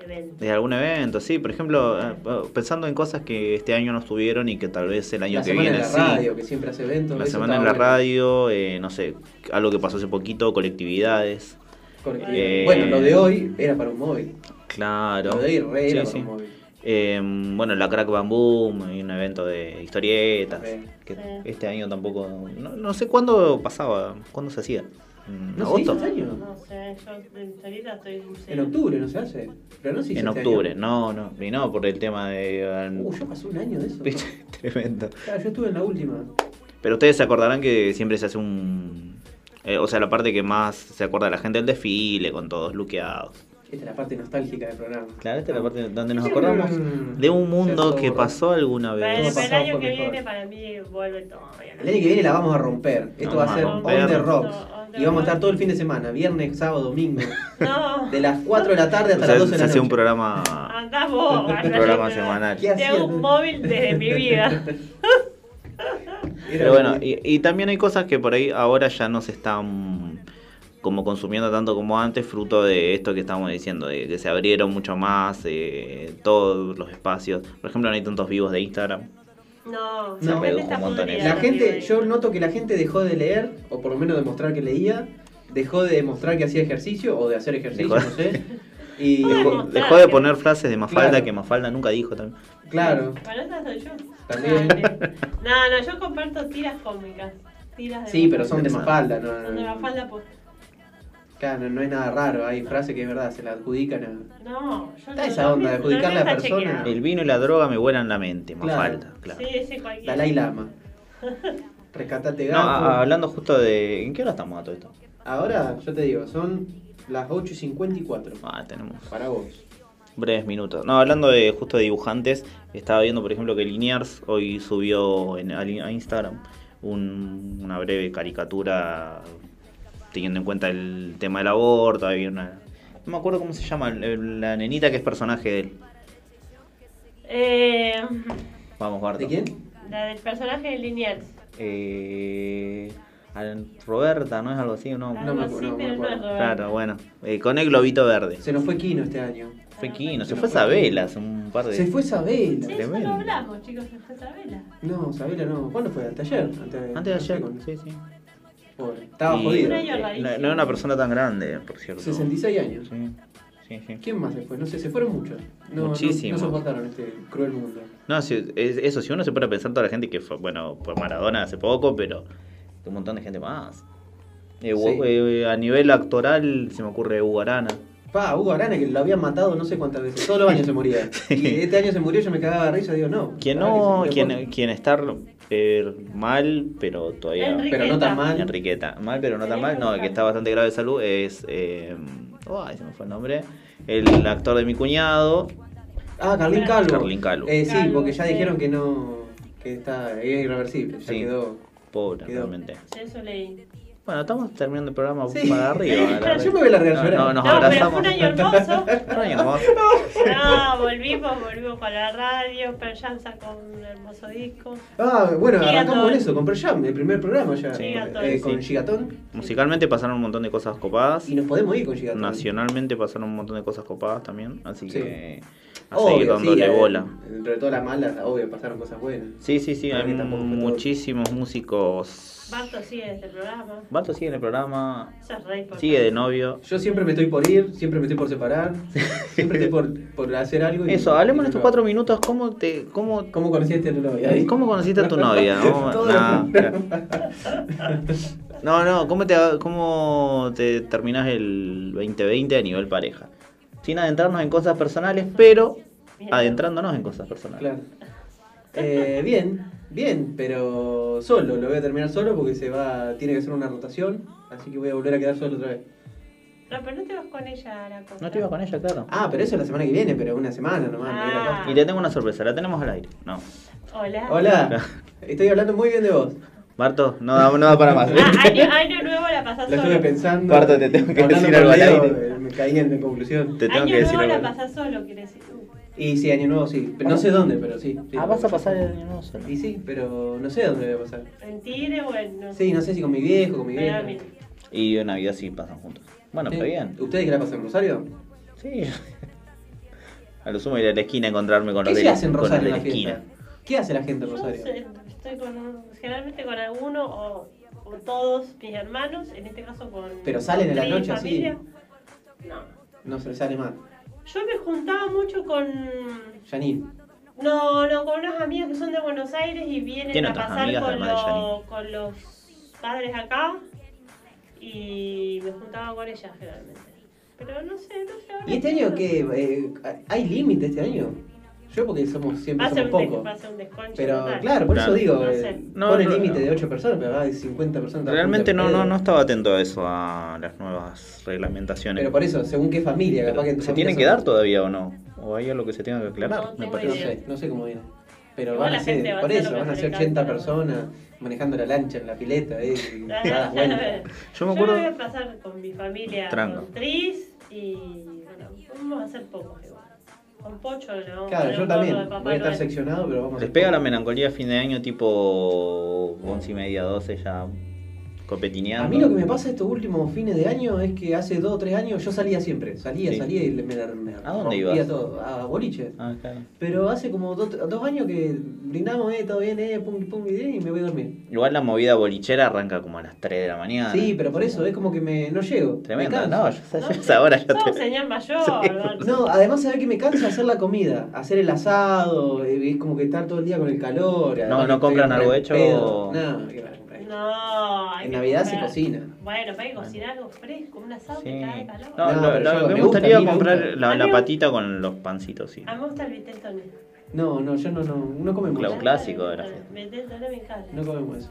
evento. De algún evento, sí, por ejemplo, eh, pensando en cosas que este año no estuvieron y que tal vez el La año que semana viene en la sí. radio, que siempre hace eventos. La eso semana en la estaba bueno. radio, eh, no sé, algo que pasó hace poquito, colectividades. Con- Eh, Bueno, lo de hoy era para un móvil. Claro. Lo de hoy re Sí, era para sí. un móvil. Eh, bueno, la Crack Bam Boom, hay un evento de historietas, También. que Sí. este año tampoco, no, no sé cuándo pasaba, cuándo se hacía. ¿En ¿No se hizo agosto? este año? No sé, yo de- ahorita estoy. En octubre no se hace. Pero no se hizo En este octubre, año. no, no, y no, por el tema de... um, Uh, yo pasé un año de eso. Viste, Tremendo. Claro, yo estuve en la última. Pero ustedes se acordarán que siempre se hace un... eh, o sea, la parte que más se acuerda de la gente, el desfile, con todos luqueados. Esta es la parte nostálgica del programa. Claro, esta es la parte donde nos Sí, acordamos mm, de un cierto, mundo que borrón. pasó alguna Pero, vez. Todo pero el pasado año fue que mejor. viene para mí vuelve todo. ya no- El año que viene la vamos a romper. Esto Vamos va a a ser Vamos On romper. the a- Rocks. on Y vamos a estar todo el fin de semana, viernes, sábado, domingo. No, De las 4 de la tarde hasta O sea, las 12 de se la hacía un noche. programa, Ah, andá vos, un Barra, yo programa te- semanal. Te hago un móvil desde mi vida. Pero bueno, y, y también hay cosas que por ahí ahora ya no se están como consumiendo tanto como antes, fruto de esto que estamos diciendo, de que se abrieron mucho más eh, todos los espacios. Por ejemplo, no hay tantos vivos de Instagram. No, Se No. redujo un montón eso. La gente, yo noto que la gente dejó de leer, o por lo menos demostrar que leía, dejó de demostrar que hacía ejercicio, o de hacer ejercicio, Dejó- no sé. Y Dejó, dejó de poner frases de Mafalda Claro. que Mafalda nunca dijo también. Claro, Bueno, esa soy yo. también. No, no, yo comparto tiras cómicas. Tiras de Sí, pero son de Mafalda. Mafalda, no, Son de no, Mafalda, pues. claro, no es nada raro. Hay frases que es verdad, se la adjudican a. No, yo Está no- esa no onda de me- no me adjudicarle a la está persona. El vino y la droga me vuelan la mente, Claro. Mafalda. Claro. Sí, ese cualquiera. Dalai Lama. Rescatate No, gato. a- hablando justo de... ¿En qué hora estamos a todo esto? Ahora, yo te digo, son las 8 y 54. Ah, tenemos Para vos. breves minutos. No, hablando de justo de dibujantes, estaba viendo por ejemplo que Liniers hoy subió en, al- a Instagram un- una breve caricatura teniendo en cuenta el tema del aborto. Había una, no me acuerdo cómo se llama, el- el- la nenita que es personaje de él. Eh, Vamos, Barto. ¿De quién? la del personaje de Liniers. Eh, al- Roberta, ¿no es algo así? No, No me acu- Sí, pero no me no es acuerdo. Roberto. Claro, bueno. Eh, con el globito verde. Se nos fue Kino este año. Fue Kino, se fue Sabela hace un par de... Se fue Sabela. Sí, eso Tremendo. lo hablamos, chicos, en Jezabela. No, Sabela no. ¿Cuándo fue? ¿Antes de ayer? Antes, Antes de ayer, con- sí, sí. Pobre. Estaba Y- jodido. año eh, rarísimo. No, no era una persona tan grande, por cierto. 66 años. Sí, sí, sí. ¿Quién más se fue? No sé, se fueron muchos. No, no- Muchísimos. No, soportaron este cruel mundo. No, si- es- eso, si uno se pone a pensar toda la gente que fue, bueno, por Maradona hace poco, pero un montón de gente más. Eh, Hugo- Sí. eh, a nivel actoral se me ocurre Hugo Arana. Pa, Hugo Arana que lo habían matado no sé cuántas veces. Todos los años se moría. Y este año se murió, yo me cagaba de risa. Digo, no. Quien Arana que se no, murió quien, por- quien está eh, mal, pero todavía... Enrique. Pero no tan mal. Enriqueta. Mal, pero no tan Tenés mal. que No, el que buscar. está bastante grave de salud es... eh, oh, ay, se me fue el nombre. El actor de mi cuñado, Ah, Carlín Calvo. Carlín Calvo. Eh, sí, Calvo, porque ya sí. dijeron que no. que está. es irreversible. Ya Sí. quedó. Pobre, Quedó. realmente. Eso leí. Bueno, estamos terminando el programa Sí. para arriba. Yo la verdad. me voy a largar No, llorar. no, nos no, pero fue abrazamos. un año hermoso. Un año más. No, volvimos, volvimos con la radio. Pearl Jam sacó un hermoso disco. Ah, bueno, arrancamos Gigatón. con eso, con Pearl Jam, el primer programa ya. Sí. Eh, Gigatón. con Sí. Gigatón. Musicalmente pasaron un montón de cosas copadas. Y nos podemos ir con Gigatón. Nacionalmente pasaron un montón de cosas copadas también. Así Sí. que a Obvio, seguir dándole sí, eh, bola. Dentro de todas las malas, obvio, pasaron cosas buenas. Sí, sí, sí. Para Hay mí tampoco fue todo. muchísimos músicos. Barto sigue desde el programa. Bato sigue en el programa. Eso es re importante. Sigue de novio. Yo siempre me estoy por ir, siempre me estoy por separar, siempre estoy por, por hacer algo. y- Eso, y hablemos en estos no. cuatro minutos. ¿Cómo te, cómo, ¿Cómo conociste a tu novia? Ahí. ¿Cómo conociste a tu novia? No, Todo Nah, lo- claro. no, no, ¿cómo te, cómo te terminás el 2020 a nivel pareja? Sin adentrarnos en cosas personales, pero Bien. adentrándonos en cosas personales. Claro. Eh, bien, bien, pero solo, lo voy a terminar solo porque se va, tiene que hacer una rotación, así que voy a volver a quedar solo otra vez. No, pero no te vas con ella a la compra. No te ibas con ella, claro. Ah, pero eso es la semana que viene, pero una semana nomás. me voy a Ah. Y te tengo una sorpresa, la tenemos al aire. No. Hola. la- Hola, estoy hablando muy bien de vos. Barto, no da, no da para más. Ah, año, año nuevo la pasás Lo estuve solo. pensando. Parto, te tengo que hablando decir algo con al Leo, aire. eh, Me caí en la conclusión. Te tengo año que decir nuevo la algo. pasás solo, quiere decir. Uh, Y sí, año nuevo sí, pero no sé dónde, pero sí. sí. Ah, vas a pasar el año nuevo solo. Y sí, pero no sé dónde voy a pasar. ¿En Tigre o en.? No Sí, no sé si con mi viejo, con mi Pero vieja. mira, Y en Navidad sí pasan juntos. Bueno, Sí. está bien. ¿Ustedes qué la pasan en Rosario? Sí. A lo sumo ir a la esquina a encontrarme con los ¿Qué de se la, hace en con los Rosario de en la la esquina. fiesta? ¿Qué hace la gente en Yo Rosario? sé, eh, estoy con. Generalmente con alguno o, o todos mis hermanos. En este caso con. Pero salen a la mi noche así. familia. No. No se le sale más. Yo me juntaba mucho con. Janine. No, no, con unas amigas que son de Buenos Aires y vienen ¿Tiene a otras pasar amigas con, además de lo- Janine? con los padres acá. Y me juntaba con ellas generalmente. Pero no sé, no sé. ahora ¿Y este no- año qué? Eh, ¿Hay límite este año? Yo porque somos Va siempre a ser somos un, pocos. des- va a ser un desconche. Pero total. claro, por Claro. eso digo, No eh, sé. No, pone no, límite no. de 8 personas, pero va de 50 personas. Eh, Realmente no, no, está. no estaba atento a eso, a las nuevas reglamentaciones. Pero por eso, según qué familia, Pero, capaz que... ¿Se tienen que dar todavía o no? ¿O hay algo que se tenga que aclarar? No me tengo No parece. idea. sé, no sé cómo viene. Pero Igual van a la ser, gente va a por hacer eso, lo que van a se ser le 80 canta. personas manejando la lancha en la pileta, eh, y Ya, dadas ya lo vueltas. veo. Yo me Yo acuerdo- lo voy a pasar con mi familia, Tranco. con Tris y. Bueno, vamos a hacer pocos igual. Con Pocho no. Claro, con yo el también. gordo de Papá Voy a estar Noel. seccionado, pero vamos a Les pega la melancolía a fin de año tipo 11 y media, 12 ya copetineando. A mí lo que me pasa estos últimos fines de año es que hace dos o tres años yo salía siempre. Salía, Sí. salía y me, me ¿A dónde rompía ibas? todo. A boliche. Ah, claro. Pero hace como dos, dos años que brindamos, eh, todo bien, eh, pum, pum, y, y me voy a dormir. Igual la movida bolichera arranca como a las 3 de la mañana. Sí, pero por eso es como que me, no llego. me Tremenda, canso. Ah, no, yo sé- yo a esa hora ya Sos un te... señor mayor, Dani. No, además sabés que me cansa hacer la comida, hacer el asado, eh, es como que estar todo el día con el calor. No, además no estoy compran re algo hecho. pedo. No, que va a comprar. No, hay En que Navidad se comprar- cocina. Bueno, para que cocinar algo fresco, un asado que Sí. te haga calor. No, No, lo- pero lo- yo- me, me gusta, gustaría a mí me comprar gusta. La, A mí la me- patita con los pancitos, sí. A mí me gusta el Viteltoné. No, no, yo no, no, no comemos Claro, eso. clásico de la fiesta. Viteltoné me encanta. No comemos eso.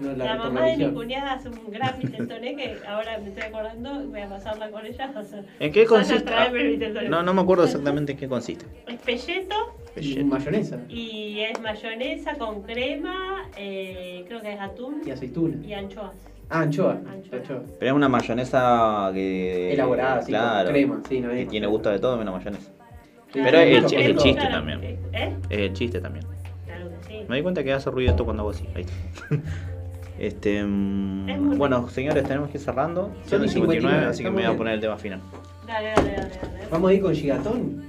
No, La, la, mamá de mi religión. cuñada hace un gran Viteltoné que ahora me estoy acordando, voy a pasarla con ella. o sea, ¿En qué van a consiste? traerme el Viteltoné. No, no me acuerdo exactamente en qué consiste. Es pelleto Y mayonesa y es mayonesa con crema, eh, creo que es atún y aceituna. y anchoas. Ah, anchoa. Anchoa. anchoa. Pero es una mayonesa que. Elaborada, sí, con claro, crema, sí, no es Que tiene gusto de todo menos mayonesa. Sí, Pero sí, es el, sí, es el sí, chiste claro. también. ¿Eh? Es el chiste también. Claro que sí. Me di cuenta que hace ruido esto cuando hago así. Ahí está. Este, mm, Es muy rico. bueno, señores, tenemos que ir cerrando. Son Son y 59, 59, así que estamos me voy a bien. poner el tema final. Dale, dale, dale. dale. Vamos a ir con Gigatón.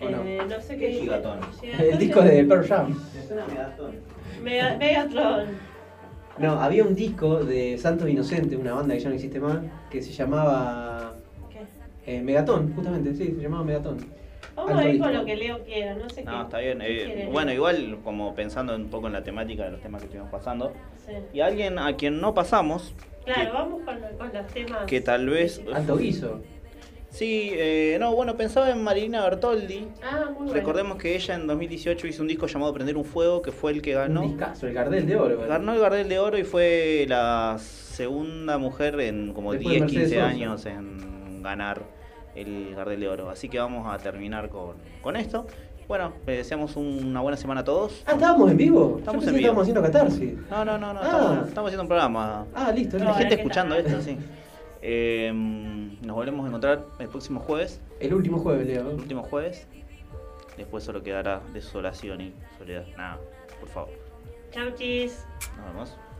¿O no? Eh, no sé qué dice. Gigatón? Gigatón. El disco de Pearl Jam. Mega- Megatron. No, había un disco de Santos Inocentes, una banda que ya no existe más, que se llamaba ¿Qué? eh, Megatón, justamente, sí, se llamaba Megatón. Vamos a ir con lo que Leo quiera, no sé qué. No, está bien. ¿Qué eh, quiere? bueno, igual, como pensando un poco en la temática de los temas que estuvimos pasando. Sí. Y alguien a quien no pasamos, Claro, vamos con, lo- con los temas. que tal vez. Alto guiso. Sí, eh, no, bueno, pensaba en Marina Bertoldi. Ah, muy bueno. Recordemos que ella en 2018 hizo un disco llamado Prender un Fuego, que fue el que ganó. Un discazo, el Gardel de Oro. Ganó el Gardel de Oro y fue la segunda mujer en como Después de 10, 15 Mercedes años en ganar el Gardel de Oro. Así que vamos a terminar con, con esto. Bueno, les deseamos una buena semana a todos. Ah, estábamos en vivo. Estamos Yo pensé en que vivo. estábamos haciendo catarsis. No, no, no, no, Ah. estamos, estamos haciendo un programa. Ah, listo, Hay listo. gente que escuchando está. esto, sí. Eh, nos volvemos a encontrar el próximo jueves. El último jueves, Leo. El último jueves. Después solo quedará desolación y soledad. Nada, por favor. Chau, chis. Nos vemos. Eh.